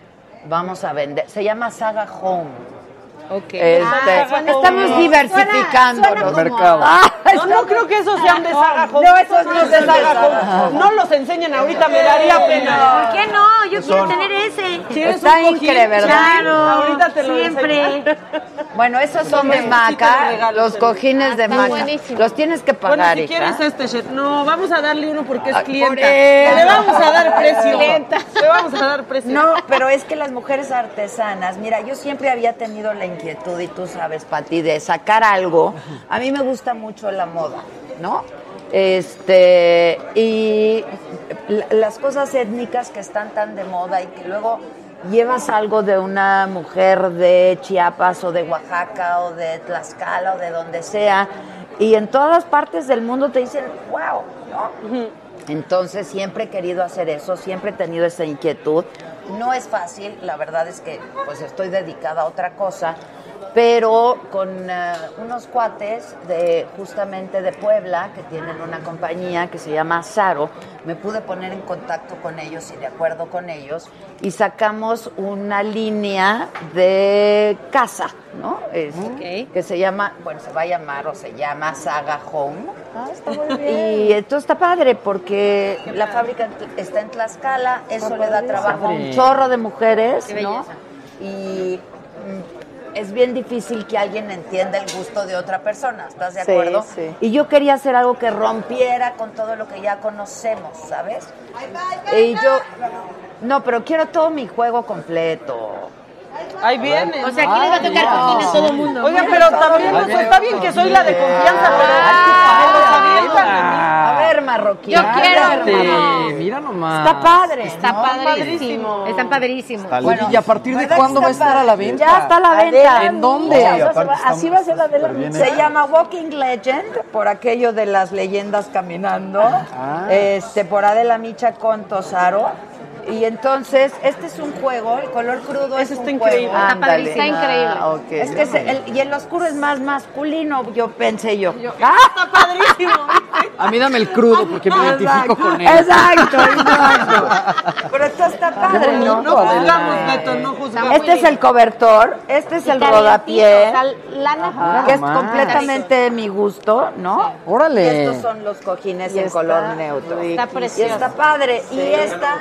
vamos a vender. Se llama Saga Home. Este, Ah, suena estamos Ah, como- diversificando suena- suena los como- Mercado. No, no creo que esos sean de Saga Home. No, esos no son de Saga Home. No los enseñen ahorita, me daría pena. ¿Por qué no? Yo quiero Son- tener ese. ¿Quieres Está un cojín? increíble, ¿verdad? Claro, Ahorita te lo siempre. enseño. Bueno, esos son de maca, los cojines de maca. Los tienes que pagar, Ah, Bueno, si hija. quieres este Shet, no, vamos a darle uno porque es Ay, clienta. por eso. Le vamos a dar precio. Clienta. Le vamos a dar precio. No, pero es que las mujeres artesanas, mira, yo siempre había tenido la inquietud, y tú sabes, Pati, de sacar algo. A mí me gusta mucho la moda, ¿no? Este, y la- las cosas étnicas que están tan de moda y que luego llevas algo de una mujer de Chiapas o de Oaxaca o de Tlaxcala o de donde sea, y en todas las partes del mundo te dicen, wow, ¿no? Entonces siempre he querido hacer eso, siempre he tenido esa inquietud. No es fácil, la verdad es que pues estoy dedicada a otra cosa, pero con eh, unos cuates de justamente de Puebla que tienen una compañía que se llama Saro, me pude poner en contacto con ellos y de acuerdo con ellos y sacamos una línea de casa, ¿no? Es- Que se llama, bueno, se va a llamar o se llama Saga Home. Y esto está padre porque la fábrica está en Tlaxcala, eso le da trabajo a un padre. chorro de mujeres, Qué ¿no? belleza. Y mm, es bien difícil que alguien entienda el gusto de otra persona, ¿estás de Sí, acuerdo? sí. Y yo quería hacer algo que rompiera con todo lo que ya conocemos, ¿sabes? Y yo, no, pero quiero todo mi juego completo. Ahí viene. O sea, aquí les va a tocar Ay, cojines no. todo el mundo. Oigan, pero también no sé, está bien que soy la de confianza, pero ah, hay que saberlo, saberlo. A ver, marroquí. Yo quiero, Espérate, mira nomás. Está padre. Está ¿no? padrísimo. Están padrísimos. Oye, ¿y a partir de cuándo va a estar a la venta? Ya está a la venta. Adela, ¿En dónde? Ya, Sí, ya se aparte va- está así va a ser la súper Adela. bien Se hecho. llama Walking Legend, por aquello de las leyendas caminando. Este, por Adela Micha con Tosaro. Y entonces, este es un juego, el color crudo es un increíble. juego. Está Ándale. padrísimo. Está increíble. Ah, ok. Es que se- el- y el oscuro es más masculino, yo pensé yo. Ah. Está padrísimo. A mí dame el crudo porque me Exacto. identifico con él. Exacto, exacto. Pero esto está padre, bonito, ¿no? Adela. No juzgamos, Beto, no juzgamos. Este es el cobertor, este es Y el calientito, rodapié, o sea, lana pura. que es Mamá. completamente de mi gusto, ¿no? Órale. Y estos son los cojines Y en está color neutro. Está Y precioso. está padre. Sí. Y esta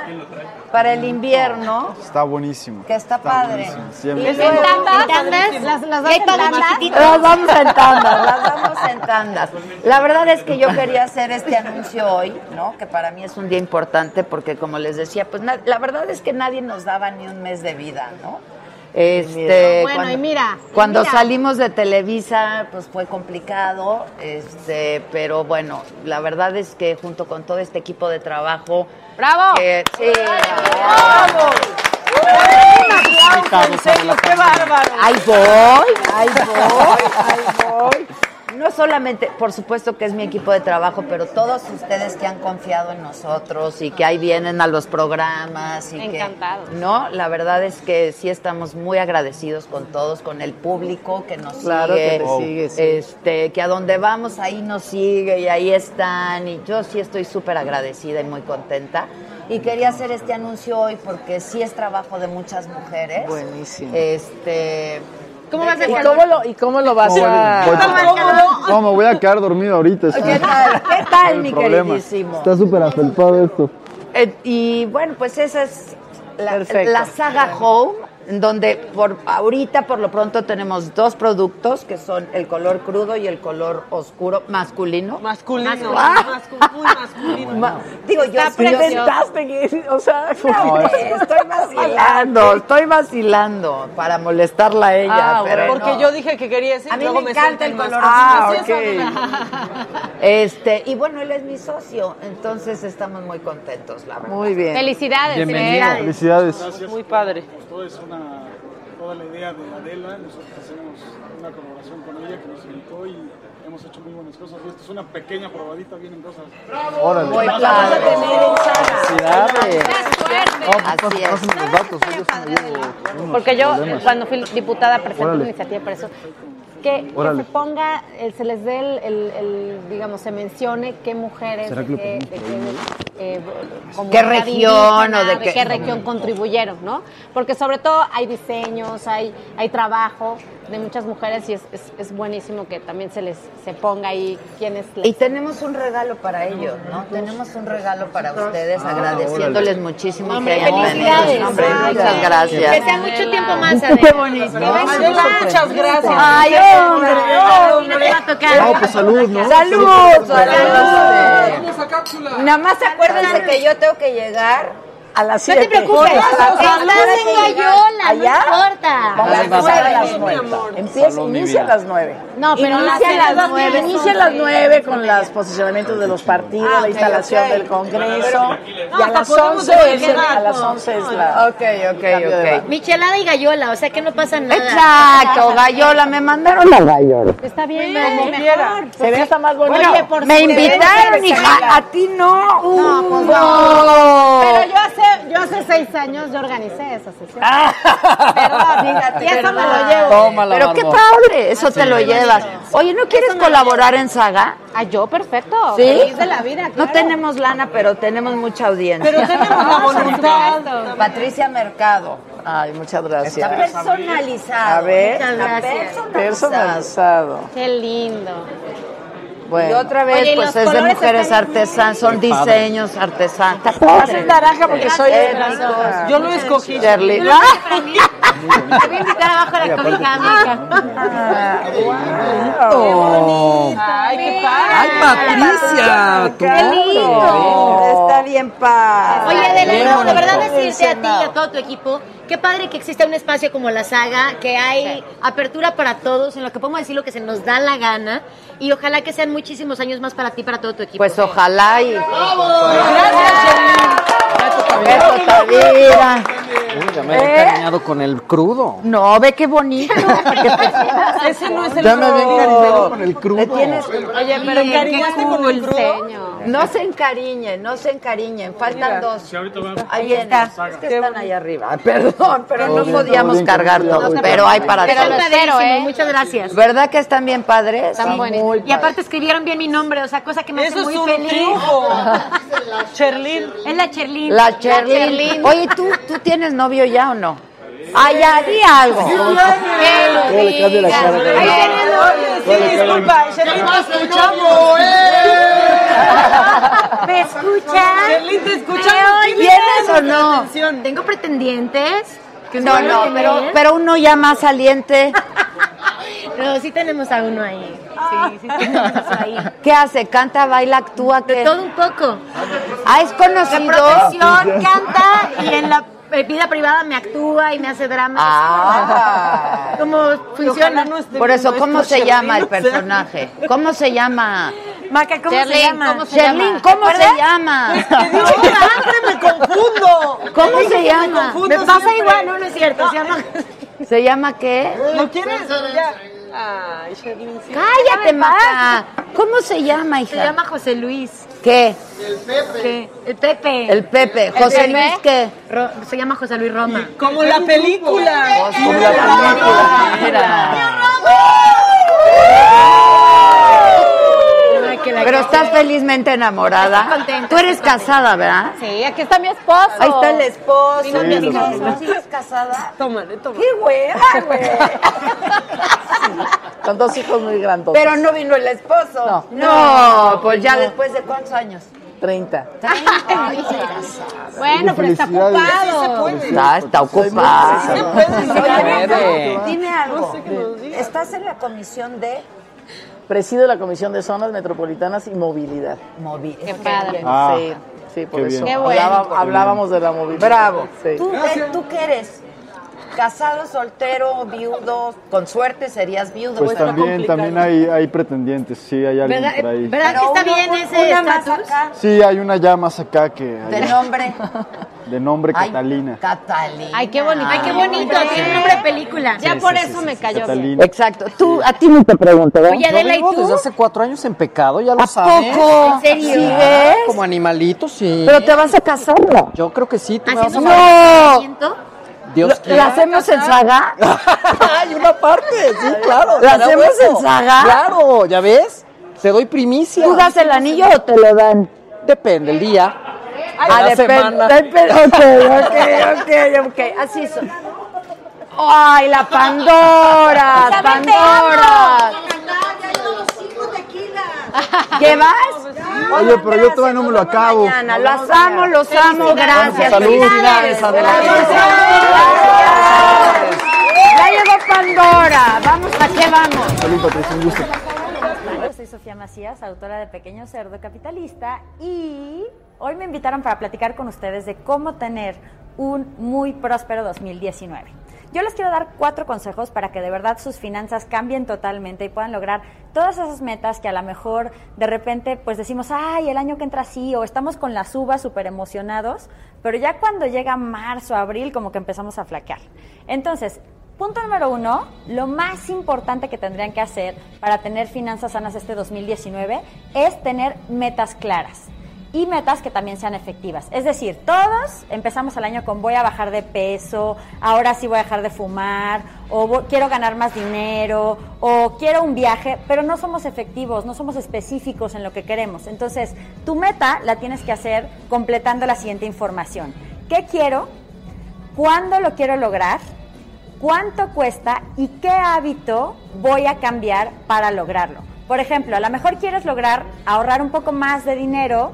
para el invierno, Está buenísimo. que está padre. buenísimo, Y siempre. luego- tandas? ¿Las- las vas ¿Qué en tal tandas? las chiquititas? Las vamos en tandas, las vamos en tandas. La verdad es que yo quería hacer este anuncio hoy, ¿no? Que para mí es un día importante porque, como les decía, pues na- la verdad es que nadie nos daba ni un mes de vida, ¿no? Este, Ah, bueno, y mira. y cuando mira. salimos de Televisa, pues fue complicado, este, pero bueno, la verdad es que junto con todo este equipo de trabajo, ¡Bravo! que- sí, ¡Bravo! ¡Qué bárbaro! Ahí voy, ahí voy, ahí voy. No solamente, por supuesto que es mi equipo de trabajo, pero todos ustedes que han confiado en nosotros y que ahí vienen a los programas y que- Encantados. no, la verdad es que sí estamos muy agradecidos con todos, con el público que nos Claro sigue. que te sigue, sí. Este, que a donde vamos ahí nos sigue y ahí están. Y yo sí estoy súper agradecida y muy contenta. Y quería hacer este anuncio hoy porque sí es trabajo de muchas mujeres. Buenísimo. Este. ¿Cómo vas a ¿Y cómo lo, y cómo lo vas a...? No, me voy a quedar dormido ahorita. ¿Qué tal? ¿Qué tal, mi queridísimo? Está súper afelpado esto. Eh, y bueno, pues esa es la, Perfecto. la saga Home, en donde por ahorita por lo pronto tenemos dos productos que son el color crudo y el color oscuro masculino. Masculino. Ah, Ah, Digo, yo Está estoy- yo- presentaste, que- o sea... No, estoy vacilando, estoy vacilando para molestarla a ella. Ah, pero porque no. yo dije que quería decir, A mí luego me encanta siento el más color. graciosa. Este, y bueno, él es mi socio, entonces estamos muy contentos, la verdad. Muy bien. Felicidades, Felicidades. Muy padre. Esto es una, toda la idea de Adela. Nosotros hacemos una colaboración con ella que nos invitó y hemos hecho muy buenas cosas. Y esto es una pequeña probadita, vienen cosas. Órale. Muy padre. Vamos a tener en Saga. felicidades. Suerte. Así es. Pásenme los datos, ellos me dieron unos Porque yo, problemas. cuando fui diputada, presenté Órale. una iniciativa para eso. Que, que Órale. se ponga, eh, se les dé el, el- el, digamos, se mencione qué mujeres, ¿Será de que lo qué, de ponemos qué, eh, ¿Qué comunidad región o de indígena, qué? región contribuyeron, ¿no? Porque sobre todo hay diseños, hay, hay trabajo de muchas mujeres y es, es, es buenísimo que también se les se ponga ahí quiénes les- Y tenemos un regalo para ellos, ¿no? Tenemos un regalo para ustedes, Ah, agradeciéndoles órale. muchísimo. Hombre, que hayan felicidades. venido. Hombre, Ay, muchas gracias. que sea mucho tiempo más, Qué Adela. bonito. Que vengan Adela, más. muchas gracias. Ay, hombre, Ay, hombre. no te va a tocar. No, pues salud, ¿no? Salud, Salud. salud. Vamos Nada más acuérdense que yo tengo que llegar a las No te 7. preocupes. Estás Estás en Gallola, no importa. A las Vamos, nueve, vamos, a las mi amor. nueve. Empieza, Salud, mi inicia a vida. las 9. No, pero las inicia a las cenas 9. son Inicia a de- las 9 con los posicionamientos de los partidos, Ah, la ok, instalación ok. del Congreso. No, Y a hasta las podemos 11 es decir el- que a las gato. 11 es la. Ok, ok, cambio de ok. bando. Michelada y gallola, o sea que no pasa nada. Exacto, Gallola, me mandaron la Gallola. Está bien, Como mejor. quiera. Pues Se ve sí. hasta más bonito. Oye, Bueno, por Me supuesto. invitaron, hija, a ti no. No, pues no. no. Pero yo hace, yo hace seis años yo organicé esa sesión. Fíjate, y eso me ¿verdad? lo llevo. Tómala, Pero qué Barbón. padre, eso Así te lo es. llevas. Oye, ¿no quieres colaborar en Saga? Ah, yo, perfecto. ¿Sí? Feliz de la vida, No tenemos lana, pero tenemos mucha audiencia. Ah, Pero tenemos la voluntad. Patricia Mercado. Ay, muchas gracias. Está personalizado. A ver. Muchas gracias. Está personalizado. Qué lindo. Bueno. Y otra vez, Oye, ¿y pues los es de colores mujeres están artesanas, son Qué padre. diseños artesanas. Haces naranja porque soy Eh, naranja. Yo lo escogí. Shirley. Yo lo escogí para mí. Te voy a invitar abajo a la cobija, amiga. Ay, qué padre. ¡Ay, Patricia! ¡Qué lindo! Está bien padre. Oye, Bien Adela, no, de bonito. verdad decirte a ti y a todo tu equipo, qué padre que exista un espacio como la saga, que hay apertura para todos, en lo que podemos decir lo que se nos da la gana, y ojalá que sean muchísimos años más para ti y para todo tu equipo. Pues ojalá y... Beso, Beso, Tavira. Uy, ya me había ¿Eh? engañado con el crudo. No, ve qué bonito. Ese no es el Ya me había crudo. encariñado con el crudo. Le tienes- Oye, pero Sí, encariñaste qué con el cool crudo. diseño. No se encariñen, no se encariñen. Faltan dos. Ahí Ahí está. está. Es que están ahí arriba. Ay, Perdón, pero Todo no bien, todo podíamos bien, cargar todo bien. todos. No te Pero hay para Pero todos. los cero, ¿eh? Muchas gracias. ¿Verdad que están bien padres? Sí. Y aparte escribieron bien mi nombre, o sea, cosa que me hace Eso es muy un feliz. triunfo. Cherlin. Es la Cherlin. La Cherlin. Oye, ¿tú, ¿tú tienes novio ya o no? Ay, ya, di algo. Luego le cambia la cara. Ahí tenía novio, Vale, sí, Karen. disculpa. Sherlyn, Nos te escuchamos, escuchamos. ¿Me escuchas? Sherlyn, te escuchamos. Ay, Tienes ¿vienes o no? atención. Tengo pretendientes. que No, son los no, que pero, ven. pero uno ya más saliente. Pero sí tenemos a uno ahí. Sí, sí tenemos ahí. ¿Qué hace? ¿Canta, baila, actúa? ¿Qué? Todo un poco. Ah, es conocido. Ah, pues En profesión canta y en la eh, vida privada me actúa y me hace drama. Ah. ¿Cómo funciona? Por eso, ¿cómo se llama el personaje? ¿Cómo se llama? Maca, ¿cómo se Sherlyn, llama? ¿cómo se Sherlyn, llama? Pues ¿cómo se llama? me confundo. ¿Cómo Te digo se que llama? confundo Me pasa siempre. igual, no, no es cierto, se llama- ¿Se llama qué? ¿No quieres? Ya. Ay, Sherlyn. sí. Cállate, Maca. ¿Cómo se llama, hija? Se llama José Luis. ¿Qué? El Pepe. El Pepe. El Pepe. José Pepe? Luis, ¿qué? Ro- se llama José Luis Roma. Como la película. Como la película. Mira. Pero estás felizmente enamorada. Estoy contenta, Tú eres casada, ¿verdad? Sí, aquí está mi esposo. Ahí está el esposo. Vino mi Sí, esposo. lo- ¿Sigues casada? Tómale, tómale. ¡Qué hueva, güey! Con dos hijos muy grandes. Pero no vino el esposo. No, pues ya después de cuántos años. 30. Bueno, pero está Felicidades. ocupado. Está, está ocupada. puede. Oye, Sí. Dime algo. Estás en la comisión de. Presido la Comisión de Zonas Metropolitanas y Movilidad. Movilidad. Qué padre. Ah, Sí. sí, por qué eso. bien. Qué Hablaba- bueno. hablábamos de la movilidad. Bravo. Sí. ¿Tú, eh, ¿Tú qué eres? Casado, soltero, viudo, con suerte serías viudo. Pues Está también, complicado. también hay, hay pretendientes, sí, hay alguien ¿Verdad- por ahí. verdad que está bien ese estatus? Sí, hay una ya más acá que allá, De nombre. de nombre Ay, Catalina. Catalina. Ay, qué bonito. Ay, qué bonito. Tiene nombre de película. Ya Sí, por sí, eso sí, me cayó bien. Catalina. Exacto. Tú, a ti no te pregunto, ¿verdad? Yo vengo desde hace cuatro años en pecado, ya lo ¿A sabes. poco? ¿En serio? Sí, ¿Sigues? como animalito, sí. Pero te vas a casar, ¿no? Yo creo que sí. tú me ¿Haciendo vas a- Dios ¿Lo- ¿La quiera. hacemos en saga? Hay una parte, sí, claro. ¿La estaría hacemos bueno. en saga? Claro, ¿ya ves? Te doy primicia. ¿Tú das el anillo o te lo dan? Depende, el día. Ah, la depende. semana. depende. Ok, ok, ok, ok. Así son. ¡Ay, la Pandora! Isabel, te ¡Pandora! ¿Qué vas? Oye, pero yo todavía no me lo acabo. Ana, los amo, los amo, gracias. Salud. Felicidades. Ya llegó Pandora. Vamos, ¿a qué vamos? Salud, Patricia, un gusto. Yo soy Sofía Macías, autora de Pequeño Cerdo Capitalista y hoy me invitaron para platicar con ustedes de cómo tener un muy próspero 2019. Yo les quiero dar cuatro consejos para que de verdad sus finanzas cambien totalmente y puedan lograr todas esas metas que a lo mejor de repente pues decimos, ay, el año que entra sí, o estamos con las uvas súper emocionados, pero ya cuando llega marzo, abril, como que empezamos a flaquear. Entonces, Punto número uno, lo más importante que tendrían que hacer para tener finanzas sanas este 2019 es tener metas claras y metas que también sean efectivas. Es decir, todos empezamos el año con voy a bajar de peso, ahora sí voy a dejar de fumar, o vo- quiero ganar más dinero, o quiero un viaje, pero no somos efectivos, no somos específicos en lo que queremos. Entonces, tu meta la tienes que hacer completando la siguiente información. ¿Qué quiero? ¿Cuándo lo quiero lograr? cuánto cuesta y qué hábito voy a cambiar para lograrlo. Por ejemplo, a lo mejor quieres lograr ahorrar un poco más de dinero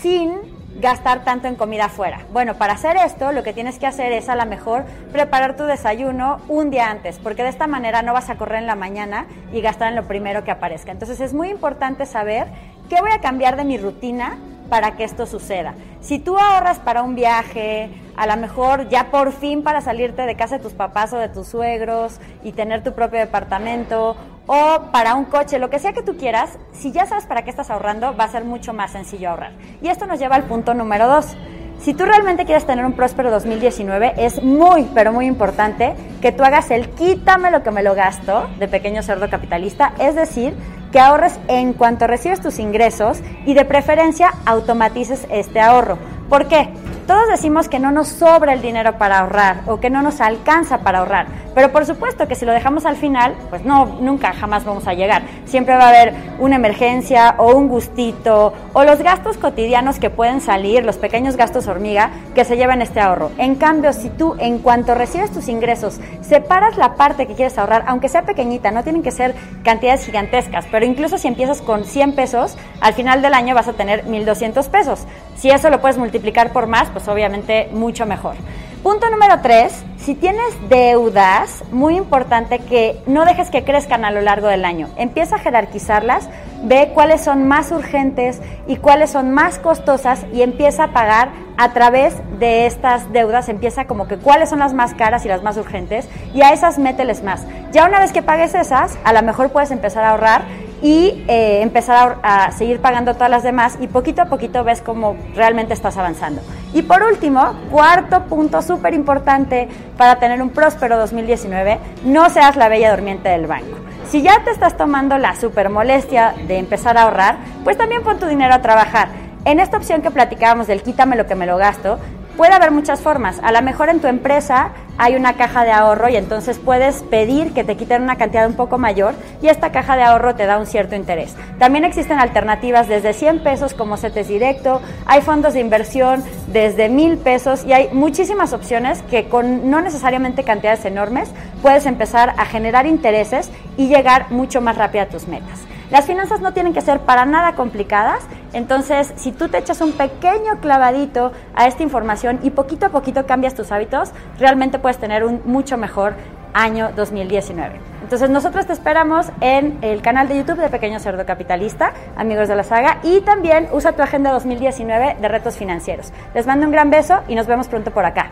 sin gastar tanto en comida afuera. Bueno, para hacer esto lo que tienes que hacer es a lo mejor preparar tu desayuno un día antes, porque de esta manera no vas a correr en la mañana y gastar en lo primero que aparezca. Entonces es muy importante saber qué voy a cambiar de mi rutina para que esto suceda. Si tú ahorras para un viaje, a lo mejor ya por fin para salirte de casa de tus papás o de tus suegros y tener tu propio departamento o para un coche, lo que sea que tú quieras, si ya sabes para qué estás ahorrando, va a ser mucho más sencillo ahorrar. Y esto nos lleva al punto número dos. Si tú realmente quieres tener un próspero 2019, es muy, pero muy importante que tú hagas el quítame lo que me lo gasto de pequeño cerdo capitalista, es decir, que ahorres en cuanto recibes tus ingresos y de preferencia automatices este ahorro. ¿Por qué? Todos decimos que no nos sobra el dinero para ahorrar o que no nos alcanza para ahorrar, pero por supuesto que si lo dejamos al final, pues no, nunca jamás vamos a llegar. Siempre va a haber una emergencia o un gustito o los gastos cotidianos que pueden salir, los pequeños gastos hormiga que se llevan este ahorro. En cambio, si tú en cuanto recibes tus ingresos, separas la parte que quieres ahorrar, aunque sea pequeñita, no tienen que ser cantidades gigantescas, pero incluso si empiezas con 100 pesos, al final del año vas a tener 1.200 pesos. Si eso lo puedes multiplicar por más, pues obviamente mucho mejor. Punto número tres, si tienes deudas, muy importante que no dejes que crezcan a lo largo del año. Empieza a jerarquizarlas, ve cuáles son más urgentes y cuáles son más costosas y empieza a pagar a través de estas deudas. Empieza como que cuáles son las más caras y las más urgentes y a esas mételes más. Ya una vez que pagues esas, a lo mejor puedes empezar a ahorrar y eh, empezar a ahor- a, seguir pagando todas las demás y poquito a poquito ves cómo realmente estás avanzando. Y por último, cuarto punto súper importante para tener un próspero 2019, no seas la bella durmiente del banco. Si ya te estás tomando la super molestia de empezar a ahorrar, pues también pon tu dinero a trabajar. En esta opción que platicábamos del quítame lo que me lo gasto, Puede haber muchas formas. A lo mejor en tu empresa hay una caja de ahorro y entonces puedes pedir que te quiten una cantidad un poco mayor y esta caja de ahorro te da un cierto interés. También existen alternativas desde 100 pesos como CETES Directo, hay fondos de inversión desde 1000 pesos y hay muchísimas opciones que con no necesariamente cantidades enormes puedes empezar a generar intereses y llegar mucho más rápido a tus metas. Las finanzas no tienen que ser para nada complicadas, entonces si tú te echas un pequeño clavadito a esta información y poquito a poquito cambias tus hábitos, realmente puedes tener un mucho mejor año 2019. Entonces nosotros te esperamos en el canal de YouTube de Pequeño Cerdo Capitalista, amigos de la saga, y también usa tu agenda 2019 de retos financieros. Les mando un gran beso y nos vemos pronto por acá.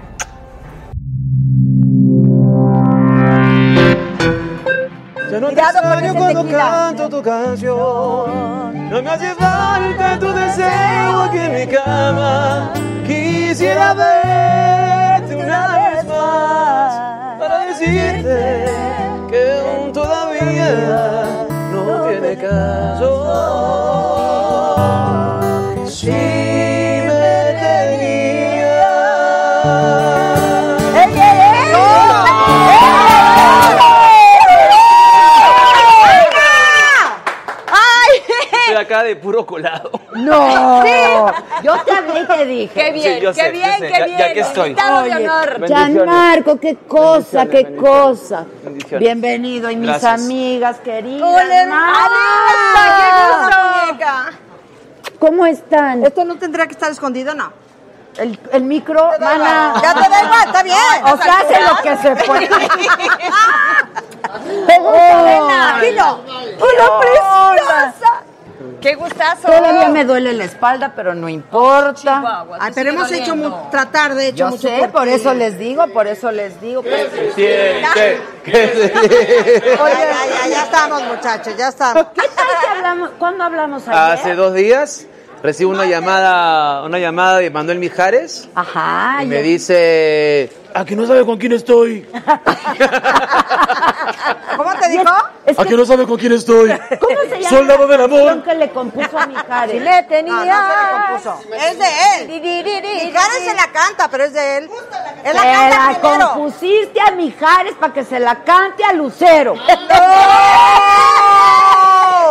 Cuidado con extraño ese cuando tequila. canto tu canción. No me hace falta tu deseo aquí en mi cama. Quisiera verte una vez más para decirte que aún todavía no tiene caso. Si me tenías. Estoy acá de puro colado. No. Yo te hablé y te dije. Qué bien, Sí, yo qué sé, yo bien, sé. qué Ya- ya bien. que estoy. Invitado de Oye, honor. Bendiciones. Gianmarco, qué cosa, qué cosa. Bendiciones. Bienvenido y mis Gracias. amigas queridas. ¡Hola, Nada. ¡Qué gusto, muñeca! ¿Cómo están? Esto no tendría que estar escondido, ¿no? El, el micro, mana. Ya te da igual, está bien. O sea, hace lo que se puede. Ah. Pregúntale, Dilo. Hola, preciosa! ¡Qué gustazo! Todavía me duele la espalda, pero no importa. Ay, pero hemos hecho mu- tratar de hecho Yo mucho sé, por por ti. eso les digo, por eso les digo. ¿Qué Oye, Oye, ya, ya, ya estamos, muchachos, ya estamos. hablamos? ¿Cuándo hablamos Hace dos días recibo una llamada, una llamada de Manuel Mijares. Ajá. Y me dice, ¿a que no sabe con quién estoy? ¿Cómo te dijo? ¿A que no sabe con quién estoy? ¿Cómo se llama? Soldado del amor. que le compuso a mi cara. Si le tenía. no se le compuso. Es de él. Mijares se la canta, pero es de él. Él la Te canta la primero. compusiste a Mijares para que se la cante a Lucero. ¿Eh?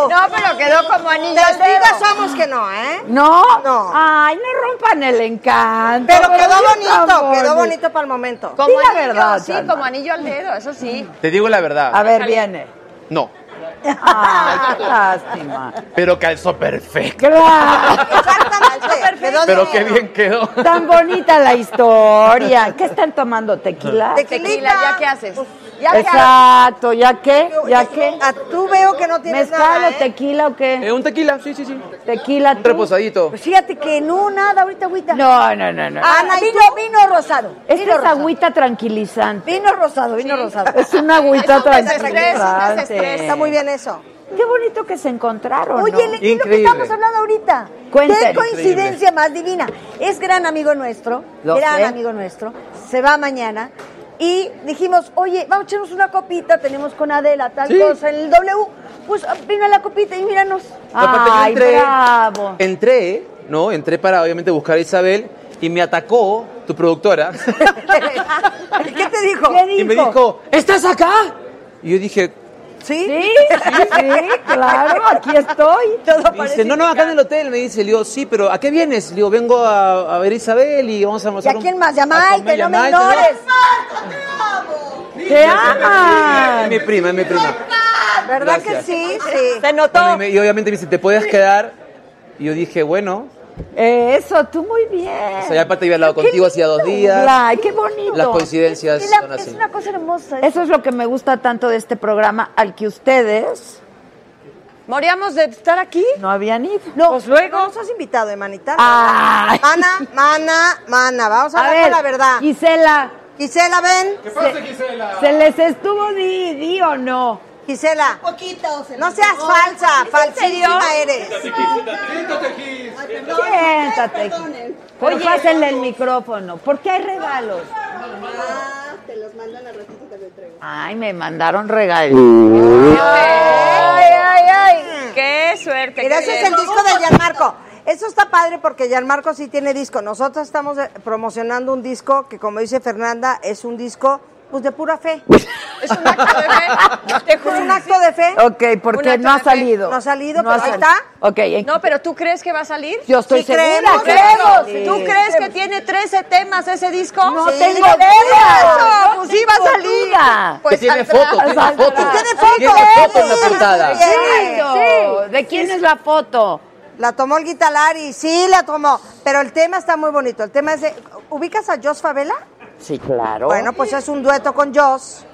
No, pero quedó como anillo. Las vidas somos que no, ¿eh? ¿No? No. Ay, no rompan el encanto. Pero quedó Dios tan bonito, quedó bonito. bonito para el momento. Di la verdad, Sí, Sandra. como anillo al dedo, eso sí. Te digo la verdad. A ver, viene. No, Ah, qué lástima. pero calzó perfecto. Claro, Perfecto. Pero qué bien quedó. tan bonita la historia. ¿Qué están tomando? ¿Tequila? Tequila, ¿ya qué haces? Pues, Ya qué Exacto, ¿ya qué? ¿Ya qué? haces? Tú veo que no tienes ¿Mezcal ¿eh? nada, o tequila o qué? Eh, un tequila, sí, sí, sí. Tequila. Un reposadito. Pues Fíjate que no, nada, ahorita, ahorita. No, no, no, no. Ana, Ah, vino, vino rosado. Este es agüita tranquilizante. Vino rosado, vino rosado. Es una agüita Es un desestrés, tranquilizante. un desestrés. Está muy bien eso. Qué bonito que se encontraron. Oye, ¿no? le- ¿qué es lo que estamos hablando ahorita? Cuenten. Qué coincidencia más divina. Es gran amigo nuestro, Lo gran sé. amigo nuestro. Se va mañana. Y dijimos, oye, vamos a echarnos una copita, tenemos con Adela tal Sí. cosa en el W. Pues vino la copita y míranos. Aparte, yo entré, entré, ¿no? Entré para obviamente buscar a Isabel y me atacó tu productora ¿Qué te dijo? ¿Qué y me dijo, ¿estás acá? Y yo dije, ¿Sí? Sí, sí, sí, claro, aquí estoy. me dice, no, no, acá en el hotel, me dice, le digo, sí, pero ¿a qué vienes? Le digo, vengo a, a ver a Isabel y vamos a ¿Y almorzar. a un- quién más? a comer Yamaite, no me Yamaite, ¿no? ignores. Y ¡Te es- aman! Es mi prima, es mi prima. ¿Verdad que Gracias. sí? Sí. Se Bueno, y, me- y obviamente me dice, ¿te puedes quedar? Y yo dije, bueno, Eso, tú muy bien. o sea, ya para te había hablado contigo hacía dos días. Ay, qué bonito. Las coincidencias Es que la- son así. una cosa hermosa. Eso es lo que me gusta tanto de este programa, al que ustedes ¿Moríamos de estar aquí? no habían ido. No, pues luego. nos has invitado, hermanita. Ay. Mana, mana, mana. Vamos a, A hablar ver, con la verdad. Gisela. Gisela, ven. ¿Qué pasa, Gisela? ¿Se les estuvo di, di o no? Gisela. No seas falsa, falsísima eres. Siéntate. Pero Oye. pásenle el micrófono. ¿Por qué hay regalos? Ah, Te los mandan a ratito que te traigo. Ay, me mandaron regalos. Ay, ay, ay. Qué suerte. Mm. Mira, qué ese es bien. el disco de Gianmarco. Eso está padre porque Gianmarco sí tiene disco. Nosotros estamos eh, promocionando un disco que, como dice Fernanda, es un disco pues de pura fe. Te juro, un acto de fe. Ok, porque no ha salido. No ha salido, No ha pero ahí salido. está. Ok, ¿en- No, pero ¿tú crees que va a salir? Yo estoy Sí, segura creemos, que creemos. sí. ¿Tú crees que tiene 13 temas ese disco? No tengo duda. Pues sí va a salir. Pues que tiene saldrá, foto, tiene saldrá. foto. Tiene Tiene foto. foto en la portada. Sí, sí. ¿De quién es la foto? La tomó el Guitalari, sí la tomó. Pero el tema está muy bonito. El tema es de. ¿Ubicas a Jos Favela? Sí, claro. Bueno, pues es un dueto con Jos,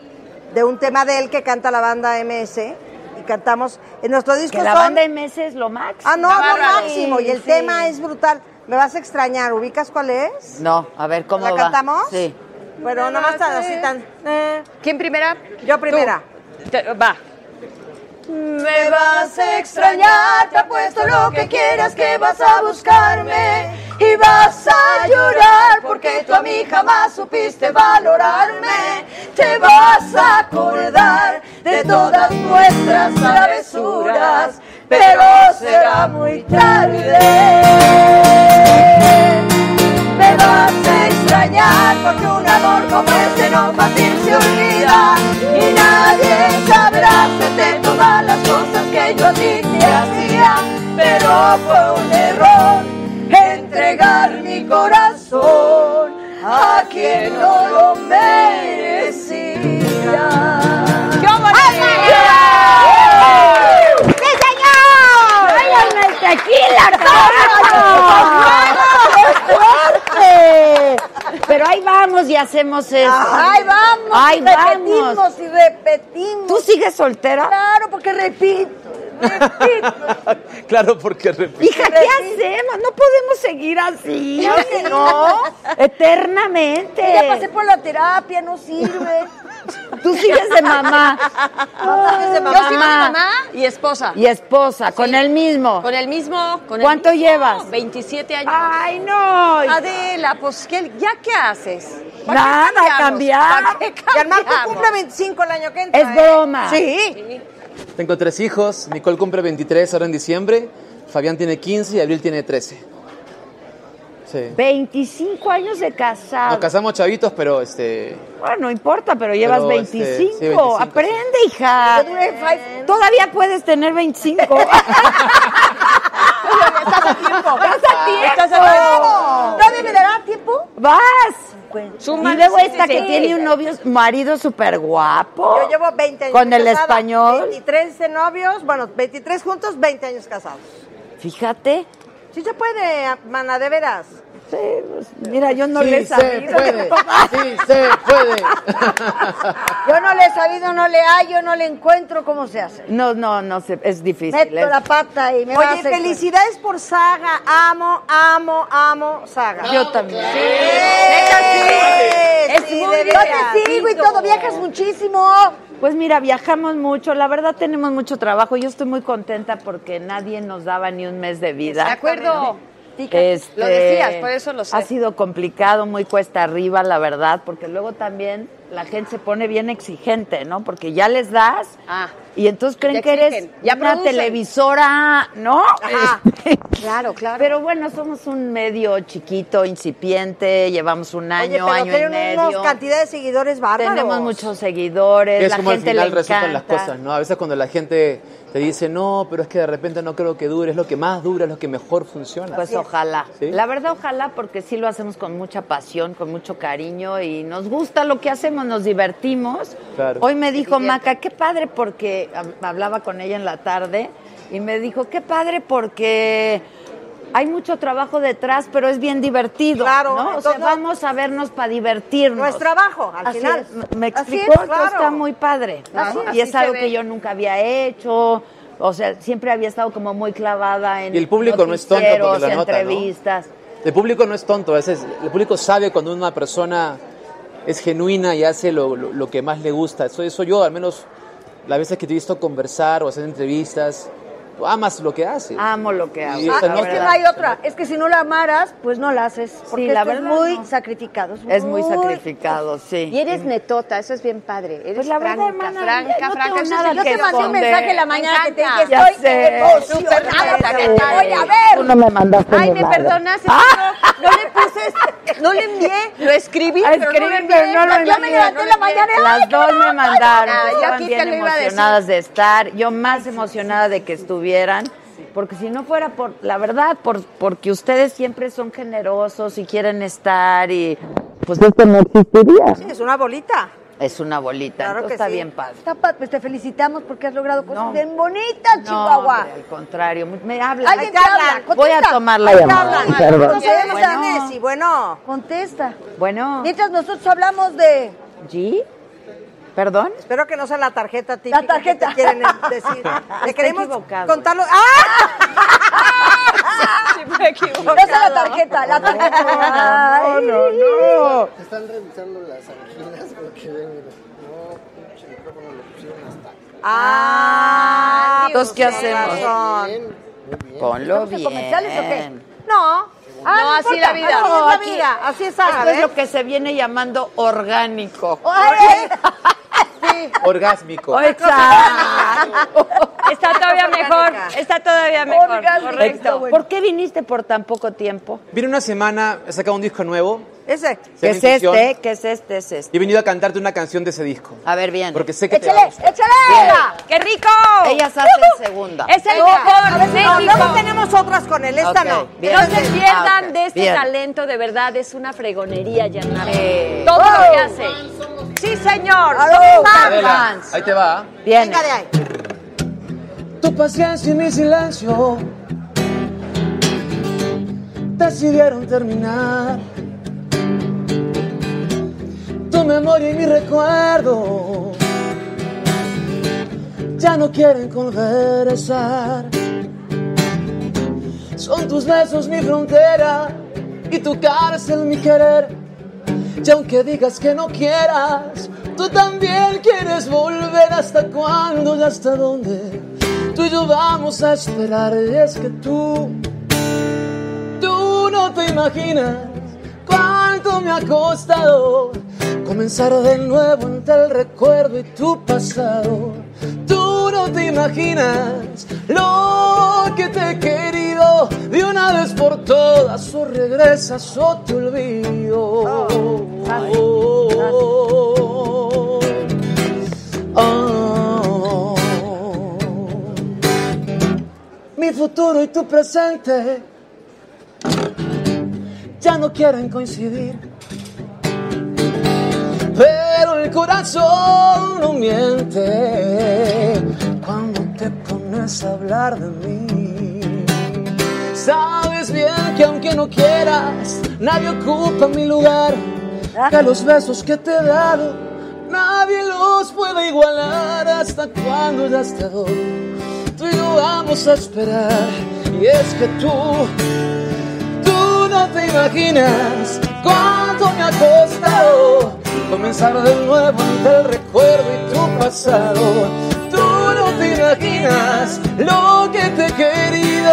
de un tema de él que canta la banda MS. Y cantamos. En nuestro disco que la pues, son- banda MS es lo máximo. Ah, no, Está lo bárbaro. máximo. Y el Sí, tema sí. es brutal. Me vas a extrañar. ¿Ubicas cuál es? No, a ver, ¿cómo ¿La va? cantamos? Sí. Bueno, nomás tan eh. así tan. ¿Quién primera? Yo primera. Te- va. Me vas a extrañar, te apuesto lo que quieras que vas a buscarme y vas a llorar porque tú a mí jamás supiste valorarme. Te vas a acordar de todas nuestras travesuras, pero será muy tarde. Me vas a extrañar porque un amor como este no fácil se olvida y nadie sabrá hacerte todas las cosas que yo a ti te hacía, pero fue un error entregar mi corazón a quien no lo merecía. ¡Sí, señor! ¡Váyanme el tequila, ¡Qué fuerte! Pero ahí vamos y hacemos eso. Ay, vamos, Ahí repetimos vamos. y repetimos. ¿Tú sigues soltera? Claro, porque repito. Claro, porque repito. Hija, ¿qué hacemos? No podemos seguir así. Claro que no. Eternamente. Ya pasé por la terapia, no sirve. Tú sigues de mamá. ¿No sigues de mamá? Yo sigo de mamá y esposa. Y esposa, con el Pues mismo. Con el mismo. Con el ¿Cuánto mismo, llevas? 27 años. ¡Ay, no! Adela, pues, ¿qué, ¿ya qué haces? ¿Para Nada, qué cambiamos? cambiar. ¿Para qué Y el Marco cambiamos? cumple 25 el año que entra. Es ¿eh? broma. Sí. Tengo tres hijos, Nicole cumple 23 ahora en diciembre, Fabián tiene 15 y Abril tiene 13. Sí. 25 años de casado. Nos casamos chavitos, pero este... Bueno, Ah, no importa, pero llevas Pero, 25. este, sí, 25, sí. Aprende, hija. Todavía puedes tener 25. Estás Estás a tiempo. a tiempo. Estás a tiempo. ¿Todavía me dará tiempo? ¡Vas! Súmale, y luego sí, esta sí, que sí. tiene un novio, marido súper guapo. Yo llevo 20 años Con el casada, español. 23 de novios, bueno, 23 juntos, 20 años casados. Fíjate. Sí se puede, mana, de veras. Sí, pues, mira, yo no Sí le he se sabido. puede, sí se puede. Yo no le he sabido, no le hallo, no le encuentro cómo se hace. No, no, no, sé, es difícil. Meto es- la pata y me Oye, Oye, felicidades por Saga. Amo, amo, amo Saga. Yo también. Sí. Es muy Yo te sigo y todo. Viajas muchísimo. Pues mira, viajamos mucho. La verdad tenemos mucho trabajo. Yo estoy muy contenta porque nadie nos daba ni un mes de vida. De acuerdo. Este, Lo decías, por eso lo sé. Ha sido complicado, muy cuesta arriba, la verdad, porque luego también la gente se pone bien exigente, ¿no? Porque ya les das Ah. y entonces creen Ya que eres exigen, ya una producen. televisora, ¿no? Ajá. Claro, claro. Pero bueno, somos un medio chiquito, incipiente, llevamos un Oye, año, pero año y tienen una medio. cantidad de seguidores bárbaros. Tenemos muchos seguidores, es la como al gente final le resultan encanta. las cosas, ¿no? A veces cuando la gente te dice, no, pero es que de repente no creo que dure, es lo que más dura, es lo que mejor funciona. Pues ojalá. La verdad, ojalá, porque sí lo hacemos con mucha pasión, con mucho cariño y nos gusta lo que hacemos, nos divertimos. Claro. Hoy me dijo Maca, qué padre porque hab- hablaba con ella en la tarde y me dijo, qué padre porque hay mucho trabajo detrás, pero es bien divertido. Claro, ¿no? o sea, entonces no- vamos a vernos para divertirnos. No es trabajo, al Así final. es, m- ¿Me Así explicó? es, Entonces claro. Está muy padre. ¿no? Así es, Y es así algo se ve. que yo nunca había hecho. O sea, siempre había estado como muy clavada en Y el público no es tonto porque lo noticieros, nota, ¿no? entrevistas. El público no es tonto, a veces el público sabe cuando una persona es genuina y hace lo, lo- lo que más le gusta. Eso, eso yo, al menos las veces que te he visto conversar o hacer entrevistas, tú amas lo que haces. Amo lo que Y hago. esa la no Ah, Es que está- no hay otra. Es que si no la amaras, pues no la haces. Porque la esto es verdad, muy no. sacrificado. Es muy sacrificado, sí. Y eres netota, eso es bien padre. Eres la verdad, franca, hermana, franca, no tengo franca. Eso nada sí, que esconder. Me encanta. Ya estoy sé. emocionada porque te voy a ver. Tú no me mandaste Ay, ni me madre. Ah. perdonas, No le este, puse, no le envié. Lo escribí, Ah, pero no lo escribí, envié. pero no lo Yo me envié. levanté en la mañana. ¡ay, Las qué dos me bárbaro! mandaron. Ah, yo Estaban aquí te bien lo iba a decir. emocionadas de estar. Yo más emocionada de que estuvieran. Porque si no fuera por, la verdad, por, porque ustedes siempre son generosos y quieren estar y pues esto no existiría. Sí, es una bolita. Es una bolita, Claro entonces que está sí. bien padre. Está pa- pues te felicitamos porque has logrado cosas No. bien bonitas, No, Chihuahua. hombre, al contrario, mu- me habla. Alguien te habla. Voy a tomar la llamada. No sabemos Bueno, a Messi. Bueno, contesta. Bueno, Mientras nosotros hablamos de. ¿G? ¿Perdón? Espero que no sea la tarjeta típica. La tarjeta. Que te quieren decir. Le Está queremos equivocado. contarlo. ¡Ah! Dásela la tarjeta, la tarjeta. No, no, no. Se están revisando las anginas porque ven, mira, no, pinche micrófono lo pusieron hasta acá. Ah, Entonces, ¿qué pues, con hacemos? razón. Ponlo ¿Estamos en bien. comerciales o qué? No. Ah, no, así importa. la vida. No, Así es aquí- la vida. Así es Sara, Esto es ¿eh? ¿ves? lo que se viene llamando orgánico. Orgásmico. Está todavía mejor. Está todavía mejor. Correcto. ¿Por qué viniste por tan poco tiempo? Vine una semana, he sacado un disco nuevo. Ese. Se ¿Qué llama es Intuición. este? ¿Qué es este? Es este. Y he venido a cantarte una canción de ese disco. A ver, bien. Porque sé que te va a ¡Échale! gustar. ¡Échale! ¡Qué rico! Ellas hacen segunda. Es el No, mejor a ver, no, México. luego tenemos otras con él, esta Ok, no. bien. No se pierdan Ah, ok, de este bien. talento, de verdad, es una fregonería, Yanara. Sí. Todo lo que Oh. hace. Sí, señor. Adela. Adela. Adela, ahí te va. Viene. Venga de ahí. Tu paciencia y mi silencio decidieron terminar. Tu memoria y mi recuerdo ya no quieren conversar. Son tus besos mi frontera y tu cárcel mi querer. Y aunque digas que no quieras, tú también quieres volver hasta cuándo y hasta dónde. Tú y yo vamos a esperar y es que tú, tú no te imaginas cuánto me ha costado comenzar de nuevo entre el recuerdo y tu pasado. Tú no te imaginas lo que te he querido de una vez por todas o regresas o te olvido. Oh. Mi futuro y tu presente ya no quieren coincidir. Pero el corazón no miente cuando te pones a hablar de mí. Sabes bien que aunque no quieras, nadie ocupa mi lugar. Que los besos que te he dado, nadie los puede igualar. Hasta cuando ya hasta dónde, tú y yo vamos a esperar. Y es que tú Tú no te imaginas cuánto me ha costado comenzar de nuevo ante el recuerdo y tu pasado. Tú no te imaginas lo que te he querido.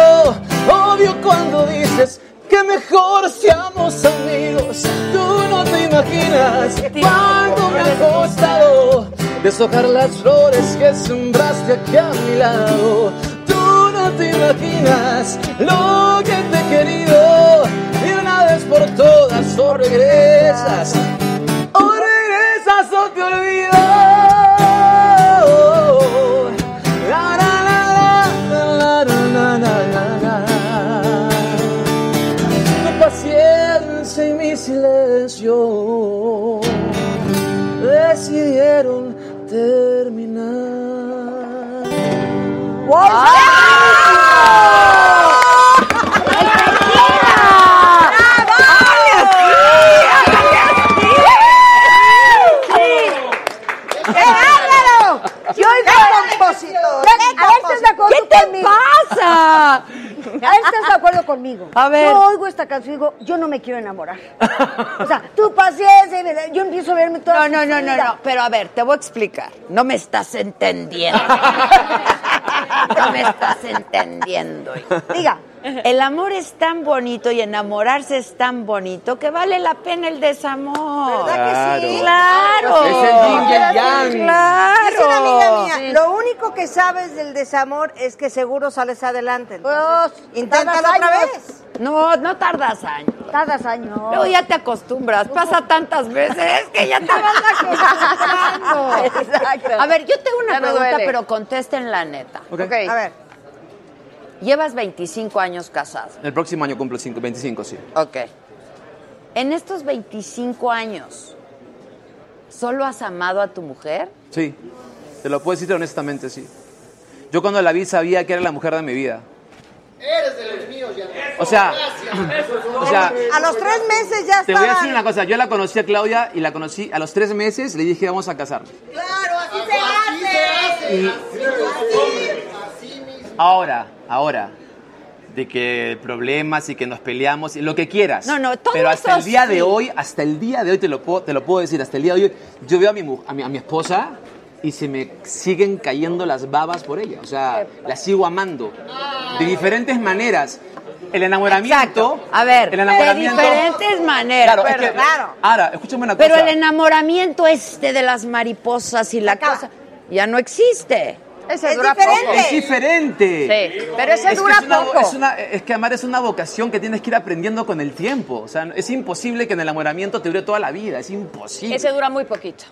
Obvio cuando dices que mejor seamos amigos. Tú no te imaginas cuánto me ha costado deshojar las flores que sembraste aquí a mi lado. Tú no te imaginas lo que te he querido. Y una vez por todas, o regresas, o regresas o te olvido. La, la, la, la, la, la, la, la, la. Tu paciencia y mi silencio decidieron terminar. ¡Qué bárbaro! Yo ¡Qué compositor! ¡Qué compositor! ¿Qué te pasa? Ahí estás de acuerdo conmigo. A ver. Yo oigo esta canción y digo, yo no me quiero enamorar. O sea, tú paciencia, y- yo empiezo a verme toda No, no, no, no, sufrida. no. Pero a ver, te voy a explicar. No me estás entendiendo. No me estás entendiendo. Diga. El amor es tan bonito y enamorarse es tan bonito que vale la pena el desamor. ¿Verdad que sí? Claro. Es el yin y el yang. Claro. Dice una amiga mía, lo único que sabes del desamor es que seguro sales adelante. Oh, Entonces, inténtalo tardas otra años. vez. No, no tardas años. Tardas años. Luego ya te acostumbras. Pasa tantas veces que ya te vas acostumbrando. Exacto. A ver, yo tengo una Ya no pregunta, duele. pero contesten la neta. Ok. Ok. A ver. Llevas 25 años casado. El próximo año cumplo cinco- 25, sí. Ok. En estos 25 años, ¿solo has amado a tu mujer? Sí. Te lo puedo decir honestamente, sí. Yo cuando la vi sabía que era la mujer de mi vida. Eres de los míos, Yanara. O sea, Gracias. Eso es o sea, todo. A los tres meses ya Te voy a estaba. decir una cosa, yo la conocí a Claudia y la conocí a los tres meses, le dije vamos a casarnos. Claro, así se hace. Ahora, ahora, de que problemas y que nos peleamos y lo que quieras. No, no, todo Pero hasta el eso día sí. de hoy, hasta el día de hoy te lo puedo, te lo puedo decir, hasta el día de hoy, yo veo a mi, mu- a mi, a mi esposa y se me siguen cayendo las babas por ella. O sea, la sigo amando de diferentes maneras. El enamoramiento. A ver, el De enamoramiento. diferentes maneras. Claro, es pero- que- Ahora, escúchame una Pero cosa. el enamoramiento este de las mariposas y la cosa ya no existe. Es Es diferente. Sí, pero ese Es que dura es una- poco. Es, una- es que amar es una vocación que tienes que ir aprendiendo con el tiempo. O sea, es imposible que el enamoramiento te dure toda la vida. Es imposible. Ese dura muy poquito.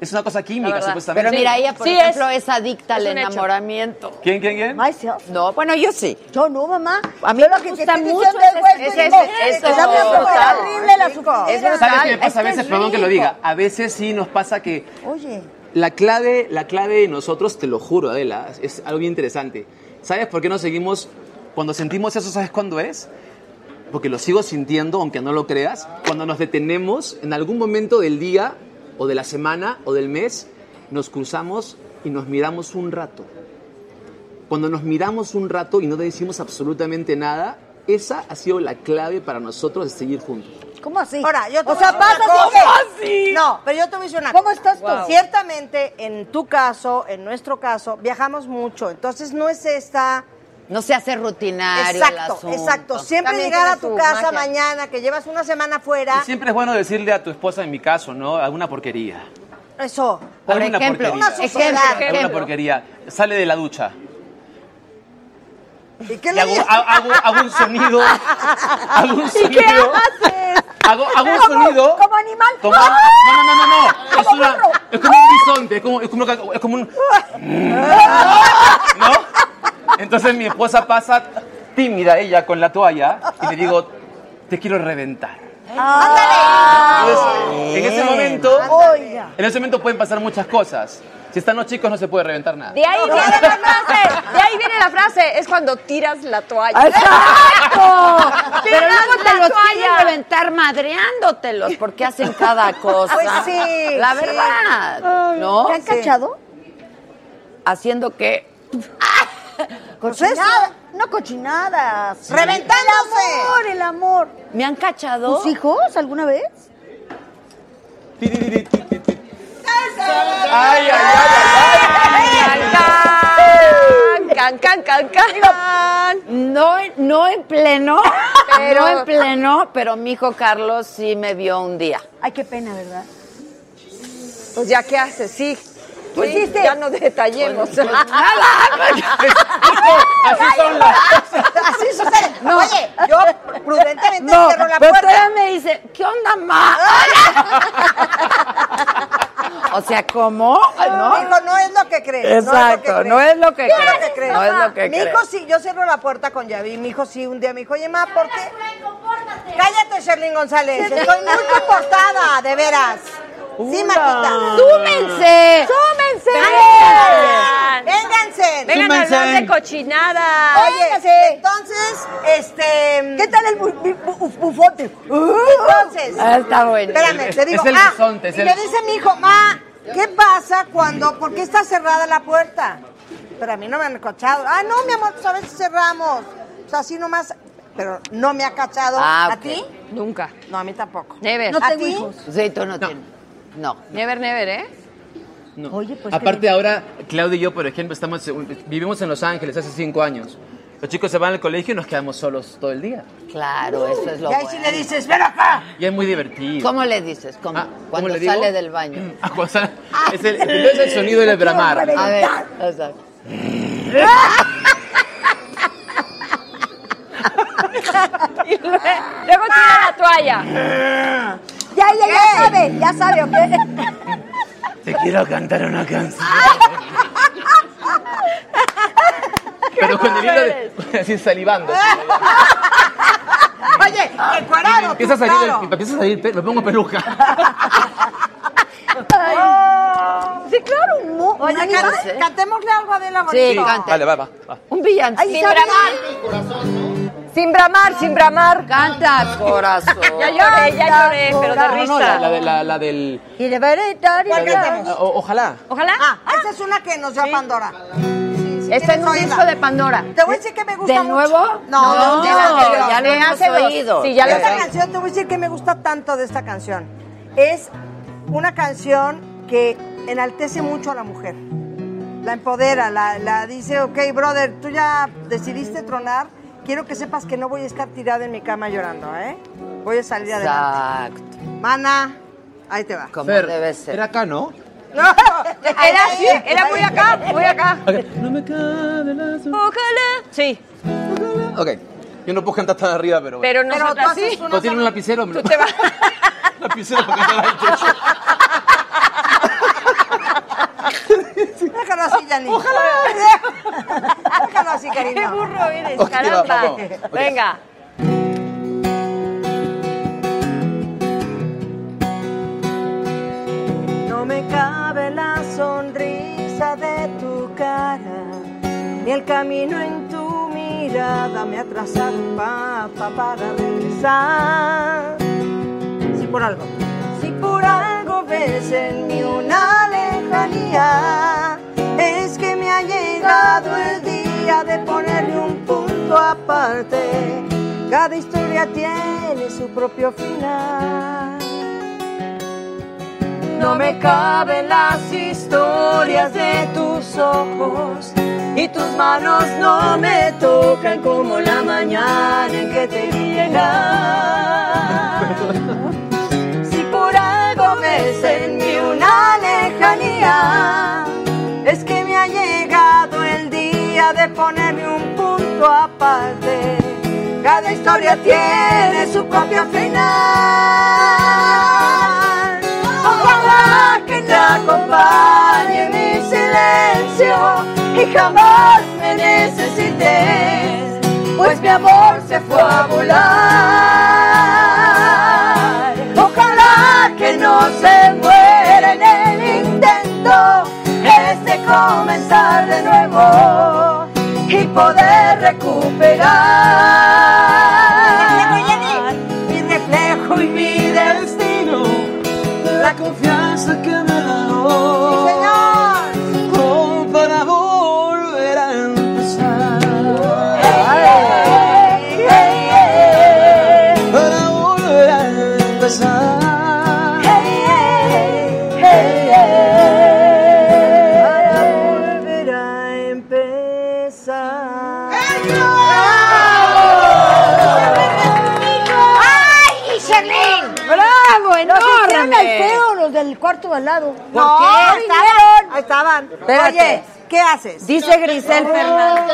Es una cosa la química, verdad. supuestamente. Pero mira, ella, por Sí, es. ejemplo, es, adicta al Es un hecho. enamoramiento. ¿Quién, quién, quién? Myself. No, bueno, yo sí. Yo no, mamá. A mí Yo me lo que te gusta estoy mucho diciendo es, güey, es tú ese- no, eso. te da una Eso. flojera horrible la Es verdad. sufrida. ¿Sabes qué me pasa a Es que este es veces? Perdón que lo rico. diga. A veces sí nos pasa que Oye, la clave, la clave de nosotros, te lo juro, Adela, es algo bien interesante. ¿Sabes por qué nos seguimos? Cuando sentimos eso, ¿sabes cuándo es? Porque lo sigo sintiendo, aunque no lo creas. Cuando nos detenemos, en algún momento del día, o de la semana, o del mes, nos cruzamos y nos miramos un rato. Cuando nos miramos un rato y no decimos absolutamente nada, esa ha sido la clave para nosotros de seguir juntos. ¿cómo así? Ahora, yo te O voy sea, a decir pasa una cosa. así. No, pero yo te voy a decir una ¿Cómo estás tú? Wow. Ciertamente, en tu caso, en nuestro caso, viajamos mucho. Entonces, no es esta... No se hace rutinario el Exacto, asunto. exacto. Siempre También llegar a tiene tu su casa magia. mañana, que llevas una semana fuera, Y siempre es bueno decirle a tu esposa, en mi caso, ¿no? Alguna porquería. eso. Alguna porquería. una sociedad. Alguna porquería. Sale de la ducha. ¿Y qué Y hago, ha- hago- hago un sonido. Hago un ¿Y qué sonido. Hago, hago un sonido. Como animal. Como- no, no, no, no, no. Es, una- es como un bisonte. Es como, es como- es como un. ¿No? Entonces mi esposa pasa tímida ella con la toalla y le digo, te quiero reventar. Entonces, en ese momento, Oiga. en ese momento pueden pasar muchas cosas. Si están los chicos no se puede reventar nada. De ahí viene la frase. De ahí viene la frase. Es cuando tiras la toalla. ¡Exacto! Pero Tiras luego la te los toalla. quieren reventar madreándotelos porque hacen cada cosa. Pues sí, La sí. verdad. Ay, ¿No? ¿te han cachado? Haciendo que. Cochinada, Pues no cochinadas. Sí. ¡Reventándose! El amor, el amor. ¿Me han cachado? ¿Tus hijos alguna vez? ay, Can, can, can, can. No, en- no en pleno, Pero- no en pleno, pero mi hijo Carlos sí me vio un día. Ay, qué pena, ¿verdad? Pues ya qué haces, sí. Pues hiciste? Pues, ya no detallemos. Así son las Así sucede. No. Oye, yo prudentemente No, cierro la pero puerta. todavía me dice, ¿qué onda, ma? O sea, ¿cómo? ¿No? Dijo, no es lo que crees. Exacto, no es lo que ¿Qué crees, haces, no es lo que Mi hijo crees. sí, yo cierro la puerta con llave. Y mi hijo sí, un día me dijo, oye, ma, ¿por qué? Cállate, Sherlyn González. Estoy muy comportada, de veras. Sí, Marquita. ¡Súmense! ¡Súmense! ¡Vénganse! Vengan a hablar de cochinadas. Oye, entonces, este... ¿Qué tal el bu- bu- bu- bufote? Entonces... Ah, está bueno. Espérame, te Es- digo, es el ah, bisonte, es y el- me dice mi hijo, ma, ¿qué pasa cuando, por qué está cerrada la puerta? Pero a mí no me han cachado. Ah, no, mi amor, pues a veces cerramos. O sea, así nomás, pero no me ha cachado. Ah, ¿A ok. ti? Nunca. No, a mí tampoco. Never. No tengo hijos. Sí, tú no, tienes. No. Never, never, ¿eh? Oye, Aparte ahora, Claudio y yo, por ejemplo, estamos, vivimos en Los Ángeles hace cinco años. Los chicos se van al colegio y nos quedamos solos todo el día. Claro, eso es lo Y ahí bueno. sí le dices, ven acá. Y es muy divertido. ¿Cómo le dices? ¿Cómo? Cuando Ah, le digo? sale del baño. Ah, cuando sale- es el, primero es el sonido del bramar. A ver, exacto. Y lue- luego tira la toalla. Ya, ya, ya sabe, ya sabe, ¿ok? Te quiero cantar una canción. Pero con el hilo de... Así salivando. Oye, Y me encuadrado. empieza a tú, salir, el- claro. me empieza a salir, pe- me pongo peluca. Oh. Sí, claro, un mo- un Oye, animal. can- ¿eh? cantémosle algo a Adela bonito. Vale, va, va. va. Un villancico. Ay, sin ¿sabe? bramar. Sin bramar, sin bramar. Canta, corazón. Ya lloré, ya lloré, pero de No, no, risa. la, la, de- la, la del... Y le va a heredar, y la le del- va a- o- ojalá. Ah. Ojalá. Ah, esa es una que nos dio Pandora. Sí, sí. Está en un quieres disco oírla. de Pandora. Te voy a decir que me gusta ¿Del mucho. nuevo? No, No, no, del anterior, ya lo hemos oído. Sí, ya lo esta sé. canción, te voy a decir que me gusta tanto de esta canción. Es una canción que enaltece mucho a la mujer. La empodera, la, la dice, ok, brother, tú ya decidiste tronar, quiero que sepas que no voy a estar tirada en mi cama llorando, ¿eh? Voy a salir Ah, adelante. Exacto. Mana, ahí te va. Como debe ser. Era acá, ¿no? No, Era así, era muy acá, muy acá. No me cabe la Ojalá. Sí. Ok. Yo no puedo cantar tan arriba, pero. Pero nosotras sí. Cuando tiene un lapicero, me lo. te vas. lapicero para cantar al techo. Déjalo así, Yanni. Ojalá. Déjalo así, cariño. Qué burro eres, Ok, caramba. vamos. Ok. Venga. No me cabe la sonrisa de tu cara, ni el camino en tu mirada me atrasa el mapa para regresar. Si por algo, si por algo ves en mí una lejanía, es que me ha llegado el día de ponerle un punto aparte. Cada historia tiene su propio final. No me caben las historias de tus ojos y tus manos no me tocan como la mañana en que te vi llegar. Si por algo ves en mí una lejanía, es que me ha llegado el día de ponerme un punto aparte. Cada historia tiene su propio final. Ojalá que te acompañe mi silencio y jamás me necesites, pues mi amor se fue a volar. Ojalá que no se muera en el intento este comenzar de nuevo y poder recuperar mi reflejo y mi destino la confianza que me ¡Sí, señor! Oh, para volver a empezar. Para volver a empezar. Para volver a empezar. ¡Ay, Sherlyn! ¡Bravo, Los hicieron enorme! al feo, los del cuarto al lado. No, ahí estaban. Ahí estaban. Espérate. Oye, ¿qué haces? Dice Grisel Fernández.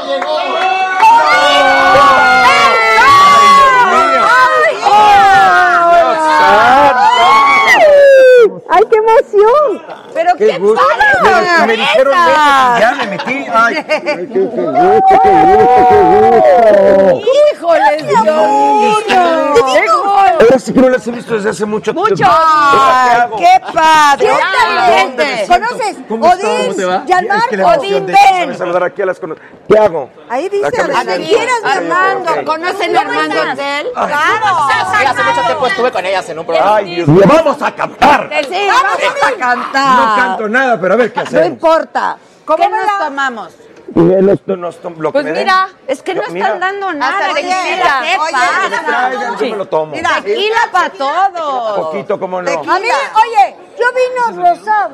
¡Ay, qué emoción! ¡Pero qué, gusto! padre! Me, me dijeron eso, ya me metí. Ah. ¡Ay, qué gusto, qué gusto! ¡Híjoles, Dios mío! ¡Qué gol! Ahora sí no las he visto desde hace mucho tiempo. ¡Mucho! Ahora, ¡Ay, hago? qué padre! Hola, ¿dónde me siento? ¿Conoces? ¿Cómo estás? ¿Cómo te va? Odín, Yanmar, Es que la Odín, emoción de ven. saludar aquí a las cono- ¿Qué hago? Ahí La dice, que me a quien siento. quieras, mi Ok, Armando. ok. ¿Conocen a Armando Hotel? Sí, hace mucho tiempo estuve con ellas en un programa. Ay, Dios mío, vamos a cantar. Sí, vamos a No cantar. canto nada, pero a ver qué No hacemos. importa. ¿Qué nos tomamos? Eh, los- nos tom- lo que Pues me den. mira, es que Yo- no están mira, dando nada. Hasta de tequila. tequila. Oye, ¿Qué que me pasa? traigan, yo me lo tomo. Tequila para todos. Poquito, como no. A mí, oye, yo vino rosado.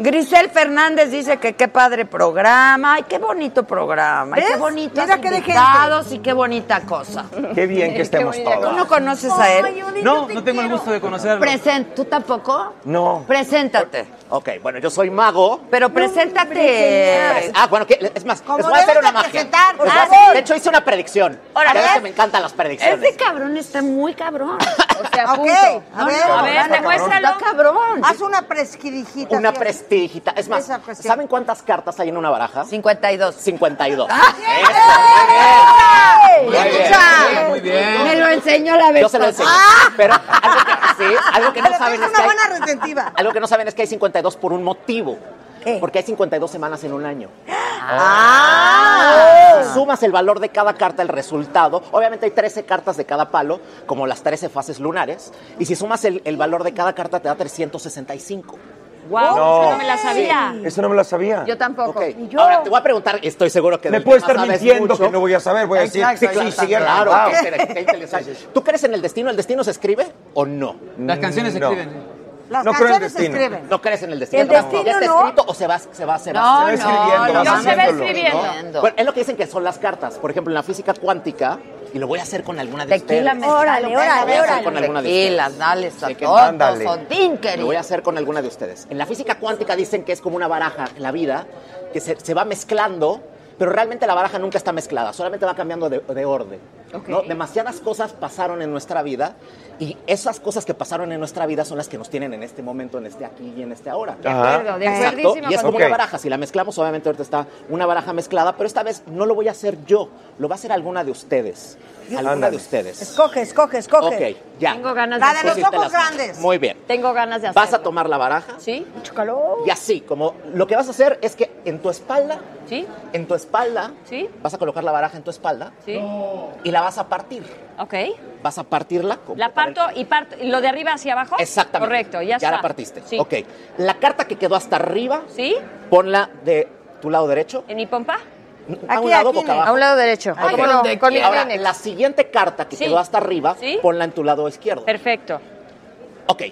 Grisel Fernández dice que qué padre programa, ay qué bonito programa, ay, qué ¿Ves? bonitos Mira qué de gente. invitados y qué bonita cosa. Qué bien que estemos ¿Tú todos. no conoces a él? No, no tengo el gusto de conocerlo. Present, ¿tú tampoco? No. Preséntate. Ok, bueno, yo soy mago. Pero preséntate. Ah, bueno, ¿qué? es más, les voy a debes hacer una de magia. presentar, por Les voy a hacer- favor. De hecho, hice una predicción. Ahora, Ya ves ¿ves? que me encantan las predicciones. Ese cabrón está muy cabrón. O sea, Ok, punto. a ver, a ver, está cabrón. demuéstralo. Está cabrón. Haz una presquidijita. Una sí. prestigita. Es más, Esa cuestión. ¿saben cuántas cartas hay en una baraja? 52. 52. ¡Ey! Muy bien, Ah, Escucha. muy Eh. bien. Me lo enseñó la vez. Yo se lo enseño. pasada. ¡Ah! Pero algo que, sí, algo que no saben es que Una hay, buena retentiva. algo que no saben es que hay 52 por un motivo. Porque hay 52 semanas en un año. ¡Ah! Si sumas el valor de cada carta, el resultado, obviamente hay 13 cartas de cada palo, como las 13 fases lunares, y si sumas el, el valor de cada carta te da 365. Guau, No. es que no me la sabía. Sí, Eso no me la sabía. Yo tampoco. Ahora te voy a preguntar, estoy seguro que. Me del puedes tema estar sabes mintiendo mucho. que no voy a saber, voy a decir, Exacto, sí, sí, exacto, sí, era, claro. wow. qué inter- qué interesante. ¿Tú crees en el destino? ¿El destino se escribe o no? Las canciones se no. escriben. Las No creo en el canciones se destino. escriben. No crees en el destino. El destino ¿Ya está no. escrito o se va, se va, se va? No, se va no, escribiendo, no, vas se va haciéndolo, escribiendo. ¿no? Bueno, es lo que dicen que son las cartas. Por ejemplo, en la física cuántica, y lo voy a hacer con alguna de Tequila mezcal, ustedes. Lo voy a hacer órale, órale. Con alguna de Tequila, ustedes. dale, Sé que- satotos, Ándale. o Lo voy a hacer con alguna de ustedes. En la física cuántica dicen que es como una baraja en la vida, que se, se va mezclando, pero realmente la baraja nunca está mezclada, solamente va cambiando de, de orden. ¿no? Demasiadas cosas pasaron en nuestra vida y esas cosas que pasaron en nuestra vida son las que nos tienen en este momento, en este aquí y en este ahora. De acuerdo, de Exacto, acuerdísimo Y es como contigo. una baraja, si la mezclamos, obviamente ahorita está una baraja mezclada, pero esta vez no lo voy a hacer yo, lo va a hacer alguna de ustedes. Alguna Ándale. de ustedes. Escoge, escoge, escoge. Ok, ya. Tengo ganas de La de los Pusiste ojos las- grandes. Muy bien. Tengo ganas de Vas a tomar la baraja. Sí. Mucho calor. Y así, como lo que vas a hacer es que en tu espalda, ¿sí? En tu espalda, ¿sí? Vas a colocar la baraja en tu espalda, ¿sí? Y la vas a partir. Ok. Vas a partirla como La para el- parto y parto. ¿Lo de arriba hacia abajo? Exactamente. Correcto, ya, está. la partiste. Ok. La carta que quedó hasta arriba, ¿Sí? ponla de tu lado derecho. ¿En mi pompa? a un lado boca abajo. A un lado derecho. Ok. ¿Cómo no? Con mi Ahora, Kleenex. la siguiente carta que Sí. quedó hasta arriba, ponla en tu lado izquierdo. Perfecto. Ok.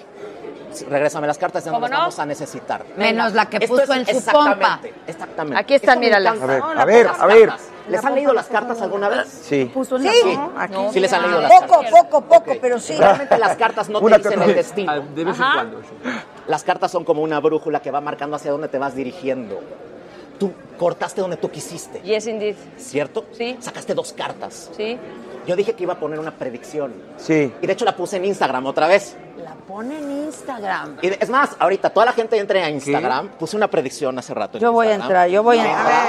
Sí, Regrésame las cartas, ya no ¿Cómo las no? vamos a necesitar. Menos la que puso en su pompa. Exactamente, exactamente. Aquí están, Esto me míralas. encanta. A ver, Ahora, a ver, las a ver. cartas. ¿Les han leído las cartas alguna vez? Sí. Puso Sí, Sí, les han leído las poco, cartas. poco, poco, pero sí. Realmente las cartas no Una te dicen carta. Ah, el destino. De vez en Ajá. cuando, Las cartas son como una brújula que va marcando hacia dónde te vas dirigiendo. Tú cortaste donde tú quisiste, Yes, indeed. ¿cierto? Sí. Sacaste dos cartas. Sí. Yo dije que iba a poner una predicción. Sí. Y de hecho la puse en Instagram otra vez. Pone en Instagram. Y de- es más, ahorita toda la gente entre a Instagram. Puse una predicción hace rato. en Yo voy a Instagram. entrar, yo voy a No. entrar.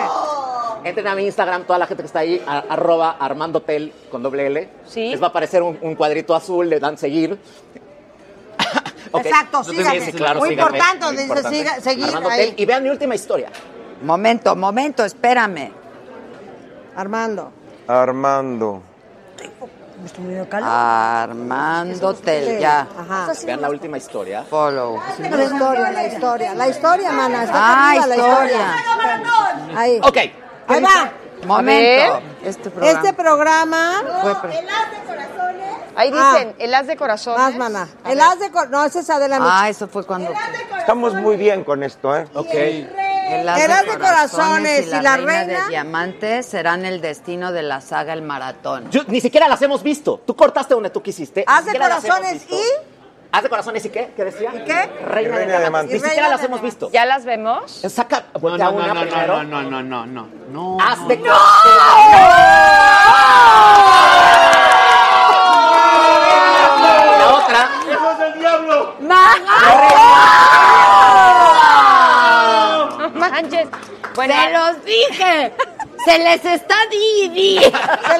Entren a mi Instagram, toda la gente que está ahí, a- arroba armandotel con doble L. Les va a aparecer un, un cuadrito azul, le dan seguir. Ok. Exacto, síganme. Muy síganme. importante, Muy dice, importante. siga- seguir Armando ahí. Tel. Y vean mi última historia. Momento, momento, espérame. Armando. Armando. Ah, Armando Tel, ya. Ajá. Vean la última historia. Oh, Follow. La historia, la historia. La historia, mana. Está Ah, contigo la historia. Ah, Ahí. Ok. Ahí va. Momento. Este Este programa. Ahí Ah. dicen, el haz de corazones. Más, mana. El as de cor- No, ese es Adela Micha. Ah, eso fue cuando. Estamos muy bien con esto, ¿eh? Ok. El El haz de corazones y la reina- de diamantes serán el destino de la saga El Maratón. Yo- ni siquiera las hemos visto. Tú cortaste donde tú quisiste. Haz Ni de siquiera las hemos corazones visto. Haz de corazones y qué? ¿Qué decía? ¿Y qué? Reina, Reina de de diamantes. diamantes. Ni Y siquiera reina las de hemos visto. ¿Ya las vemos? Saca, No, voltea no, una no, primero. no, no, no, no, no, no, no. Haz de La otra. ¡Hijos del diablo! Manches. Bueno, se los dije. Se les está Didi. Se le dice, se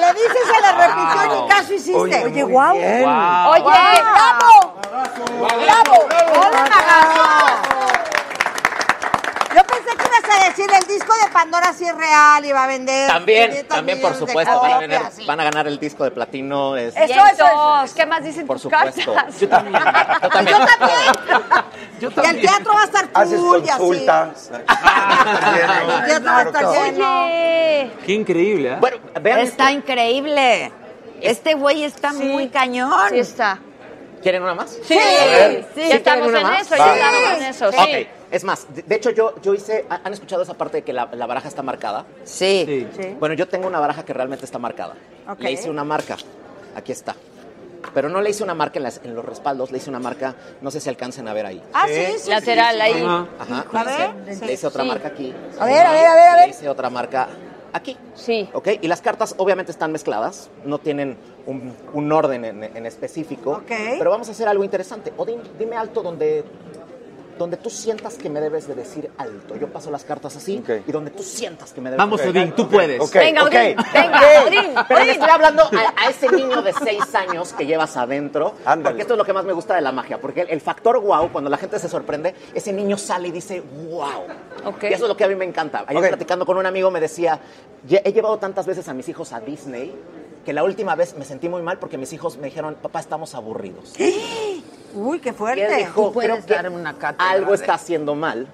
le repitió y Wow. caso hiciste. Oye, Oye, muy guau. bien. Guau. Oye, bravo. Bravo. Hola, Magazo. Yo pensé que ibas a decir el disco de Pandora sí es real y va a vender. También, 500 también, por millones Eh, de supuesto, van a, copias. ganar, van a ganar el disco de platino. es- Eso, eso, eso. ¿Qué más dicen Por tus supuesto. cartas? Yo también. Yo también. Y el teatro va a estar Haces full y así. consultas. El teatro va a estar lleno. Qué increíble, ¿eh? Bueno, este- Está increíble. Este güey está muy cañón. Sí está. ¿Quieren una más? Sí, A ver, sí. Ya estamos quieren una en más? eso, ya Vale. estamos en eso, sí. Ok, es más, de, de hecho yo, yo hice, ¿ha- ¿han escuchado esa parte de que la, la baraja está marcada? Sí. Sí. Bueno, yo tengo una baraja que realmente está marcada. Ok. Le hice una marca, aquí está. Pero no le hice una marca en, las- en los respaldos, le hice una marca, no sé si alcancen a ver ahí. Ah, sí, sí, sí, Lateral, sí. ahí. Ajá, ajá. A Le ver. hice- le hice otra Sí. marca aquí. A ver, a ver, a ver, a Le ver. hice otra marca aquí. Sí. ¿Ok? Y las cartas obviamente están mezcladas, no tienen un, un orden en, en específico. Pero vamos a hacer algo interesante. O dime, dime alto donde, donde tú sientas que me debes de decir alto. Yo paso las cartas así y donde tú sientas que me debes Vamos, de Odín, tú puedes. Ok, Venga, ok. Odín, venga, Ok. Odín, Pero Odín. le estoy hablando a, a ese niño de seis años que llevas adentro. Porque esto es lo que más me gusta de la magia. Porque el, el factor wow, cuando la gente se sorprende, ese niño sale y dice wow. Y eso es lo que a mí me encanta. Ayer platicando con un amigo me decía, "Lle- he llevado tantas veces a mis hijos a Disney que la última vez me sentí muy mal porque mis hijos me dijeron, papá, estamos aburridos. Uy, qué fuerte. ¿Qué dijo? Tú puedes Creo que dar algo de- está haciendo mal.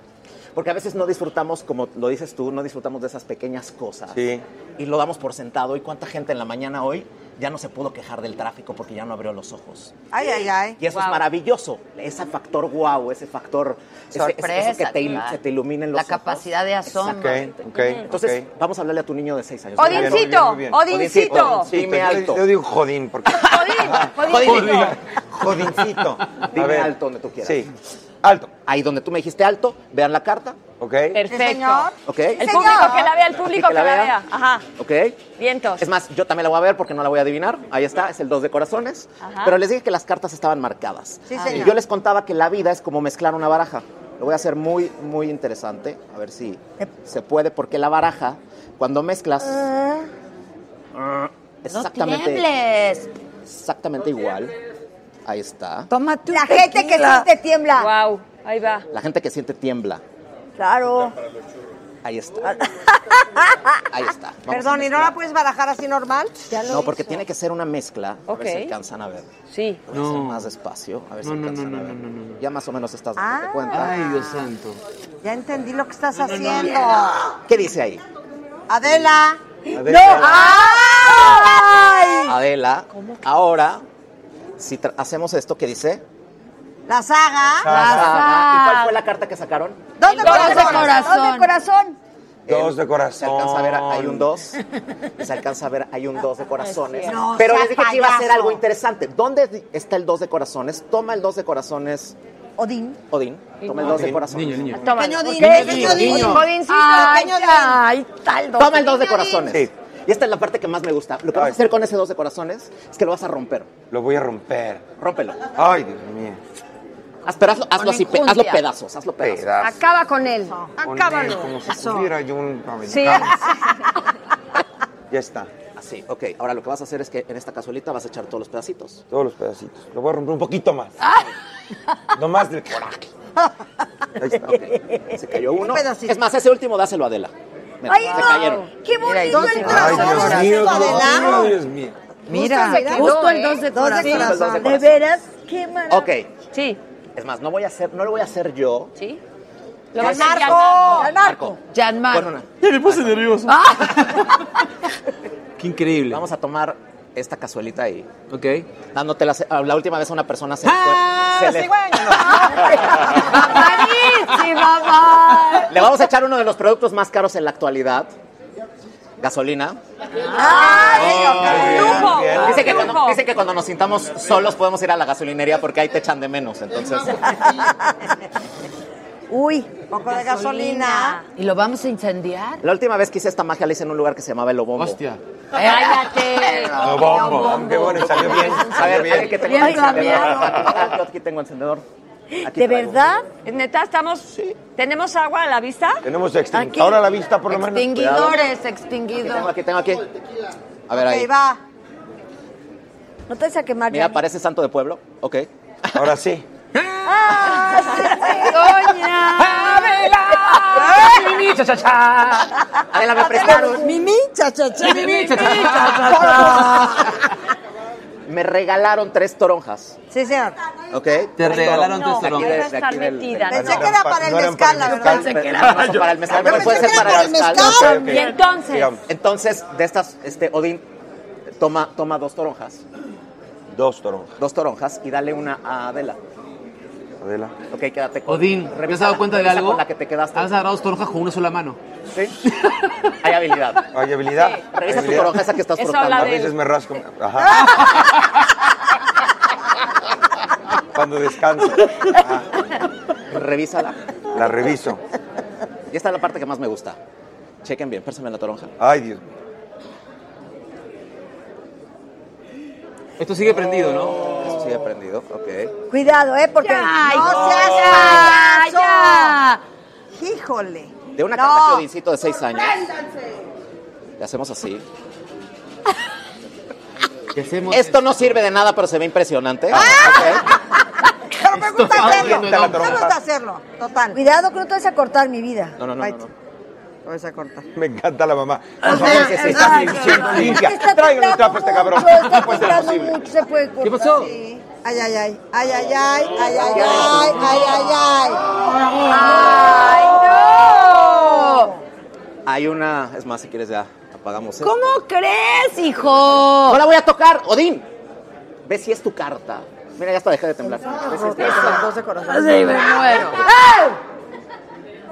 Porque a veces no disfrutamos, como lo dices tú, no disfrutamos de esas pequeñas cosas. Sí. Y lo damos por sentado. ¿Y cuánta gente en la mañana hoy ya no se pudo quejar del tráfico porque ya no abrió los ojos? Ay, ay, ay. Y eso es Guau. maravilloso. Ese factor guau, ese factor... ese- ese- eso que Sorpresa, te, il- claro. se te iluminen los La ojos. capacidad de asombro. Exactamente. Ok, ok, Entonces, ok. vamos a hablarle a tu niño de seis años. Odincito, Muy bien, muy bien. Odincito. Dime alto. Yo, yo digo jodín porque... Jodincito. Jodincito. Dime A ver. alto donde tú quieras. Sí. Alto. Ahí donde tú me dijiste alto, vean la carta. Ok. Perfecto. señor. Ok. El público que la vea, el público que la vea. Ajá. Ok. Vientos. Es más, yo también la voy a ver porque no la voy a adivinar. Ahí está, es el 2 de corazones. Ajá. Pero les dije que las cartas estaban marcadas. Sí, y señor. yo les contaba que la vida es como mezclar una baraja. Lo voy a hacer muy, muy interesante. A ver si se puede, porque la baraja, cuando mezclas, es exactamente, exactamente igual. Ahí está. Tómate La gente que siente tiembla. Wow, ahí va. La gente que siente tiembla. Claro. Ahí está. Ahí está. Vamos a Perdón, ¿y no la puedes barajar así normal? No, porque tiene que ser una mezcla. A ver si Ok. alcanzan a ver. Sí. Voy a hacer más despacio. A ver si No, no, alcanzan no, a no, ver. no, Ya más o menos estás Ah. dando cuenta. Ay, Dios santo. Ya entendí lo que estás no, haciendo. ¿Qué dice ahí? Adela. Adela. ¡No! ¡Ay! Adela. Ahora, si tra- hacemos esto, ¿qué dice? La saga. Ah, ¿Y cuál fue la carta que sacaron? ¿Dónde Dos de corazón? corazón. ¿Dónde corazón? Dos de corazón. Se alcanza a ver, hay un dos. Se alcanza a ver, hay un dos de corazones. cierto. No, Pero seas les dije que iba a ser payaso. algo interesante. ¿Dónde di- está el dos de corazones? Toma el dos de corazones. Odín. Odín. Toma el dos de corazones. Niño, niño. Pequeño Odín, pequeño Odín. Odincito, pequeño Odín. Toma el dos de corazones. Y esta es la parte que más me gusta. Lo que vas a hacer con ese dos de corazones es que lo vas a romper. Lo voy a romper. Rómpelo. Ay, Dios mío. Haz- Ah, Pero hazlo, hazlo Con así, pe- enjundia. hazlo pedazos, hazlo pedazos. Pedazos. Acaba con él. Poner Acábalo. Como si Eso. tuviera yo un Sí. aventado. Ya está. Así, ok. Ahora lo que vas a hacer es que en esta cazuelita vas a echar todos los pedacitos. Ah. Todos los pedacitos. Lo voy a romper un poquito más. No más del coraje. Ahí está, ok. Se cayó uno. Un Es más, ese último dáselo a Adela. Mira, Ay, se no. cayeron. Qué bonito ahí. el corazón. Ay, Dios mío, Adela. Dios mío, Dios mío. Mira, Justo se quedó, justo el ¿eh? dos de Dos corazón. corazón. De corazón. veras, qué maravilla. Ok. Sí. Es más, no voy a hacer, no lo voy a hacer yo. Sí. Lo va a vas a hacer hacer Marco. Jan Con Marco. una. Ya me puse nervioso. Qué increíble. Vamos a tomar esta cazuelita ahí. Ok. Dándote la, la última vez a una persona se, le fue- Ah, se le, le vamos a echar uno de los productos más caros en la actualidad. Gasolina. Lujo. Dicen que, cuando, dicen que cuando nos sintamos solos podemos ir a la gasolinería porque ahí te echan de menos. Entonces, Uy, poco de gasolina. ¿Y lo vamos a incendiar? la última vez que hice esta magia la hice en un lugar que se llamaba El Obombo. Hostia. Cállate. Qué bueno, salió bien. A ver, bien. bien. que tengo Bien un encendedor. planeado. Aquí, aquí tengo encendedor. Aquí ¿De traigo. verdad? Neta, estamos. ¿Tenemos agua a la vista? Tenemos extintor a la vista, por lo menos. Tengo extinguidores. aquí, tengo aquí. A ver ahí. va. No te vas a quemar Mira, Jan. parece santo de pueblo. Ok. Ahora sí. Ah, sí, doña. Mimi, cha, cha, cha. Adela, me prestaron. Mimi, cha, cha, cha. Mimi, cha, cha, cha. Me regalaron tres toronjas. Sí, señor. ¿Ok? Te regalaron tres toronjas. toronjas. Debe estar metida. Pensé que era para el mezcal, la verdad. Pensé que era Yo- para el mezcal, Yo pero puede pensé que ser era para el para el mezcal. mezcal. Ok, ok. Y entonces- Sigamos. Entonces, de estas, este, Odín, toma, toma dos toronjas. Dos toronjas. Dos toronjas y dale una a Adela. Adela. Ok, quédate con... Odín, ¿te has Revisa- dado cuenta de revisa algo? con la que te quedaste. Has agarrado toronjas con una sola mano. Sí. Hay habilidad. Hay habilidad. Revisa tu Habilidad. toronja esa que estás Eso frotando. habla A de él. veces me rasco. eh, ¿Ah? Ajá. Cuando descanso. Revísala. La reviso. Y esta es la parte que más me gusta. Chequen bien, pérsame la toronja. Ay, Dios mío. Esto sigue prendido, ¿no? Eso sigue prendido, ok. Cuidado, ¿eh? Porque Ya, no no, seas ya, payaso. ya. Híjole. De una No. carta que Odincito de 6 años. Le hacemos así. Esto no sirve de nada, pero se ve impresionante. Pero me gusta Estoy hacerlo. viendo el Me gusta hombro. hacerlo. Total. Cuidado que no te vas a cortar mi vida. No, no, no, no, no. Lo vas a cortar. Me encanta la mamá. O Por sea, favor, que se está ay, dirigiendo ay, limpia. es que está Traigan un trapo a este cabrón. No puede ser Hablando posible. mucho, se puede cortar, pasó? sí. Ay, ay, ay. Ay, ay, ay. Ay, ay, ay. Ay, ay, ay. ¡Ay, Oh, no! Hay una, es más, si quieres ya apagamos esto. ¿Cómo crees, hijo? No la voy a tocar, Odín. Ve si es tu carta. Mira, ya hasta dejé de temblar. Ve si es tu carta. Sí, me muero.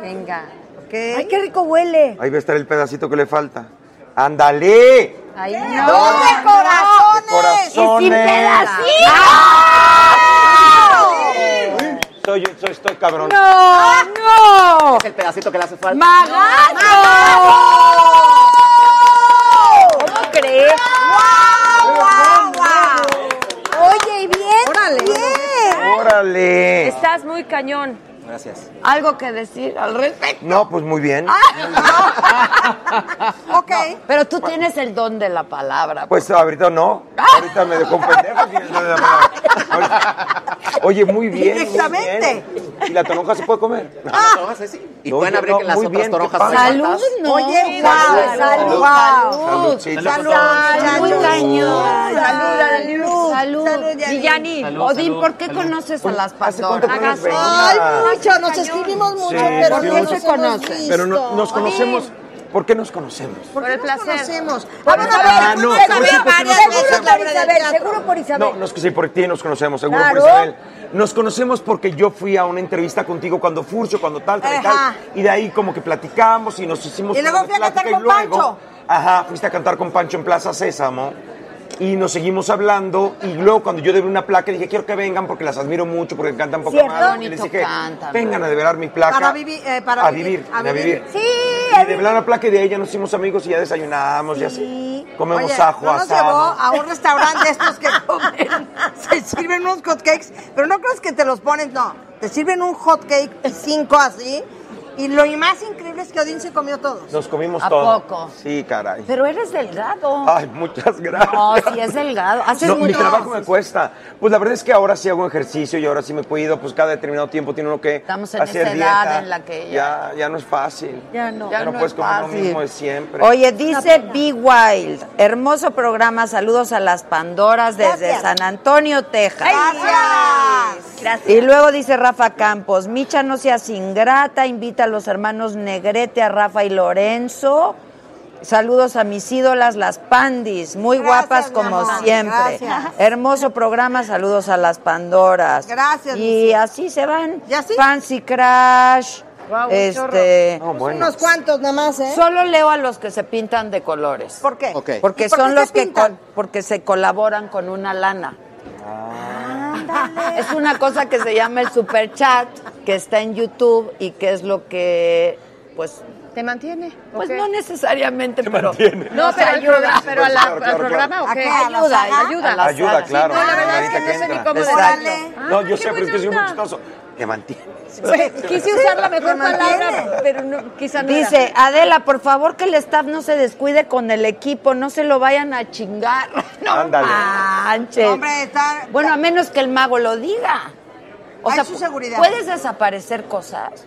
Venga. Ay, qué rico huele. Ahí va a estar el pedacito que le falta. ¡Ándale! Ay, no. ¡Doble corazones! corazones! Soy, soy, estoy cabrón. ¡No, no! Es el pedacito que le hace falta. ¿Cómo crees? ¡Guau, guau! Oye, y bien, bien. ¡Órale! Estás muy cañón. Gracias. ¿Algo que decir al respecto? No, pues muy bien. ok. pero tú tienes el don de la palabra. Pues ahorita no. Ahorita me dejó un pendejo. sí, no le da palabra. Ahorita- Oye, muy bien. muy Directamente. bien. ¿Y la toronja se puede comer? Y pueden abrir que las otras toronjas toronjas sean faltas. no. Oye, guau, salud. Salud, Salud, chicos. Salud, Salud, cañón. Salud, Salud. Salud, Y Yani, Salud, Odín, salud, ¿por qué conoces a las Pandoras? Ay, mucho, nos escribimos mucho, Sí, pero sí, no nos- nos hemos visto. Pero no- nos Oye, conocemos. ¿Por qué nos conocemos? ¿Por el placer. Nos conocemos. A ver, Ah, a ver, no, vamos a por ver eso que varias no veces conocemos. la obra de Isabel, teatro. seguro por Isabel. No, nos, sí, por ti nos conocemos, seguro Claro. por Isabel. Nos conocemos porque yo fui a una entrevista contigo cuando Furcio, cuando tal, tal, y tal. Ajá. Y de ahí como que platicamos y nos hicimos... Y luego una fui a cantar plática y con luego- Pancho. Ajá, fuiste a cantar con Pancho en Plaza Sésamo. Y nos seguimos hablando. Y luego cuando yo debí una placa, dije, quiero que vengan porque las admiro mucho, porque cantan poco ¿Cierto? más. Y les Bonito dije, cantan. vengan a develar mi placa. Para vivir, eh, para a vivir, a vivir. Sí, Y de la placa y de ella nos hicimos amigos y ya desayunamos y así. Comemos Oye, ajo, no nos asado. llevó a un restaurante de estos que comen, se sirven unos hotcakes, pero no crees que te los ponen, no, te sirven un hotcake y cinco así, y lo más increíble es que Odín se comió todos. Nos comimos ¿A todo. poco? Sí, caray. Pero eres delgado. Ay, muchas gracias. No, si es delgado. Haces No, mi mucho- trabajo me cuesta. Pues la verdad es que ahora sí hago ejercicio y ahora sí me cuido. Pues cada determinado tiempo tiene uno que Estamos en hacer esa dieta. edad en la que ya... ya no es fácil. Ya no. Ya, Ya no, no puedes es comer lo fácil. mismo de siempre. Oye, dice Be Wild, hermoso programa, saludos a las Pandoras desde Gracias. San Antonio, Texas. Gracias. Y luego dice Rafa Campos, Micha no seas ingrata, invita a los hermanos Negrete, a Rafa y Lorenzo. Saludos a mis ídolas, las Pandis, muy guapas como amor. siempre. Gracias. Hermoso programa, saludos a las Pandoras. Gracias, Y así se van. Fancy Crash. Guau, un este, chorro. Unos cuantos nada más, ¿eh? Solo leo a los que se pintan de colores. ¿Por qué? Porque ¿Y por son qué los se que pintan? col- porque se colaboran con una lana. Es una cosa que se llama el super chat, que está en YouTube y que es lo que pues ¿Te mantiene? pues Ok. no necesariamente, pero No, nos pero, al ayuda. programa- pero a la- al programa, ¿o ¿A qué? qué? ¿A la Ayuda, saga? ayuda. A la Ayuda, saga. claro. Sí, no, la verdad es ahorita que no sé ni entra. cómo Exacto. decirlo. No, Ah, yo qué sé, pero es que soy muy buena chistoso. Te mantienes. Quise usar la mejor palabra, pero no, quizá no era. Dice, Adela, por favor que el staff no se descuide con el equipo, no se lo vayan a chingar. No Ándale. manches. Hombre, está- Bueno, a menos que el mago lo diga. O Hay sea, su seguridad. puedes desaparecer cosas.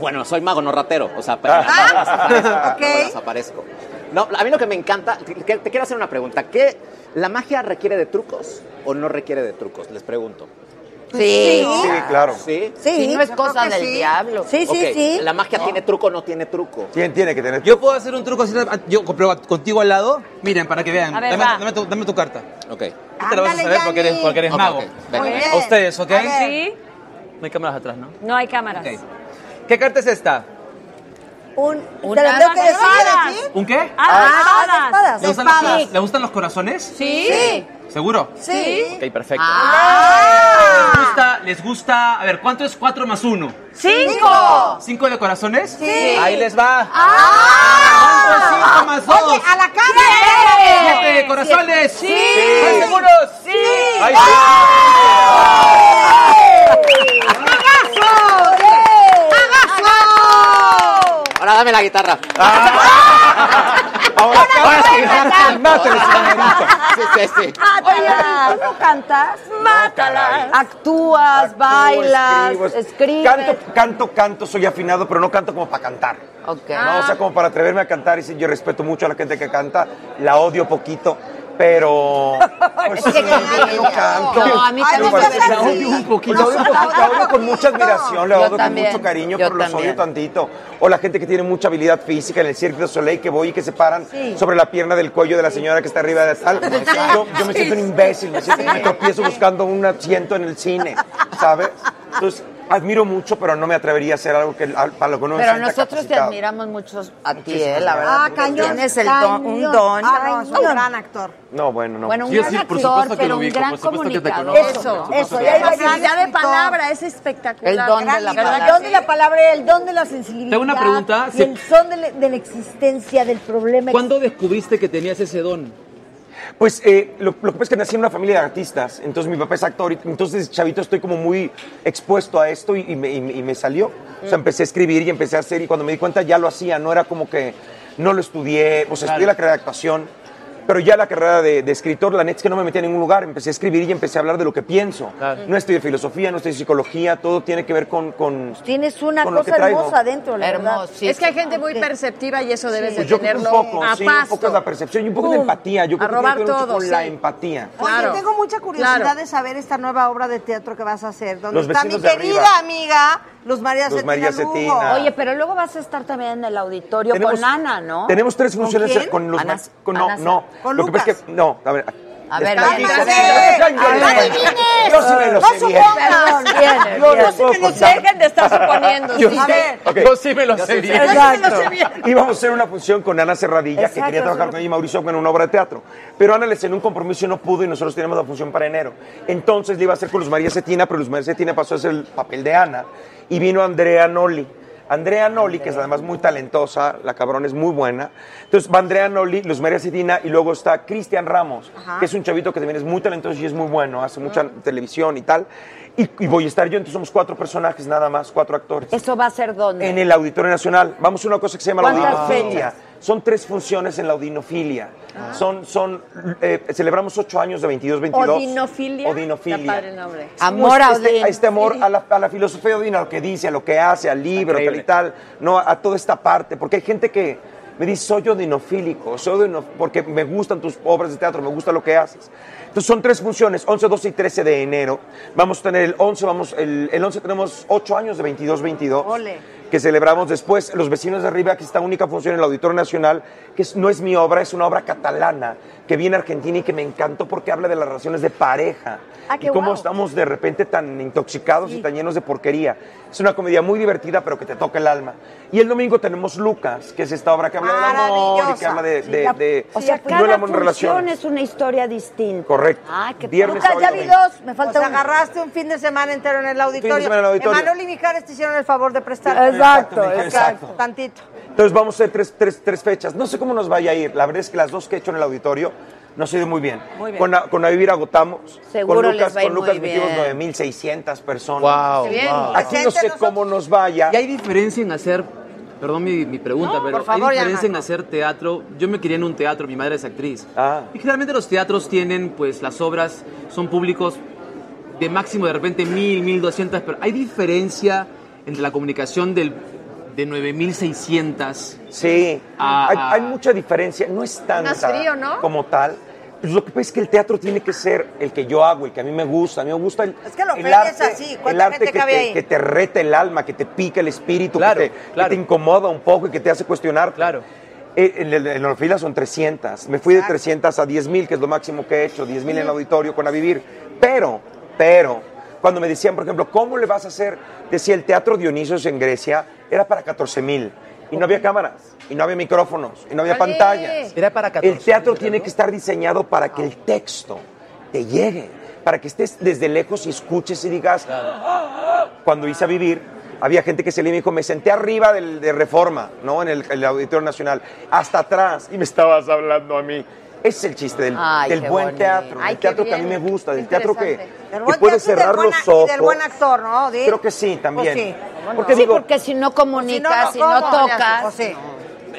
Bueno, soy mago, no ratero. O sea, pero Ah. no desaparezco. No, a mí lo que me encanta, que- que- te quiero hacer una pregunta. ¿Qué, ¿La magia requiere de trucos o no requiere de trucos? Les pregunto. Sí. Sí, claro. ¿Sí? Sí, Sí, no es yo creo cosa que del sí. diablo. Sí, sí, Ok, sí. ¿La magia tiene truco o no tiene truco? Tiene, tiene que tener. Yo puedo hacer un truco así, yo compro contigo al lado. Miren, para que vean. A ver, dame, va. dame tu, dame tu carta. Ok. Tú te la vas a Ándale, saber porque eres, Yanni. porque eres Ok, mago. ok, venga. Muy bien. A ustedes, ¿ok? A ver. Sí. No hay cámaras atrás, ¿no? No hay cámaras. Ok. ¿Qué carta es esta? Un, Un te lo tengo que hada de espadas. decir. ¿Un qué? Ah, hada de espadas. ¿Le gustan, Espadas. Los, ¿Le gustan los corazones? Sí. Sí. ¿Seguro? Sí. Ah. Ok, perfecto. ¿Les, gusta, ¿Les gusta? A ver, ¿cuánto es 4 más 1? Cinco. ¿Cinco de corazones? Sí. Ah. Ahí les va. ¿Cuánto es 5 más 2? Oye, a la cara. ¡Siete de corazones! Sí. ¿Están seguros? ¡Sí! ¡Ahí ¡Magazo! ¡Magazo! Ah. Ahora dame la guitarra. Ahora, ahora sí, mátala, señorita. Sí, sí, sí. Oye, ¿tú no cantas? Mátala. Actúas, bailas, escribo, es- escribes. Canto, canto, canto, soy afinado, pero no canto como para cantar. No, o sea, como para atreverme a cantar. Y sí, yo respeto mucho a la gente que canta, la odio poquito, pero. Pues, Es que sí, qué no envidia. canto. No, a mí Ay, también no, me parece- La parece odio así. un poquito. Yo La odio un poquito, la odio con mucha admiración, la Yo odio con también, mucho cariño, yo pero los odio también. tantito. O la gente que tiene mucha habilidad física en el Cirque du Soleil, que voy y que se paran Sí. sobre la pierna del cuello de la señora que está arriba de tal. Yo, yo me siento un imbécil, me, siento, me tropiezo buscando un asiento en el cine, ¿sabes? Entonces, admiro mucho, pero no me atrevería a hacer algo que, al- para lo que uno Pero nosotros te admiramos mucho a ti, eh, la verdad. Ah, porque cañón, Tienes el don, un cañón. don. Ah, no, es un Cañón. gran actor. No, bueno, no. Bueno, un gran actor, pero un gran comunicador. Eso, eso. que y te hay conozco. variedad de palabras. es espectacular. El don de Gran la libro. palabra. El don de la palabra, el don de la sensibilidad. Tengo una pregunta. y el son de, la- de la existencia, del problema. ¿Cuándo descubriste que tenías ese don? Pues eh, lo, lo que pasa es que nací en una familia de artistas, entonces mi papá es actor, y- entonces chavito estoy como muy expuesto a esto y, y me, y me- y me salió. O sea, empecé a escribir y empecé a hacer y cuando me di cuenta ya lo hacía, no era como que no lo estudié, o sea, estudié la carrera de actuación, pero ya la carrera de, de escritor, la neta es que no me metí a ningún lugar, empecé a escribir y empecé a hablar de lo que pienso. No estudié filosofía, no estudié psicología, todo tiene que ver con... con Tienes una Con lo que cosa traigo. hermosa dentro, la verdad. es que hay gente muy perceptiva y eso debes de Pues yo creo que tenerlo un poco, a sí, un pasto. poco es la percepción y un poco de Pum. empatía. Yo creo A que tiene robar que ver mucho todo, con la sí. empatía. Claro. Oye, tengo mucha curiosidad Claro. de saber esta nueva obra de teatro que vas a hacer. ¿Dónde Los está mi vecinos de arriba. querida amiga Luz María Luz Cetina María Lugo? Cetina. Oye, pero luego vas a estar también en el auditorio Tenemos- con Ana, ¿no? Tenemos tres funciones quién? con los Ana- ma- con- no, Ana- no. Con Lo que pasa es que no, a ver. A les ver, cambio, Ana, les sí. cambio, A les ver. cambio. Yo sí me lo No sé bien. supongas. Perdón, bien, Yo bien. no puedo Que nos contar. dejen de estar suponiendo, Yo sí. sí- A ver. ok. Yo sí me lo sé bien. Yo sí me lo sé Exacto. bien. Íbamos a hacer una función con Ana Serradilla, que Exacto, quería eso trabajar con ella y Mauricio en una obra de teatro. Pero Ana le en un compromiso y no pudo y nosotros teníamos la función para enero. Entonces le iba a hacer con Luz María Cetina, pero Luz María Cetina pasó a hacer el papel de Ana y vino Andrea Noli. Andrea Noli, que es además muy talentosa, la cabrón es muy buena. Entonces va Andrea Noli, Luz María Cetina y luego está Cristian Ramos, Ajá. que es un chavito que también es muy talentoso y es muy bueno, hace mucha televisión y tal. Y, y voy a estar yo, entonces somos cuatro personajes nada más, cuatro actores. ¿Eso va a ser dónde? En el Auditorio Nacional. Vamos a una cosa que se llama la ¿Cuántas audinofilia. fechas? Son tres funciones en la audinofilia. Ah. Son, son, eh, celebramos ocho años de 22-22. Odinofilia. Odinofilia. Está padre el nombre. Amor este, a este amor a la, a la filosofía odina, a lo que dice, a lo que hace, al libro, tal y tal, no, a, a toda esta parte, porque hay gente que me dice, soy odinofílico, soy odino- porque me gustan tus obras de teatro, me gusta lo que haces. Entonces son tres funciones, 11, 12 y 13 de enero. Vamos a tener el 11, vamos, el, el 11 tenemos ocho años de 22-22 Ole. que celebramos después los vecinos de arriba, que es esta única función en el Auditorio Nacional, que es- no es mi obra, es una obra catalana, que viene a Argentina y que me encantó porque habla de las relaciones de pareja. Ah, qué y cómo guau. estamos de repente tan intoxicados y tan llenos de porquería. Es una comedia muy divertida, pero que te toca el alma. Y el domingo tenemos Lucas, que es esta obra que habla del amor y que habla de... Ah, Sí, de- la- de- o sea, no el cada amor en función relaciones. es una historia distinta. Correcto. Ah, qué Viernes, padre. sábado y domingo. me falta agarraste un fin de semana entero en el auditorio. semana en el auditorio. Manuel y Mijares te hicieron el favor de prestar. Exacto, Exacto, Mijares, exacto. Tantito. Entonces vamos a hacer tres, tres- tres fechas. No sé cómo nos vaya a ir. La verdad es que las dos que he hecho en el auditorio nos ha ido muy bien. Muy bien. Con, A, con A Vivir agotamos. Seguro con les Lucas, va a ir con Lucas muy metimos bien. 9.600 personas. Wow, Bien. wow. Aquí no sé cómo nos vaya. ¿Y hay diferencia en hacer, perdón mi, mi pregunta, No, pero por favor, hay diferencia Yana. en hacer teatro? Yo me quería en un teatro, mi madre es actriz. Ah. Y generalmente los teatros tienen, pues las obras son públicos de máximo de repente mil, mil doscientas, pero ¿hay diferencia entre la comunicación del, de 9600? Sí, a- hay, a- hay mucha diferencia. No es tanta Más frío, ¿no? como tal. Pues lo que pasa es que el teatro tiene que ser el que yo hago, el que a mí me gusta. A mí me gusta el, Es que lo el peor es arte, así. el ¿Cuánta arte gente que, cabe te, ahí? que te reta el alma, que te pica el espíritu, que, te, que te incomoda un poco y que te hace cuestionar. Claro. En el- en la fila son 300. Me fui de 300 a 10.000, que es lo máximo que he hecho. 10.000 en el auditorio con A Vivir. Pero, pero, cuando me decían, por ejemplo, ¿cómo le vas a hacer? Decía, el teatro Dionisios en Grecia era para 14.000. Y no había cámaras, y no había micrófonos, y no había Vale. pantallas. Era para 14.000, El teatro tiene que estar diseñado para que el texto te llegue, para que estés desde lejos y escuches y digas, cuando hice a vivir, había gente que se le dijo, me senté arriba del, de Reforma, ¿no? En el, el Auditorio Nacional, hasta atrás, y me estabas hablando a mí. Ese es el chiste del, Ay, del qué buen bonito. teatro, Ay, del qué teatro que a mí me bien. gusta, del Qué teatro que, interesante. que puedes cerrar buen los ac- y ojos. del buen actor, ¿no? Di. Creo que sí, también. Pues sí. Porque sí, digo, porque si no comunicas, Si si no, no, no, ¿cómo le haces? tocas, Pues sí.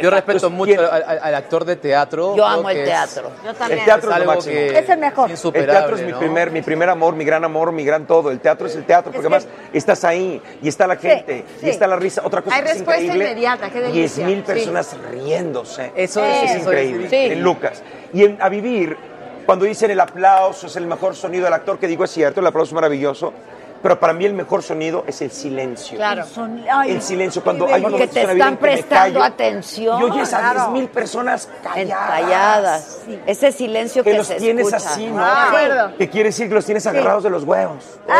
Yo respeto mucho al, al- al actor de teatro. Yo creo amo el que es- teatro. Yo también. El teatro es lo algo máximo. que Es el mejor. El teatro es mi, ¿no? primer, mi primer amor, mi gran amor, mi gran todo. El teatro es el teatro, porque además estás ahí y está la gente sí. y está la risa. Otra cosa Hay que es respuesta increíble, inmediata, qué Diez delicia. mil Sí. personas riéndose. Eso es- es eso es increíble. increíble. Sí. En Lucas. Y en A Vivir, cuando dicen el aplauso es el mejor sonido del actor, que digo es cierto, el aplauso es maravilloso, pero para mí el mejor sonido es el silencio. Claro. Ay, El silencio, cuando hay Porque momentos te en la vida están en que me prestando callo, atención. y oyes a Claro. 10.000 personas En- calladas. calladas. Ese silencio que, Que los se tienes escucha. así, ¿no? Ah. Que quiere decir que los tienes agarrados de los huevos. Que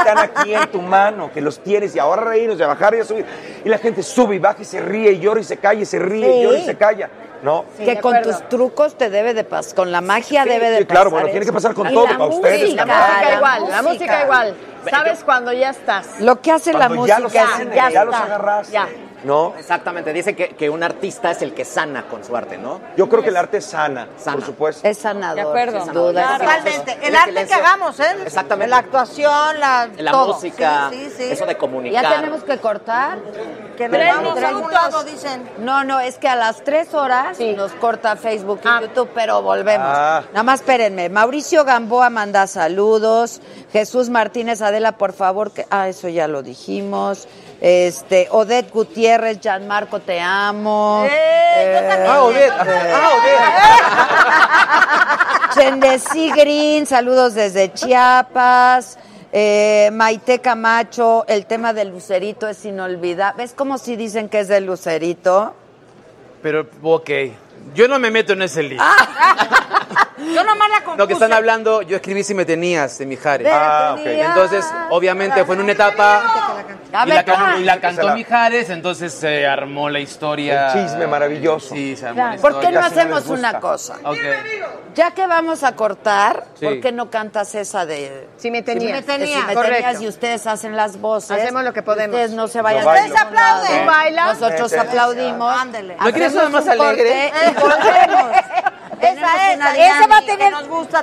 están aquí en tu mano, que los tienes y ahora reírnos, y a bajar y a subir. Y la gente sube y baja y se ríe y llora y se calla y se ríe Sí. y llora y se calla. ¿No? que con tus trucos te debe de pasar, con la magia Sí, debe de sí, pasar. claro, bueno, tiene que pasar con eso. todo, Y la para ustedes, música, para La música igual, la música música. igual. Sabes cuando ya estás. Lo que hace la Cuando ya música los es- hacen, ya los agarras. Ya. ¿No? Exactamente, dice que, que un artista es el que sana con su arte, ¿no? Yo creo que el arte sana, por supuesto. Es sanador. De acuerdo. sin duda. Claro. Totalmente. Sí, El el arte que silencio. hagamos, ¿eh? Exactamente. La actuación, la, La todo. música, Sí, sí, sí. eso de comunicar. Ya tenemos que cortar. Que nos vamos a algún lado, dicen. No, no, es que a las tres horas nos corta Facebook Ah. y YouTube, pero volvemos. Ah. Nada más espérenme. Mauricio Gamboa manda saludos. Jesús Martínez Adela, por favor. Que, ah, eso ya lo dijimos. Este, Odette Gutiérrez, Gianmarco, te amo. Eh, Ah, Odette. Ah, Chendesí Green, saludos desde Chiapas. Eh, Maite Camacho, el tema del lucerito es inolvidable. ¿Ves cómo si dicen que es del lucerito? Pero, ok. Yo no me meto en ese lío. Yo nomás la Lo que están hablando, yo escribí si me tenías de Mijares. Pero Ah, ok. tenías. Entonces, obviamente, fue en una etapa. A Y la, ver, can- claro. y la cantó Mijares, entonces se armó la historia. El chisme maravilloso. Sí, se armó la Claro. historia. ¿Por qué no hacemos una cosa? Ok. Ya que vamos a cortar, Sí. ¿por qué no cantas esa de... Si me tenías. Si me tenías, Si me tenías, y ustedes hacen las voces. Hacemos lo que podemos. Ustedes no se Yo vayan. bailo. Ustedes ¿Eh? aplauden. Bailan. Nosotros Me tenías. aplaudimos. ¿No quieres Hacemos una más un corte alegre? y volvemos. Tenemos Esa, esa, esa una va a dinámica. tener,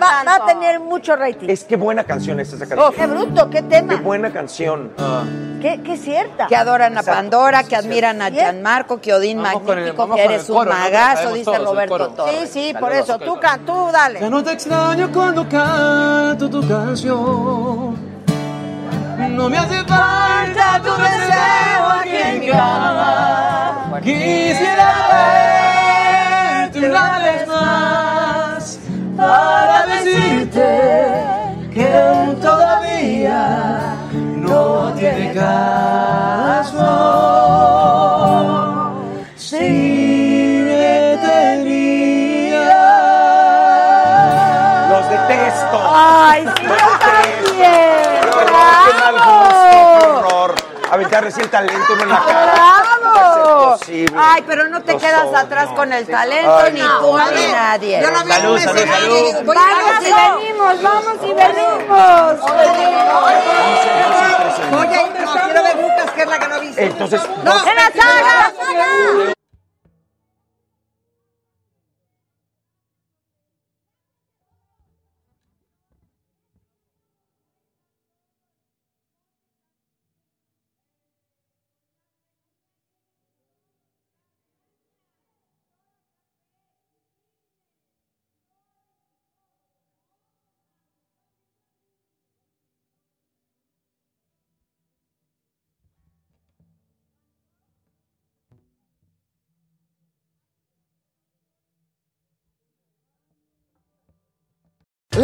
va, va a tener mucho rating. Es que buena canción es esa Oh, canción. qué bruto, qué tema. Qué buena canción. Qué, qué cierta. Que adoran a Exacto. Pandora, que admiran a Gianmarco, que Odín con el- Magnífico, vamos que con eres el un coro, ¿no? magazo, Sabemos dice todos el Roberto coro. Torres. Sí, sí, por Saludos. eso. Tú, can- tú dale. Ya no te extraño cuando canto tu canción. No me hace falta tu deseo aquí en mi cama. Quisiera verte una vez más para decirte que aún todavía no tiene caso. Si me tenías. Los detesto. Ay, sí, Los yo detesto. también. Qué horror, qué mal gusto, qué horror. Aventar recién talento en la cara. ¡Bravo! Imposible. Ay, pero no te Los quedas odio. atrás con el talento, Ay, ni no. tú A ni ver, nadie. yo no vi Salud, un salud, escenario salud. y digo, voy Vamos y ganando. venimos, vamos y venimos. Oye, no, quiero ver Lucas, que es la que no viste. Entonces, ¡No! no. ¡En la saga!